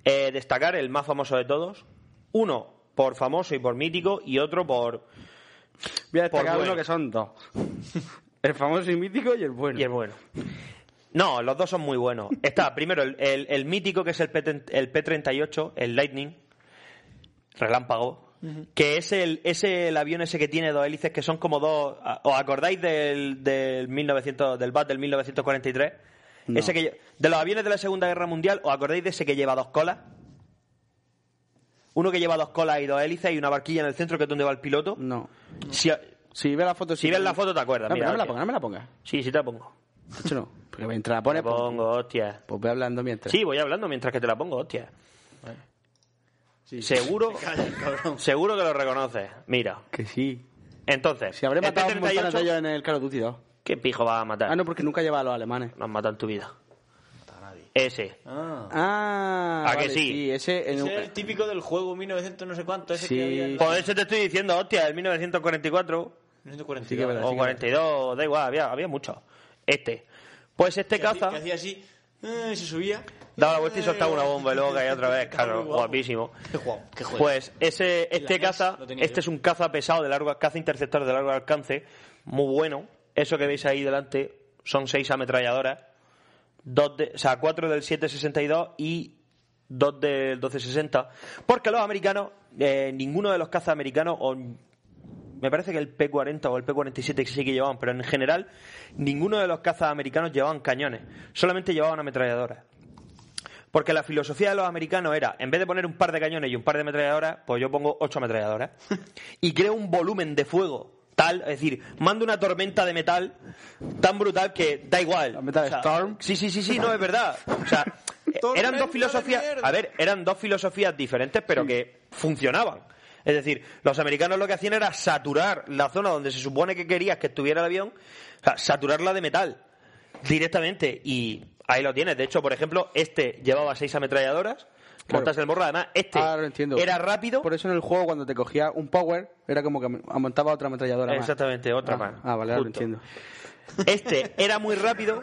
eh, destacar el más famoso de todos, uno por famoso y por mítico y otro por... Voy a destacar uno que son dos. El famoso y mítico y el bueno. Y el bueno. No, los dos son muy buenos. Está primero el, el- el mítico que es el, P, el P-38, el Lightning, relámpago, que es el, es el avión ese que tiene dos hélices que son como dos... ¿Os acordáis del, del, 1900, del BAT del 1943? No. Ese que, lle- de los aviones de la Segunda Guerra Mundial, ¿os acordáis de ese que lleva dos colas? Uno que lleva dos colas y dos hélices y una barquilla en el centro que es donde va el piloto. No. Si, Si ves la foto, si ves la foto te acuerdas. Mm. No, mira, pero no me la hostia. pongas, no me la pongas. Sí, sí te la pongo. De hecho, no. Porque mientras la pones, Te la pongo, hostia. pues ve hablando mientras. Sí, voy hablando mientras que te la pongo, hostia. Seguro, seguro que lo reconoces. Mira, Que sí. entonces. este Si habré el matado un montón de T-38, ellos en el Call of Duty 2. ¿Qué pijo vas a matar? Ah, no, porque nunca lleva a los alemanes. No has matado en tu vida. Ese. Ah, ¿A que vale, sí? este. ese en un- Ese es el típico del juego 1900 no sé cuánto, ese Sí. que había... en la- Por eso te estoy diciendo, hostia, el 1944 1942. Sí que es verdad, sí o que es verdad. 42, da igual, había, había muchos. Este. Pues este que hacía- caza Que hacía así, eh, y se subía. daba la vuelta y soltaba una bomba y luego caía otra vez, claro, Muy guapo. guapísimo. Qué guapo, qué juego. Pues ese, este NES caza, lo tenía este yo. es un caza pesado de largo, caza interceptor de largo alcance, muy bueno. Eso que veis ahí delante son seis ametralladoras, dos de, o sea, cuatro del 762 y dos del 1260. Porque los americanos, eh, ninguno de los cazas americanos, o me parece que el P40 o el P47 que sí que llevaban, pero en general ninguno de los cazas americanos llevaban cañones, solamente llevaban ametralladoras. Porque la filosofía de los americanos era, en vez de poner un par de cañones y un par de ametralladoras, pues yo pongo ocho ametralladoras. y creo un volumen de fuego tal, es decir, mando una tormenta de metal tan brutal que da igual. La Metal Storm. Sí, sí, sí, sí, no, es verdad. O sea, eh, eran Tormenta dos de filosofías... mierda. A ver, eran dos filosofías diferentes, pero que funcionaban. Es decir, los americanos lo que hacían era saturar la zona donde se supone que querías que estuviera el avión, o sea, saturarla de metal directamente. Y ahí lo tienes. De hecho, por ejemplo, este llevaba seis ametralladoras. Claro. Montas el morro, además, este Ahora Ah, lo entiendo. era rápido. Por eso en el juego, cuando te cogía un power, era como que montaba otra ametralladora. más. Exactamente, otra Ah, más. Ah, vale, ahora lo Justo. entiendo. Este era muy rápido,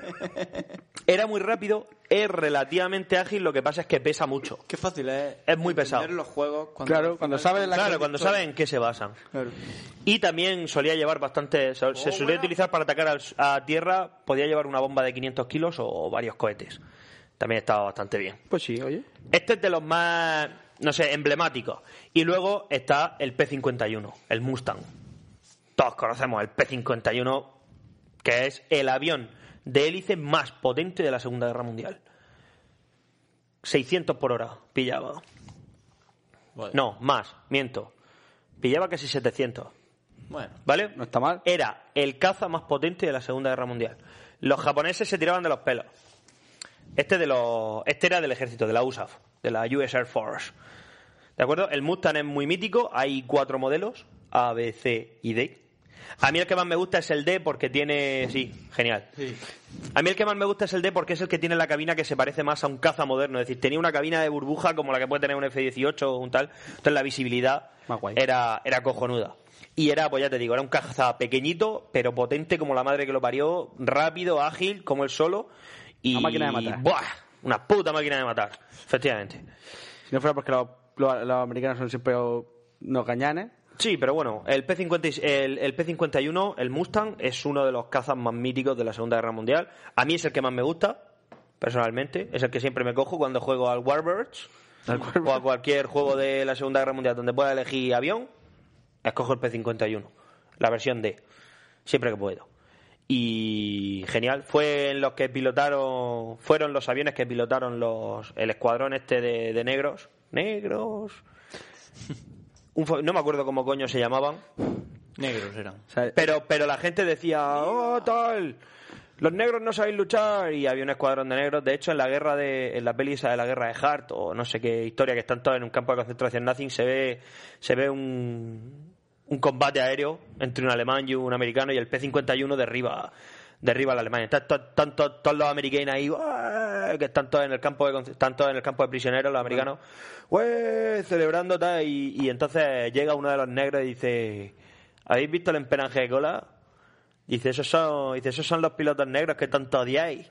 era muy rápido, es relativamente ágil, lo que pasa es que pesa mucho. Qué fácil es. Es muy pesado. entender los juegos cuando Claro, al cuando final- sabes la Claro, cuando saben en qué se basan. Claro. Y también solía llevar bastante. Se se solía utilizar para atacar al- a tierra. Podía llevar una bomba de 500 kilos o, varios cohetes. También estaba bastante bien. Pues sí, oye. Este es de los más, no sé, emblemáticos. Y luego está el P-51, el Mustang. Todos conocemos el P-51, que es el avión de hélice más potente de la Segunda Guerra Mundial. 600 por hora pillaba. Vale. No, más, miento. Pillaba casi 700. Bueno. ¿Vale? No está mal. Era el caza más potente de la Segunda Guerra Mundial. Los japoneses se tiraban de los pelos. Este, de los, este era del ejército, de la USAF, de la US Air Force. ¿De acuerdo? El Mustang es muy mítico. Hay cuatro modelos: A, B, C y D. A mí el que más me gusta es el D porque tiene. Sí, genial. Sí. A mí el que más me gusta es el D porque es el que tiene la cabina que se parece más a un caza moderno. Es decir, tenía una cabina de burbuja como la que puede tener un F-18 o un tal. Entonces la visibilidad Más guay. era, era cojonuda. Y era, pues ya te digo, era un caza pequeñito, pero potente como la madre que lo parió, rápido, ágil, como el solo. Y, Una máquina de matar. ¡Buah! Una puta máquina de matar, efectivamente. Si no fuera porque los, los- los americanos son siempre unos gañanes. Sí, pero bueno, el, P50, y- el, el P-51, el Mustang, es uno de los cazas más míticos de la Segunda Guerra Mundial. A mí es el que más me gusta, personalmente. Es el que siempre me cojo cuando juego al Warbirds Al Warbirds. o a cualquier juego de la Segunda Guerra Mundial donde pueda elegir avión. Escojo el P-51, la versión D, siempre que puedo. Y genial, fue en los que pilotaron, fueron los aviones que pilotaron los, el escuadrón este de- de negros. Negros, un fa- no me acuerdo cómo coño se llamaban, Negros eran. O sea, pero, pero la gente decía, oh, tal, los negros no sabéis luchar, y había un escuadrón de negros, de hecho en la guerra de, en la peli esa de la guerra de Hart, o no sé qué historia, que están todos en un campo de concentración nazi, se ve, se ve un, un combate aéreo entre un alemán y un americano, y el P-51 derriba, derriba al alemán. Están to- están to- todos los americanos ahí, ¡ah! que están todos en el campo de, conce- están todos en el campo de prisioneros, los americanos, ¡ué! celebrando, tal, y, y entonces llega uno de los negros y dice... ¿Habéis visto el empenaje de cola? Dice, esos son, dice, esos son los pilotos negros que tanto odiáis.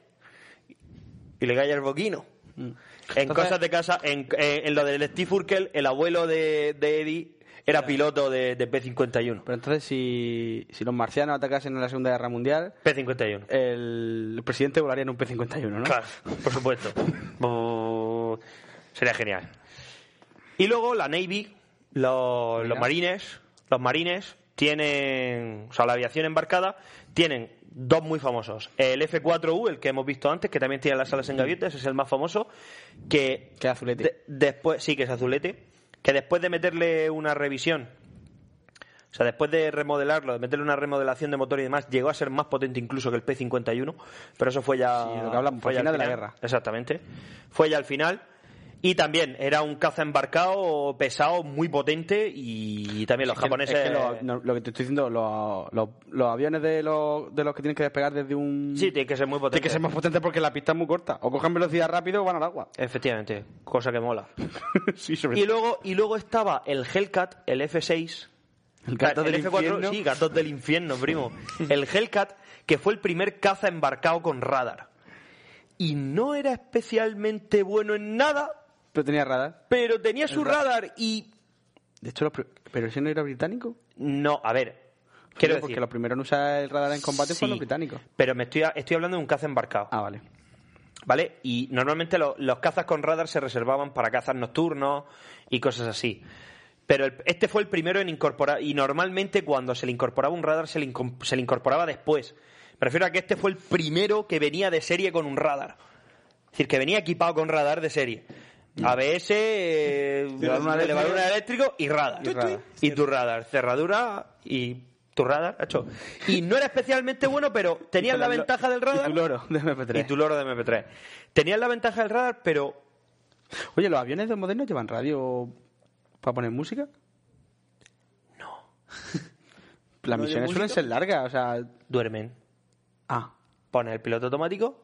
Y le cae el boquino. En Entonces- cosas de casa, en, en- en lo del Steve Urkel, el abuelo de, de Eddie era piloto de, de P-51. Pero entonces, si, si los marcianos atacasen en la Segunda Guerra Mundial, P-51. el presidente volaría en un P-51, ¿no? Claro, por supuesto. Bu- Sería genial. Y luego la Navy, los, los marines, los marines tienen, o sea, la aviación embarcada, tienen dos muy famosos. El F4U, el que hemos visto antes, que también tiene las alas en gaviotas, es el más famoso, que... Que azulete. después, sí, que es azulete, que después de meterle una revisión, o sea, después de remodelarlo, de meterle una remodelación de motor y demás, llegó a ser más potente incluso que el P-51, pero eso fue ya... Sí, lo que hablamos, fue al ya final de la final. guerra. Exactamente. Fue ya al final. Y también era un caza embarcado pesado, muy potente y también los Es que- japoneses... es que lo, no, lo que te estoy diciendo, los, los- los aviones de los, de los que tienen que despegar desde un. Sí, tiene que ser muy potente. Tiene que ser más potente porque la pista es muy corta. O cogen velocidad rápido o van al agua. Efectivamente, cosa que mola. sí, sobre Y luego, y luego estaba el Hellcat, el F6. El gato del infierno. Sí, gatos del infierno, primo. El Hellcat, que fue el primer caza embarcado con radar. Y no era especialmente bueno en nada, Pero tenía radar. pero tenía su El ra- radar y... De hecho, los pri- ¿pero ese no era británico? No, a ver. Quiero porque decir, los primeros en usar el radar en combate Sí. fueron los británicos. Pero me estoy, estoy hablando de un caza embarcado. Ah, vale. ¿Vale? Y normalmente lo- los cazas con radar se reservaban para cazas nocturnos y cosas así. Pero el- este fue el primero en incorporar. Y normalmente cuando se le incorporaba un radar se le, incom- se le incorporaba después. Me refiero a que este fue el primero que venía de serie con un radar. Es decir, que venía equipado con radar de serie. ABS, eh, Elevador elevador eléctrico eléctrico. y radar. Y radar. Y tu radar. Cerradura y tu radar, hecho. Y no era especialmente bueno, pero tenías la Pero lo- ventaja del radar. Y tu loro de MP3. Y tu loro de MP3. Tenías la ventaja del radar, pero. Oye, ¿los aviones de modernos llevan radio para poner música? No. Las ¿No llevan misiones suelen música? ser largas, o sea... Duermen. Ah. Pones el piloto automático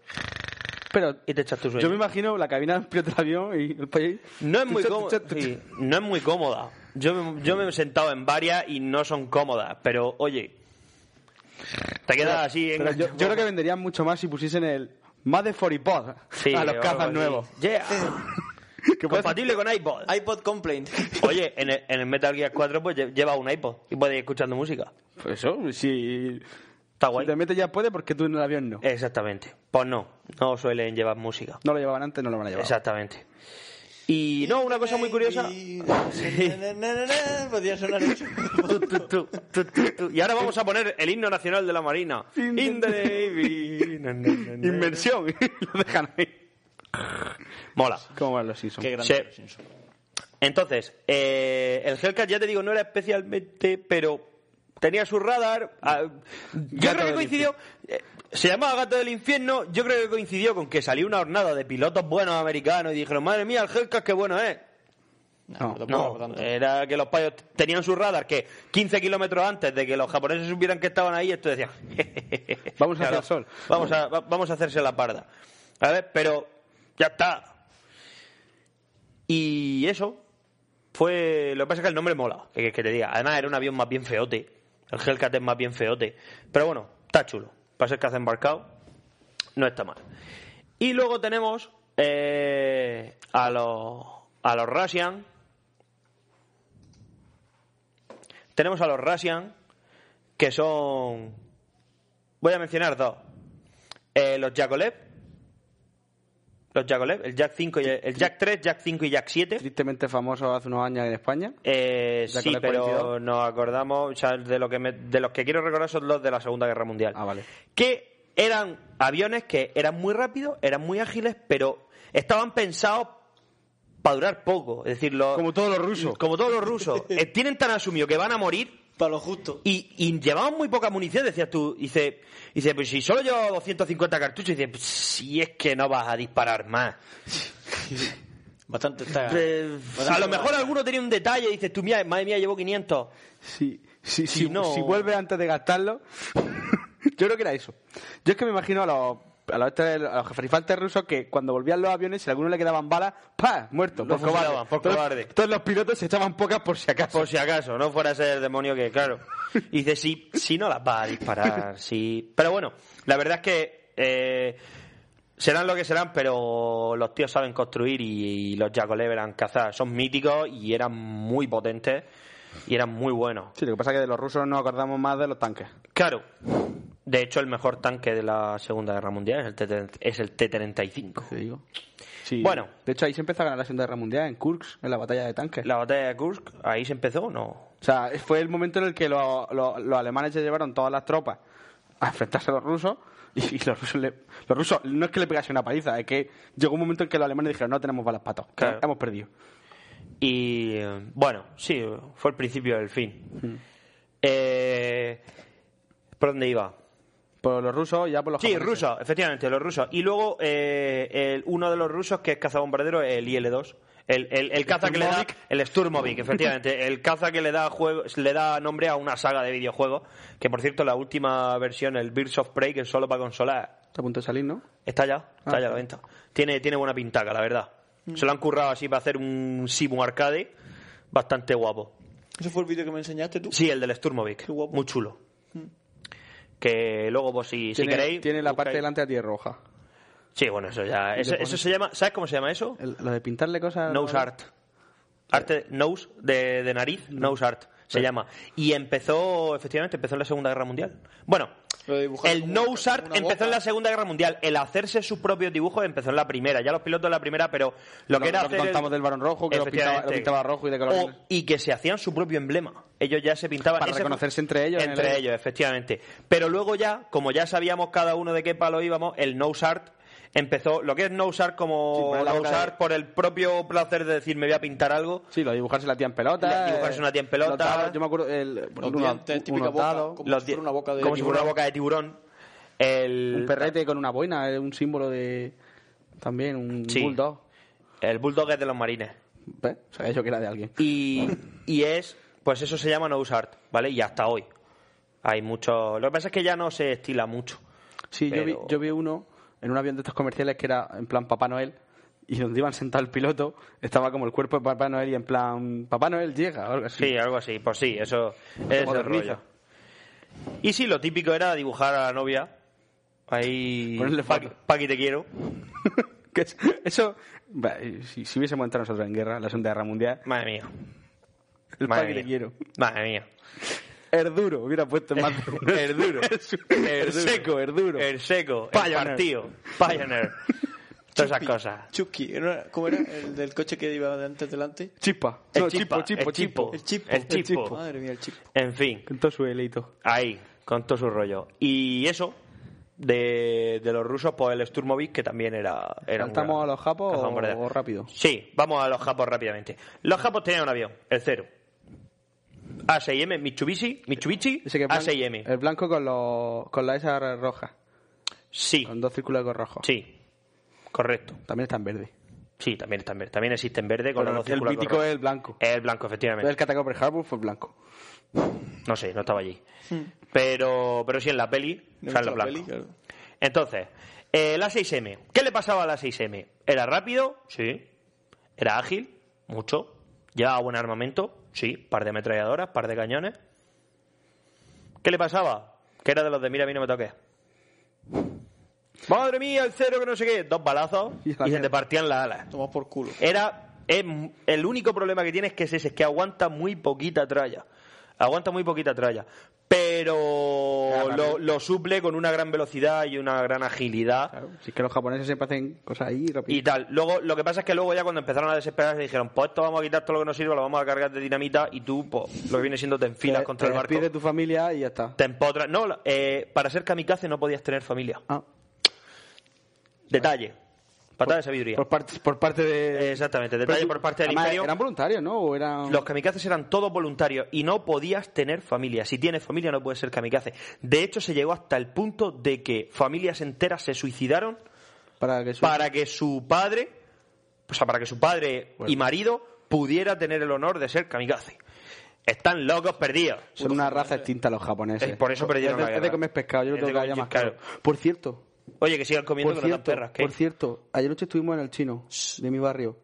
Pero y te echas tu sueño. yo me imagino la cabina del piloto del avión y el país... No es muy Tucha, cómoda. tucha, tucha. sí, no es muy cómoda. Yo me, yo me he sentado en varias y no son cómodas, pero oye. Te quedas así en Pero yo, yo creo que venderían mucho más si pusiesen el más de Foripod a los cazas nuevos. Yeah. Compatible con iPod. iPod complaint. Oye, en el, en el Metal Gear 4 pues lle- lleva un iPod y puedes ir escuchando música. Pues eso, si, Está si guay. te metes ya puede porque tú en el avión no. Exactamente. Pues no, no suelen llevar música. No lo llevaban antes, no lo van a llevar. Exactamente. Y no, una cosa muy curiosa. Y- Sí. Na, na, na, na, podría sonar eso. Tu, tu, tu, tu, tu, tu. Y ahora vamos a poner el himno nacional de la Marina. In the Navy. Na, na, na, na. Inversión. lo dejan ahí. Mola. ¿Cómo van los Simpsons? Qué grande Sí. los Simpsons. Entonces, eh, el Hellcat, ya te digo, no era especialmente, pero tenía su radar. ah, yo creo que del coincidió. eh, se llamaba Gato del Infierno. Yo creo que coincidió con que salió una hornada de pilotos buenos americanos y dijeron: Madre mía, el Hellcat, qué bueno es. No, Tampoco No, Eh, tanto. era que los payos tenían su radar que 15 kilómetros antes de que los japoneses supieran que estaban ahí, esto decían... Vamos a hacer sol. Vamos a, va- vamos a hacerse la parda. A ver, pero ya está. Y eso fue... Lo que pasa es que el nombre mola, que quieres que te diga. Además era un avión más bien feote. El Hellcat es más bien feote. Pero bueno, está chulo. Para ser caza embarcado, no está mal. Y luego tenemos eh, a los a los Russian. Tenemos a los Russian que son voy a mencionar dos. Eh, los Yakolev. Los Yakolev, el Jack 5 y el, el Jack 3, Jack 5 y Jack 7. Tristemente famoso hace unos años en España. Eh, Ya sí, con el pero 42. nos acordamos, o sea, de, lo que me- de los que quiero recordar son los de la Segunda Guerra Mundial. Ah, vale. Que eran aviones que eran muy rápidos, eran muy ágiles, pero estaban pensados para durar poco. Es decir, los- Como todos los rusos. Como todos los rusos. Eh, tienen tan asumido que van a morir Para lo justo. y, y llevaban muy poca munición, decías tú. Dice, dice pues si solo llevaba 250 cartuchos, dice, pues, si es que no vas a disparar más. Bastante está. Eh, a lo mejor alguno tenía un detalle, dices tú, mía, madre mía, llevo 500. Si, Si si, si, no- si vuelve antes de gastarlo. yo creo que era eso. Yo es que me imagino a los a los, estres- a los jefarifantes rusos que cuando volvían los aviones, si a alguno le quedaban balas, ¡pa! Muerto, Lo por cobarde. fusilaban, por Todos- cobarde. Todos los pilotos se echaban pocas por si acaso. Por si acaso, no fuera a ser el demonio que, claro. Y dice, si, si no las va a disparar, si... Pero bueno, la verdad es que eh, serán lo que serán, pero los tíos saben construir y, los Jacolev eran cazas. Son míticos y eran muy potentes y eran muy buenos. Sí, lo que pasa es que de los rusos nos acordamos más de los tanques. Claro. De hecho, el mejor tanque de la Segunda Guerra Mundial es el, T es el T-35. Sí. Bueno. De hecho, ahí se empezó a ganar la Segunda Guerra Mundial, en Kursk, en la batalla de tanques. ¿La batalla de Kursk? ¿Ahí se empezó o no? O sea, fue el momento en el que lo- lo- los alemanes se llevaron todas las tropas a enfrentarse a los rusos y, y los, rusos le- los rusos no es que le pegase una paliza, es que llegó un momento en que los alemanes dijeron no tenemos balas patos, Claro. hemos perdido. Y eh, bueno, sí, fue el principio del fin. Eh, ¿Por dónde iba? Por Pues los rusos, ya por los Sí, japoneses. rusos, efectivamente, los rusos. Y luego eh, el- uno de los rusos que es cazabombardero, el IL-2. El, el, el caza que le da Sturmovik. el Sturmovik, efectivamente, el caza que le da juego, le da nombre a una saga de videojuegos, que por cierto la última versión, el Birds of Prey, que es solo para consolar, Está a punto de salir, ¿no? Está ya, Ah, Mm. está ya a la venta. Tiene, tiene buena pintaca, la verdad. Se lo han currado así para hacer un Simu Arcade bastante guapo. ¿Ese fue el vídeo que me enseñaste tú? Sí, el del Sturmovik. Muy chulo. Que luego, pues, si, si Mm. tiene, queréis. tiene la parte buscáis- delante de la tierra roja. Sí, bueno, eso ya. Y Eso, le pones- Ah, eso se llama. ¿Sabes cómo se llama eso? El- lo de pintarle cosas... Nose art. Arte nose de, de nariz, nose art se llama. Y empezó, efectivamente, empezó en la Segunda Guerra Mundial. Bueno, el nose art empezó en la Segunda Guerra Mundial. El hacerse sus propios dibujos empezó en la primera. Ya los pilotos en la primera, pero lo, Lo- que era lo que hacer el- contamos del Barón Rojo, que lo pintaba- Efectivamente. lo pintaba rojo y de color- O- y que se hacían su propio emblema. Ellos ya se pintaban Para ese- reconocerse entre ellos en el Entre aire. ellos, efectivamente. Pero luego ya, como ya sabíamos cada uno de qué palo íbamos, el nose art empezó. Lo que es nose art Sí, como poner la boca nose de- art por el propio placer de decir me voy a pintar algo. Sí, lo de dibujarse la tía en pelota. La- dibujarse eh, una tía en pelota. los dados, yo me acuerdo... El, los dientes, típica boca, como si fuera una boca de como si fuera tiburón. una boca de tiburón. El, Un perrete con una boina, es un símbolo de... También, un Sí. bulldog. El bulldog es de los marines. ¿Ves? Sabía yo que era de alguien. Y, y es, pues eso se llama nose art, ¿vale? Y hasta hoy. Hay mucho. Lo que pasa es que ya no se estila mucho. Sí, yo, vi, Pero- yo vi uno en un avión de estos comerciales que era en plan Papá Noel y donde iban sentado el piloto estaba como el cuerpo de Papá Noel y en plan Papá Noel llega o algo así. Sí, algo así. Pues sí, eso Se es el moderniza. rollo. Y sí, lo típico era dibujar a la novia. Ahí. Ponerle Paqui, foto. Paqui, te quiero. Que es- eso, va, si, si hubiésemos entrado nosotros en guerra, la Segunda Guerra Mundial, Madre mía. el Madre padre mía. le quiero. Madre mía. Es duro, hubiera puesto más de uno. El duro. El seco, el duro. El seco. Pioneer. El partido. Pioneer. Todas esas cosas. Chucky, ¿era- ¿cómo era? El del coche que iba de antes delante. Chispa. El no, chispa, chipo, chipo, el chipo. chipo. El chipo. El chipo. Madre mía, el chipo. En fin. Con todo su heleito. Ahí, con todo su rollo. Y eso, de, de los rusos, pues el Sturmovik, que también era... era un ¿Saltamos gran- a los japos cazador o- bombardero. o rápido? Sí, vamos a los japos rápidamente. Los japos tenían un avión, el cero. A6M, Mitsubishi, Mitsubishi, Ese que eh, es blanco- A6M. El blanco con, los, con la esa roja, Sí, con dos círculos con rojo. sí, correcto. También está en verde. Sí, también está en verde. También existe en verde con Pero los dos el círculos mítico con rojo. es el blanco. El blanco, efectivamente. El que atacó por Harbour fue blanco. No sé, no estaba allí. Pero, pero sí en la peli, Hmm. No he sale visto en la blanco. peli, claro. Entonces, eh, el A6M. ¿Qué le pasaba al A6M? ¿Era rápido? Sí. ¿Era ágil? Mucho. ¿Llevaba buen armamento? Sí. ¿Par de ametralladoras? ¿Par de cañones? ¿Qué le pasaba? Que era de los de mira, a mí no me toques. Madre mía, el cero que no sé qué. Dos balazos Y y, a la se mierda. te partían las alas. Toma por culo. Era em, el único problema que tiene es que es ese, es que aguanta muy poquita tralla. Aguanta muy poquita tralla. Pero Claro, lo, claro. lo suple con una gran velocidad y una gran agilidad. Claro. Si es que los japoneses siempre hacen cosas ahí rápido. Y tal. Luego, lo que pasa es que luego ya cuando empezaron a desesperarse dijeron, pues esto vamos a quitar todo lo que nos sirva, lo vamos a cargar de dinamita y tú, pues, lo que viene siendo te enfilas Te- contra te el barco. despides de tu familia y ya está. Te empotras. No, la- eh, para ser kamikaze no podías tener familia. Ah, Detalle. Patada de sabiduría. por, parte, por parte de... Exactamente. Detalle Pero tú- por parte del además, imperio. Eran voluntarios, ¿no? O eran... Los kamikazes eran todos voluntarios y no podías tener familia. Si tienes familia no puedes ser kamikaze. De hecho, se llegó hasta el punto de que familias enteras se suicidaron Para que su- para que su padre, o sea, para que su padre y marido pudiera tener el honor de ser kamikaze. Están locos perdidos. Son una raza extinta los japoneses. Es por eso perdieron Es de, la es de guerra. comer pescado, Es yo creo de que comer haya más pescado. caro. Por cierto, Oye, que sigan comiendo por con las cierto, perras. ¿qué? Por cierto, ayer noche estuvimos en el chino de mi barrio.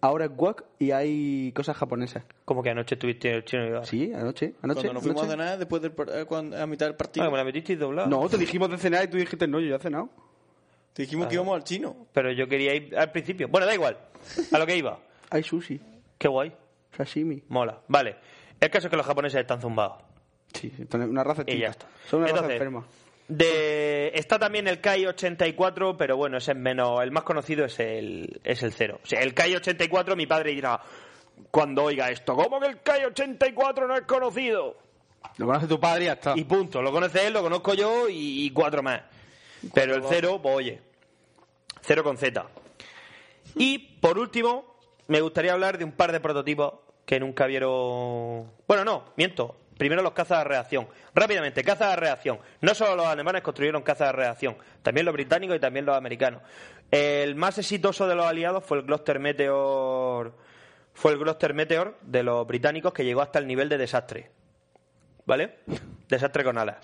Ahora es guac y hay cosas japonesas. ¿Cómo que anoche estuviste en el chino? y- Sí, anoche. anoche Cuando nos fuimos anoche. a cenar después del, par- eh, cuando- a mitad del partido. Ah, me la metisteis doblada. No, te dijimos de cenar y tú dijiste, no, yo ya he cenado. Te dijimos que Ah. íbamos al chino. Pero yo quería ir al principio. Bueno, da igual. A lo que iba. Hay sushi, Qué guay. sashimi. Mola. Vale. El caso es que los japoneses están zumbados. Sí, son una raza Y ya chita. está. Son una raza Entonces, enferma. De, está también el Kai 84, pero bueno, ese es menos. El más conocido es el, es el cero. O sea, el Kai 84, mi padre dirá, cuando oiga esto, ¿cómo que el Kai 84 no es conocido? Lo conoce tu padre y ya está. Y punto. Lo conoce él, lo conozco yo y, y cuatro más. Pero el cero, pues oye. Cero con Z. Y por último, me gustaría hablar de un par de prototipos que nunca vieron. Bueno, no, miento. Primero los cazas de reacción. Rápidamente, cazas de reacción. No solo los alemanes construyeron cazas de reacción, también los británicos y también los americanos. El más exitoso de los aliados fue el Gloster Meteor. Fue el Gloster Meteor de los británicos que llegó hasta el nivel de desastre. ¿Vale? Desastre con alas.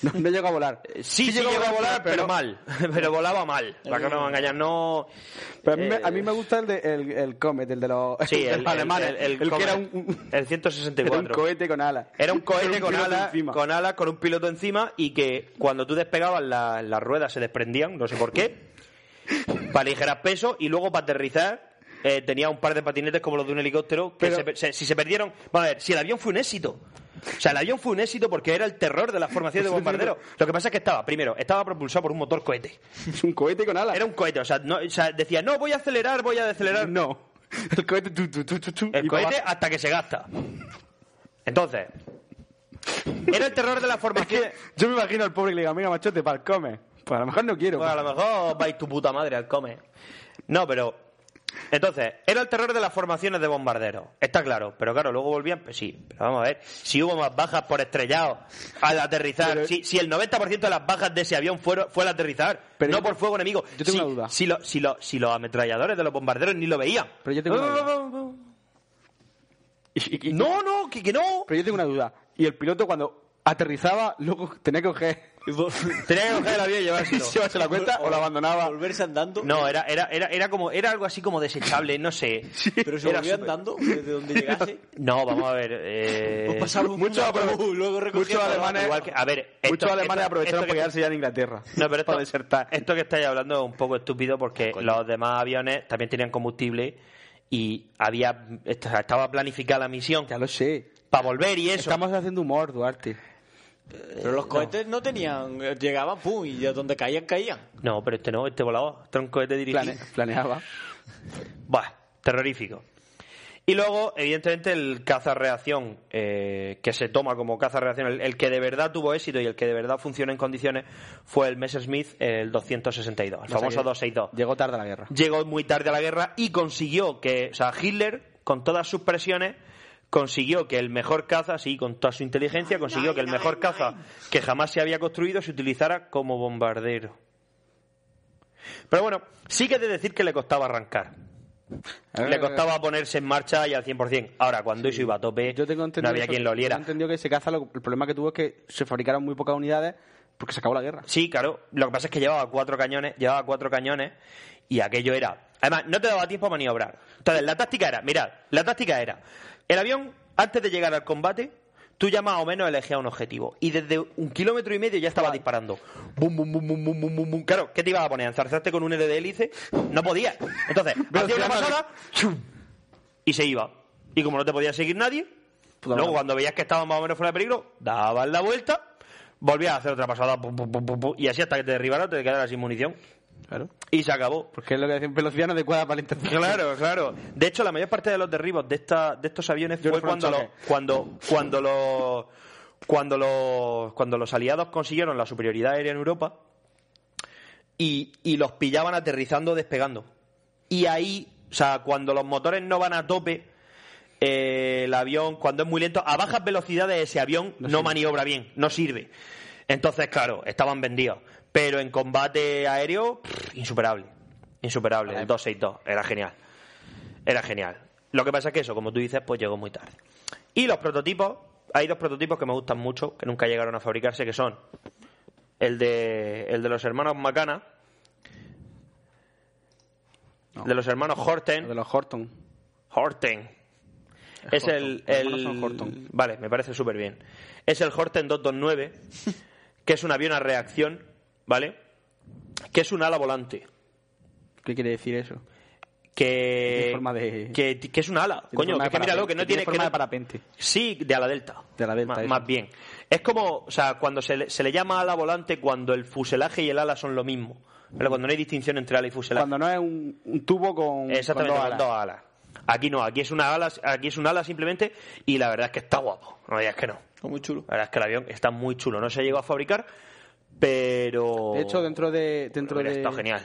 No, no llega a volar. Sí, sí llegó a volar, pero, mal. Pero volaba Eh. mal. Para que no me engañar, no. Pero a mí, me- a mí eh, me gusta el, de, el, el Comet, el de los Sí, el, el- alemanes. el- el que era Comet, un, el era 164. un cohete con alas. Era un Era cohete un con piloto alas, encima. con alas, con un piloto encima y que cuando tú despegabas la- las ruedas se desprendían, no sé por qué, para aligerar peso y luego para aterrizar eh, tenía un par de patinetes como los de un helicóptero que Pero- se pe- se- si se perdieron, vamos a ver, si el avión fue un éxito. O sea, el avión fue un éxito porque era el terror de la formación de bombarderos. Lo que pasa es que estaba, primero, estaba propulsado por un motor cohete. Es un cohete con alas. Era un cohete, o sea, no- o sea, decía, no, voy a acelerar, voy a acelerar. No. El cohete... tu, tu, tu, tu, tu, El y para cohete abajo. hasta que se gasta. Entonces, era el terror de la formación. Yo me imagino al pobre que le diga, mira, machote, para el Comet. Pues a lo mejor no quiero. Bueno, a lo mejor vais tu puta madre al come. No, pero. Entonces, era el terror de las formaciones de bombarderos. Está claro. Pero claro, luego volvían, pues sí. Pero vamos a ver. Si hubo más bajas por estrellado al aterrizar. Pero- si, si el 90% de las bajas de ese avión fueron, fue al aterrizar. Pero no yo- por fuego enemigo. yo tengo si, una duda. Si, lo- si lo- si los ametralladores de los bombarderos ni lo veían. Pero yo tengo una pues. Y- y- No, no, que, que no. Pero yo tengo una duda. Y el piloto cuando aterrizaba, luego tenía que coger... Tenía que coger el avión y llevárselo. llevarse la cuenta o la abandonaba. Volverse andando. No, era, era, era, era como, era algo así como desechable, no sé. Pero se Era volvía súper- andando desde donde llegase. No, vamos a ver. eh, Pues pasaba un muchos autobús, apro- luego recogiendo muchos a los alemanes- igual que- a ver, esto- Muchos alemanes esto- aprovecharon esto que- para quedarse ya en Inglaterra. No, pero esto, Para desertar. esto que estáis hablando es un poco estúpido porque los demás aviones también tenían combustible y había est- estaba planificada la misión Ya lo sé. para volver y eso. Estamos haciendo humor, Duarte. Pero los cohetes no, tenían. eh, Llegaban, pum, y de donde caían, caían. No, pero este no, este volaba, tronco de dirigido. Plane- planeaba. Buah, terrorífico. Y luego, evidentemente, el caza-reacción, eh, que se toma como caza-reacción, el, el que de verdad tuvo éxito y el que de verdad funciona en condiciones, fue el Messerschmitt el 262, el Pasa famoso que 262. Llegó tarde a la guerra. Llegó muy tarde a la guerra y consiguió que, o sea, Hitler, con todas sus presiones, consiguió que el mejor caza, sí, con toda su inteligencia, consiguió que el mejor caza que jamás se había construido se utilizara como bombardero. Pero bueno, sí que he de decir que le costaba arrancar. Eh. Le costaba ponerse en marcha y al 100%. Ahora, cuando eso iba a tope, Yo tengo no entendido había eso. quien lo Yo oliera. he entendido que ese caza, lo- el problema que tuvo es que se fabricaron muy pocas unidades porque se acabó la guerra. Sí, claro. Lo que pasa es que llevaba cuatro cañones, llevaba cuatro cañones y aquello era. Además, no te daba tiempo a maniobrar. Entonces, la táctica era, mirad, la táctica era, el avión, antes de llegar al combate, tú ya más o menos elegías un objetivo. Y desde un kilómetro y medio ya estaba disparando. Bum, bum, bum, bum, bum, bum, bum, bum. Claro, ¿qué te ibas a poner? ¿A ¿Enzarzarte con un hélice de hélice? No podías. Entonces, hacía una Velocidad pasada ¡chum! y se iba. Y como no te podía seguir nadie, Puta luego madre. cuando veías que estabas más o menos fuera de peligro, dabas la vuelta, volvías a hacer otra pasada, pu, pu, pu, pu, pu, y así hasta que te derribaran te quedaras sin munición. Claro. Y se acabó. Porque es lo que dicen, velocidad no adecuada para el interceptor. Claro, claro. De hecho, la mayor parte de los derribos de esta, de estos aviones Yo no fue fueron cuando los, choques. cuando, cuando los cuando los cuando los aliados consiguieron la superioridad aérea en Europa y, y los pillaban aterrizando o despegando. Y ahí, o sea, cuando los motores no van a tope, eh, el avión, cuando es muy lento, a bajas velocidades ese avión no, maniobra bien, no sirve. Entonces, claro, estaban vendidos. Pero en combate aéreo, pff, insuperable. Insuperable. El 262. Era genial. Era genial. Lo que pasa es que eso, como tú dices, pues llegó muy tarde. Y los prototipos, hay dos prototipos que me gustan mucho, que nunca llegaron a fabricarse, que son el de, el de los hermanos Macana, De los hermanos Horten. De los Horton. Horten. Es, el, el- Vale, me parece súper bien. Es el Horten 229, que es un avión a reacción, ¿vale? Que es un ala volante. ¿Qué quiere decir eso? Que. Tiene forma de- Que, que es un ala. Tiene Coño, forma que, de que míralo, parapente, que no tiene tiene. forma que no- de parapente. Sí, de ala delta. De la delta. más, eso. más bien. Es como, o sea, cuando se le, se le llama ala volante cuando el fuselaje y el ala son lo mismo. Pero cuando no hay distinción entre ala y fuselaje. Cuando no es un, un tubo con, Exactamente, con con dos alas. Aquí no, aquí es una ala, aquí es un ala simplemente y la verdad es que está guapo. No es que no. Está muy chulo. La verdad es que el avión está muy chulo, no se llegó a fabricar, pero De hecho, dentro de dentro hubiera de estado genial.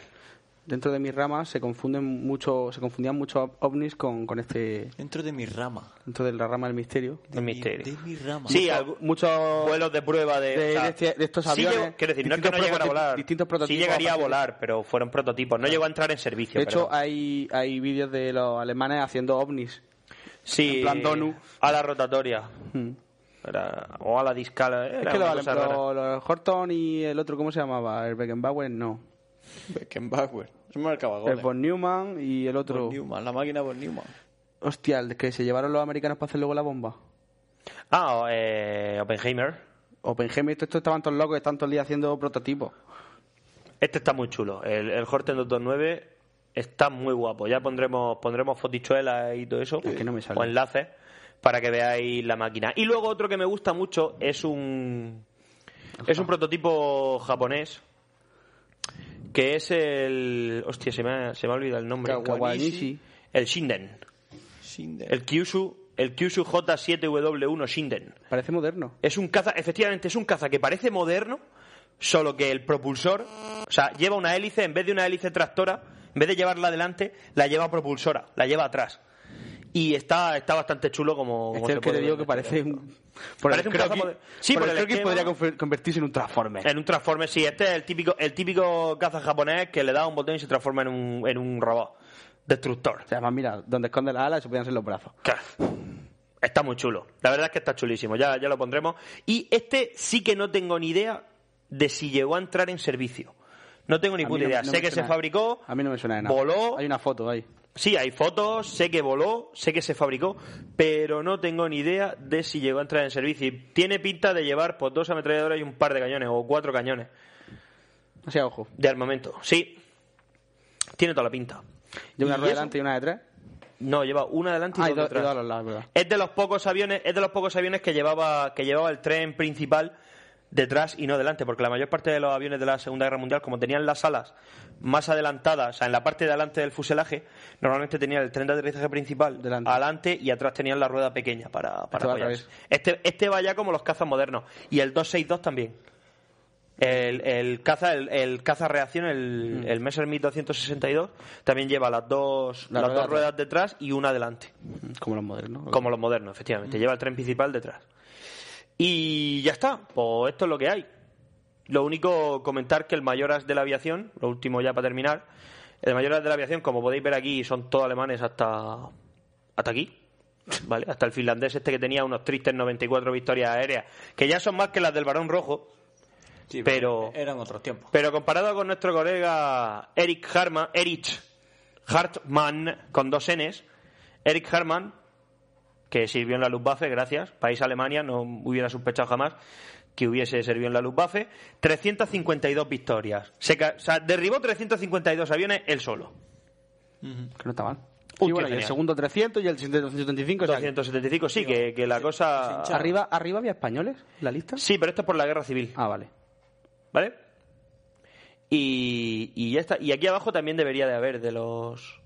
Dentro de mi rama se confunden mucho, se confundían mucho ovnis con, con este Dentro de mi rama. dentro de la rama del misterio. el misterio. Mucho- Sí, algu- muchos vuelos de prueba de, de- o sea, de este- de estos sí aviones, llegó- quiero decir, no es que no distintos llegara a prototipos- volar. distintos prototipos Sí llegaría a aparte de- volar, pero fueron prototipos. No llegó a entrar en servicio. De hecho, perdón. hay, hay vídeos de los alemanes haciendo ovnis. sí, en plan Donu. a la rotatoria. Era- o a la discala. Es que los, ale- los- los Horton y el otro, ¿cómo se llamaba? El Beckenbauer, no. Beckenbauer. Es marcaba El von Neumann y el otro. Newman, la máquina von Newman. Hostia, el que se llevaron los americanos para hacer luego la bomba. Ah, o, eh, Oppenheimer. Oppenheimer, estos estos estaban todos locos, que están todo el día haciendo prototipos. Este está muy chulo. El, el Horten 229 está muy guapo. Ya pondremos pondremos fotichuelas y todo eso. que no me sale. O enlaces para que veáis la máquina. Y luego otro que me gusta mucho es un es un prototipo japonés que es el hostia se me ha, se me ha olvidado el nombre. Kawanishi. El Shinden. El Kyushu el Kyushu J7W1 Shinden. Parece moderno. Es un caza, efectivamente, es un caza que parece moderno, solo que el propulsor, o sea, lleva una hélice, en vez de una hélice tractora, en vez de llevarla adelante, la lleva propulsora, la lleva atrás. Y está, está bastante chulo como... como Este es el se que puede te digo ver. que parece un. Por Parece el un croquis, cazamoder- Sí, por por el el croquis esquema. podría confer- convertirse en un transforme. En un transformer, sí, este es el típico, el típico caza japonés que le da un botón y se transforma en un, en un robot destructor. O sea, además, mira, donde esconde las alas, se podían ser los brazos. Claro. Está muy chulo. La verdad es que está chulísimo. Ya, ya lo pondremos. Y este sí que no tengo ni idea de si llegó a entrar en servicio. No tengo ni A mí puta no- idea. no sé me que se suena- fabricó. A mí no me suena de nada. Voló. Hay una foto ahí. Sí, hay fotos. Sé que voló. Sé que se fabricó. Pero no tengo ni idea de si llegó a entrar en servicio. Y tiene pinta de llevar pues, dos ametralladoras y un par de cañones. O cuatro cañones O sea, ojo. de armamento. Sí. Tiene toda la pinta. De una ¿Y rueda eso? delante y una detrás. No, lleva una adelante y Ah, y dos dos y detrás. dos a los lados, ¿verdad? Es de los pocos aviones, es de los pocos aviones que llevaba, que llevaba el tren principal detrás y no delante, porque la mayor parte de los aviones de la Segunda Guerra Mundial, como tenían las alas más adelantadas, o sea, en la parte de adelante del fuselaje, normalmente tenían el tren de aterrizaje principal Delante. adelante y atrás tenían la rueda pequeña para, para va al apoyarse. Este, este va ya como los cazas modernos. Y el 262 también. El, el caza el, el caza reacción, el, Mm. el Messerschmitt 262, también lleva las dos, La las rueda dos ruedas detrás y una adelante. Mm, Como los modernos. Como los modernos, efectivamente. Lleva el tren principal detrás. Y ya está. Pues esto es lo que hay. Lo único, comentar que el mayor as de la aviación, lo último ya para terminar, el mayor as de la aviación, como podéis ver aquí, son todos alemanes hasta, hasta aquí. ¿Vale? Hasta el finlandés este que tenía unos tristes 94 victorias aéreas, que ya son más que las del Barón Rojo. pero, Eran otros tiempos. pero comparado con nuestro colega Eric Harman, Erich Hartmann, con dos Ns, Eric Hartmann, que sirvió en la Luftwaffe, gracias, país Alemania, no hubiera sospechado jamás que hubiese servido en la Luftwaffe, 352 victorias. Se ca- o sea, derribó 352 aviones él solo. Que no está mal. Uy, y qué bueno, y el genial. segundo 300 y el siguiente 275. o sea, 275, sí, que, que la cosa... arriba, arriba había españoles, la lista. Ah. Sí, pero esto es por la guerra civil. Ah, vale. ¿Vale? Y, y ya está. Y aquí abajo también debería de haber de los.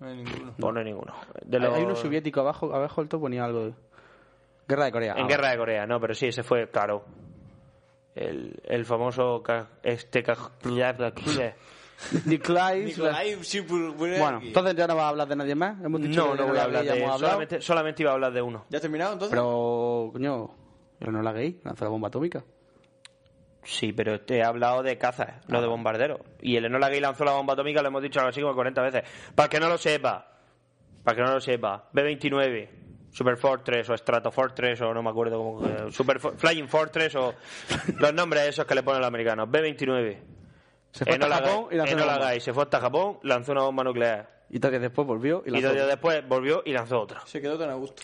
No hay ninguno. No, no hay ninguno. De Hay- los... Hay uno soviético abajo, abajo el top ponía algo de... Guerra de Corea. En ah, Guerra de Corea, no, pero sí, ese fue, claro. El, el famoso. ca- Este. ca- vale. Nikolai- Nikolai Shipurburev. Bueno, entonces ya no vas a hablar de nadie más. Hemos dicho No, que no voy la a hablar gay ya de. hemos hablado. Solamente, solamente iba a hablar de uno. ¿Ya has terminado entonces? Pero, coño, pero no la gay, lanzó la bomba atómica. Sí, pero te he hablado de cazas, no Ah. de bombarderos. Y el Enola Gay lanzó la bomba atómica, lo hemos dicho algo así como 40 veces. Para que no lo sepa, para que no lo sepa, B-29, Super Fortress o Strato Fortress o no me acuerdo cómo. eh, Super For- Flying Fortress o los nombres esos que le ponen los americanos. B-29, Se fue hasta Enola Japón Gay- y lanzó una Enola bomba. Gay se fue hasta Japón, lanzó una bomba nuclear. Y dos días después volvió y Y lanzó dos días otra. después volvió y lanzó otra. Se quedó tan a gusto.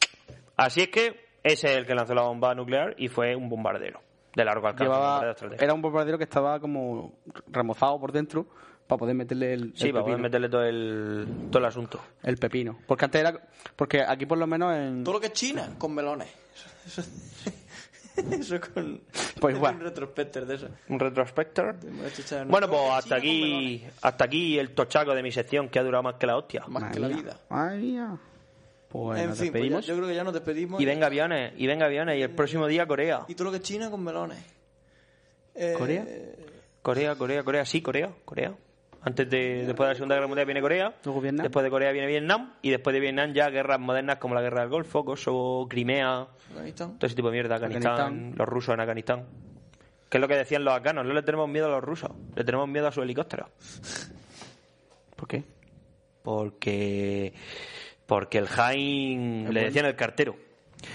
Así es que ese es el que lanzó la bomba nuclear y fue un bombardero de largo alcance. un bombardero Llevaba, estratégico. era un bombardero que estaba como remozado por dentro para poder meterle el, Sí, el para poder pepino. meterle todo el, todo el asunto. El pepino. Porque antes era. Porque aquí por lo menos en. Todo lo que es China, con melones. Eso, eso- eso con. Pues igual. Un retrospecter de eso. Un retrospector. Hemos hecho echar- Bueno, Todo pues lo que es hasta China con melones. aquí, hasta aquí el tochaco de mi sección que ha durado más que la hostia. Más que la vida. Ay, mía. Pues en nos fin, pues ya- despedimos. yo creo que ya nos despedimos. Y venga aviones, y venga aviones, y el próximo día Corea. Y todo lo que es China con melones. Eh, ¿Corea? Corea, Corea, Corea, sí, Corea, Corea. Antes de, después de la Segunda Guerra Mundial viene Corea, Luego Vietnam. después de Corea viene Vietnam, y después de Vietnam ya guerras modernas como la Guerra del Golfo, Kosovo, Crimea, Afganistán. todo ese tipo de mierda, Afganistán, Afganistán. los rusos en Afganistán. Que es lo que decían los afganos, no le tenemos miedo a los rusos, le tenemos miedo a su helicóptero. ¿Por qué? Porque. Porque el Jain. Le bueno. decían el cartero.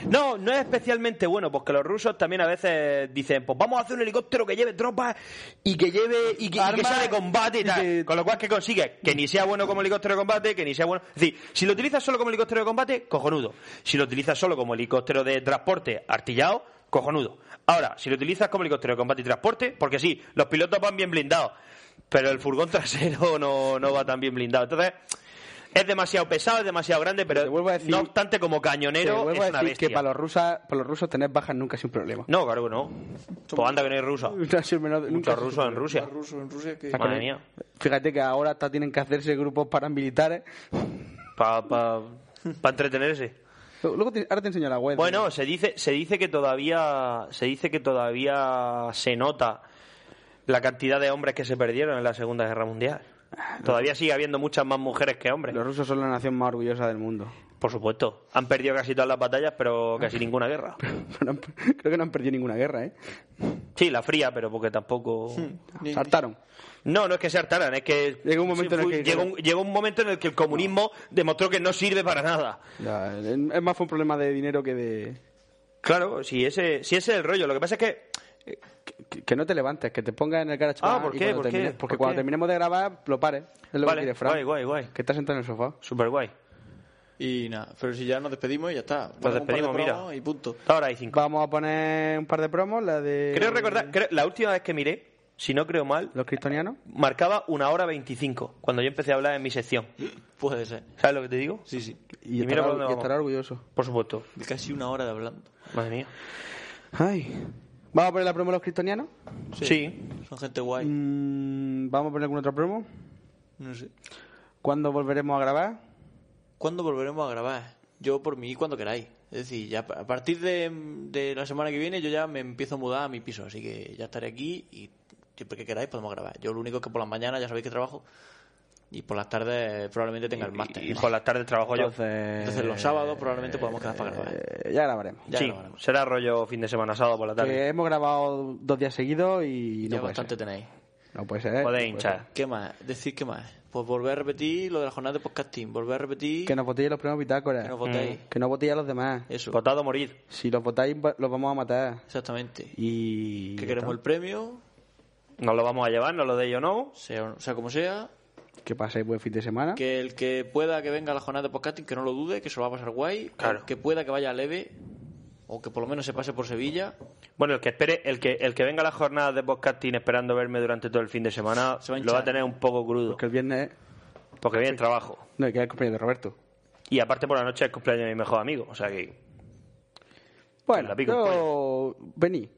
No, no es especialmente bueno, porque los rusos también a veces dicen, pues vamos a hacer un helicóptero que lleve tropas y que lleve y que, y que Armas sea de combate y tal. y que- Con lo cual que consigues que ni sea bueno como helicóptero de combate, que ni sea bueno. Es decir, si lo utilizas solo como helicóptero de combate, cojonudo. Si lo utilizas solo como helicóptero de transporte artillado, cojonudo. Ahora, si lo utilizas como helicóptero de combate y transporte, porque sí, los pilotos van bien blindados, pero el furgón trasero no, no va tan bien blindado. Entonces, es demasiado pesado, es demasiado grande, pero Te vuelvo a decir- no obstante, como Te cañonero, vuelvo es a una decir bestia. que para los, rusas, para los rusos tener bajas nunca es un problema. No, claro que no. Pues anda que no hay rusa. No ha sido menor- nunca ha Muchos sido un rusos en Rusia. problema. Ruso en Rusia que. O sea, Madre que- mía. Fíjate que ahora hasta tienen que hacerse grupos paramilitares. Para entretenerse. Luego te- ahora te enseño la web. Bueno, se dice, se dice que todavía se dice que todavía se nota la cantidad de hombres que se perdieron en la Segunda Guerra Mundial. Todavía sigue habiendo muchas más mujeres que hombres. Los rusos son la nación más orgullosa del mundo. Por supuesto. Han perdido casi todas las batallas, pero casi ninguna guerra. No han- Creo que no han perdido ninguna guerra, ¿eh? Sí, la fría, pero porque tampoco. Hmm. Ni- Saltaron. No, no es que se hartaran, es que. Llegó un momento en el que- Llegó un, llegó un momento en el que el comunismo demostró que no sirve para nada. Ya, es más, fue un problema de dinero que de. Claro, si ese, si ese es el rollo. Lo que pasa es que. Que, que no te levantes, que te pongas en el GarageBand. Ah, ¿por y qué? cuando ¿Por qué? termines- porque ¿Por cuando qué? terminemos de grabar, lo pares. Es lo que vale, quiere guay, Fran. guy, guay. Que estás sentado en el sofá. Super guay. Y nada, pero si ya nos despedimos y ya está. Nos Ponemos un par de despedimos, promos mira. Y punto. Ahora hay cinco. Vamos a poner un par de promos, la de. Creo recordar, creo- la última vez que miré, si no creo mal, Los cristonianos. marcaba una hora veinticinco cuando yo empecé a hablar en mi sección. Puede ser. ¿Sabes lo que te digo? Sí, sí. Y, Y mira estará, por dónde y vamos. estará orgulloso. Por supuesto. De casi una hora de hablando. Madre mía. Ay. Vamos a poner la promo de los cristonianos. Sí. Son gente guay. Mm, Vamos a poner alguna otra promo. No sé. ¿Cuándo volveremos a grabar? ¿Cuándo volveremos a grabar? Yo por mí cuando queráis. Es decir, ya pa- a partir de, de la semana que viene yo ya me empiezo a mudar a mi piso, así que ya estaré aquí y siempre que queráis podemos grabar. Yo lo único es que por las mañanas ya sabéis que trabajo y por las tardes probablemente tenga el máster. Y por las tardes trabajo yo. Pues Entonces los sábados probablemente podamos quedar para grabar. Eh, ya grabaremos. Ya sí, grabaremos. será rollo fin de semana, sábado por la tarde. Que hemos grabado dos días seguidos y no ya puede bastante ser. tenéis. No puede ser. Podéis no puede ser. hinchar. ¿Qué más? Decir qué más. Pues volver a repetir lo de la jornada de podcasting, volver a repetir Que nos votéis los primeros bitácoras. que nos votéis. Eh. Que no votéis a los demás. Eso, Votado a morir. Si los votáis, va- los vamos a matar. exactamente. Y. Que queremos el premio, Nos lo vamos a llevar, nos lo de yo no. sea, o- sea como sea. Que paséis buen fin de semana. Que el que pueda que venga a la jornada de podcasting, que no lo dude, que se lo va a pasar guay. Claro. El que pueda que vaya a Leve, o que por lo menos se pase por Sevilla, Bueno, el que espere, el que, el que venga a las jornadas de podcasting esperando verme durante todo el fin de semana, Se va a lo va a hinchar. tener un poco crudo. Porque el viernes. Porque viene el trabajo. No, que es el compañero de Roberto. Y aparte por la noche es cumpleaños de mi mejor amigo. O sea que. Bueno, la pico en yo- vení.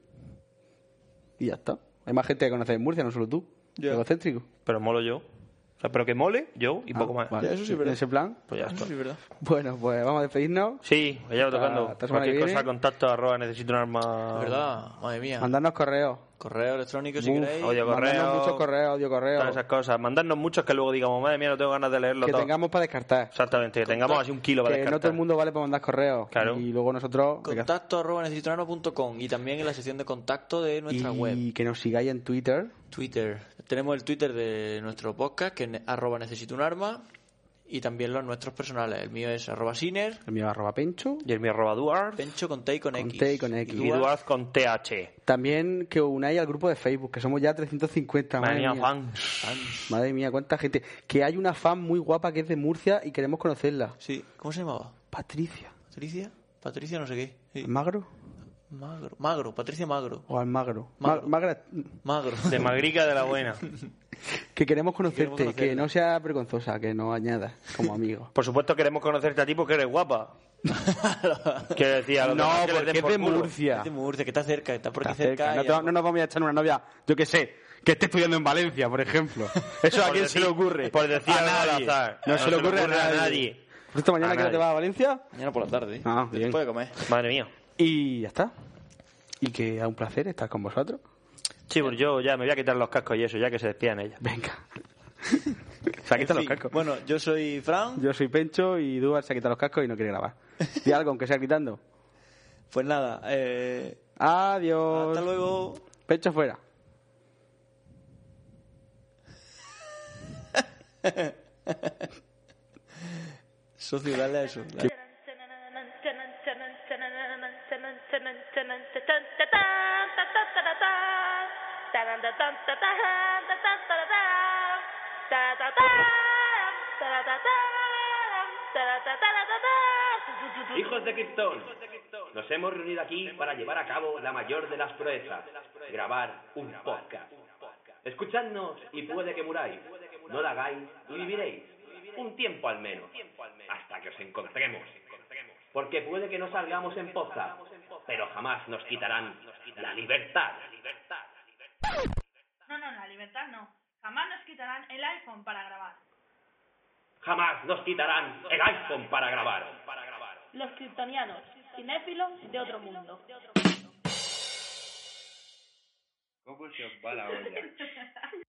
Y ya está. Hay más gente que conoces en Murcia, no solo tú. Ya. Egocéntrico. Pero molo yo. O sea, pero que mole yo y Ah, poco más. vale. Ya, eso sí es verdad. En ese plan. Pues ya está. Sí, ¿verdad? Bueno, pues vamos a despedirnos. Sí, pues ya va Hasta- tocando. hasta semana que Cualquier cosa, viene. contacto arroba, necesito un Ah. arma. ¿Verdad? Madre mía. Mandarnos correos. Correo electrónico si Uf, queréis. odio correo. Mandarnos muchos correos, audio Todas correos. esas cosas. Mandarnos muchos que luego digamos, madre mía, no tengo ganas de leerlo Que todo. tengamos para descartar. Exactamente, que tengamos así un kilo para que descartar. no todo el mundo vale para mandar correos. Claro. Y luego nosotros. Contacto arroba necesitonano.com y también en la sección de contacto de nuestra Y web. que nos sigáis en Twitter. Twitter. Tenemos el Twitter de nuestro podcast, que es ne- arroba necesito un arma. y también los nuestros personales. El mío es arroba siner. El mío es arroba pencho. Y el mío arroba duar. Pencho con T y con, Con X. T y con X. Y Duaz con TH. También que unáis al grupo de Facebook, que somos ya 350. Madre Madre, mía, mía, fans. Madre mía, cuánta gente. Que hay una fan muy guapa que es de Murcia y queremos conocerla. Sí. ¿Cómo se llamaba? Patricia. Patricia. Patricia no sé qué. Sí. ¿Magro? Magro. Magro. Patricia Magro. ¿O Almagro? Magro. Ma- Magra- Magro. De Magrica de la Buena. Que queremos conocerte, Queremos que conocerla. no sea vergonzosa, que no añadas como amigo. Por supuesto queremos conocerte a ti porque eres guapa. Quiero decir, a los No, demás que les porque den es por de culo. Murcia. Es de Murcia, que está cerca, que está por aquí Está cerca. cerca. No, y te- a- no nos vamos a echar una novia, yo que sé, que esté estudiando en Valencia, por ejemplo. Eso a Por quién se decir- le ocurre. por decir a algo al nadie. azar. No, se le ocurre, a nadie. ¿Por esta mañana A que no te nadie. vas a Valencia? Mañana por la tarde. Ah, bien. Después de comer. Madre mía. Y ya está. Y que es un placer estar con vosotros. Sí, pues yo ya me voy a quitar los cascos y eso, ya que se despidan ellas. Venga. se ha quitado En los fin, cascos. Bueno, yo soy Fran. Yo soy Pencho y Duar se ha quitado los cascos y no quiere grabar. Y algo, aunque sea gritando. Pues nada, eh, Adiós. hasta luego. Pencho fuera. Socio, dale a eso. dale. Hijos de Krypton, nos hemos reunido aquí para llevar a cabo la mayor de las proezas, grabar un podcast. Escuchadnos y puede que muráis, no la hagáis y viviréis, un tiempo al menos, hasta que os encontremos. Porque puede que no salgamos en podcast, pero jamás nos quitarán la libertad. No, no, la libertad no. Jamás nos quitarán el iPhone para grabar. Jamás nos quitarán el iPhone para grabar. Los kryptonianos, cinéfilos de otro mundo. ¿Cómo se os va la olla?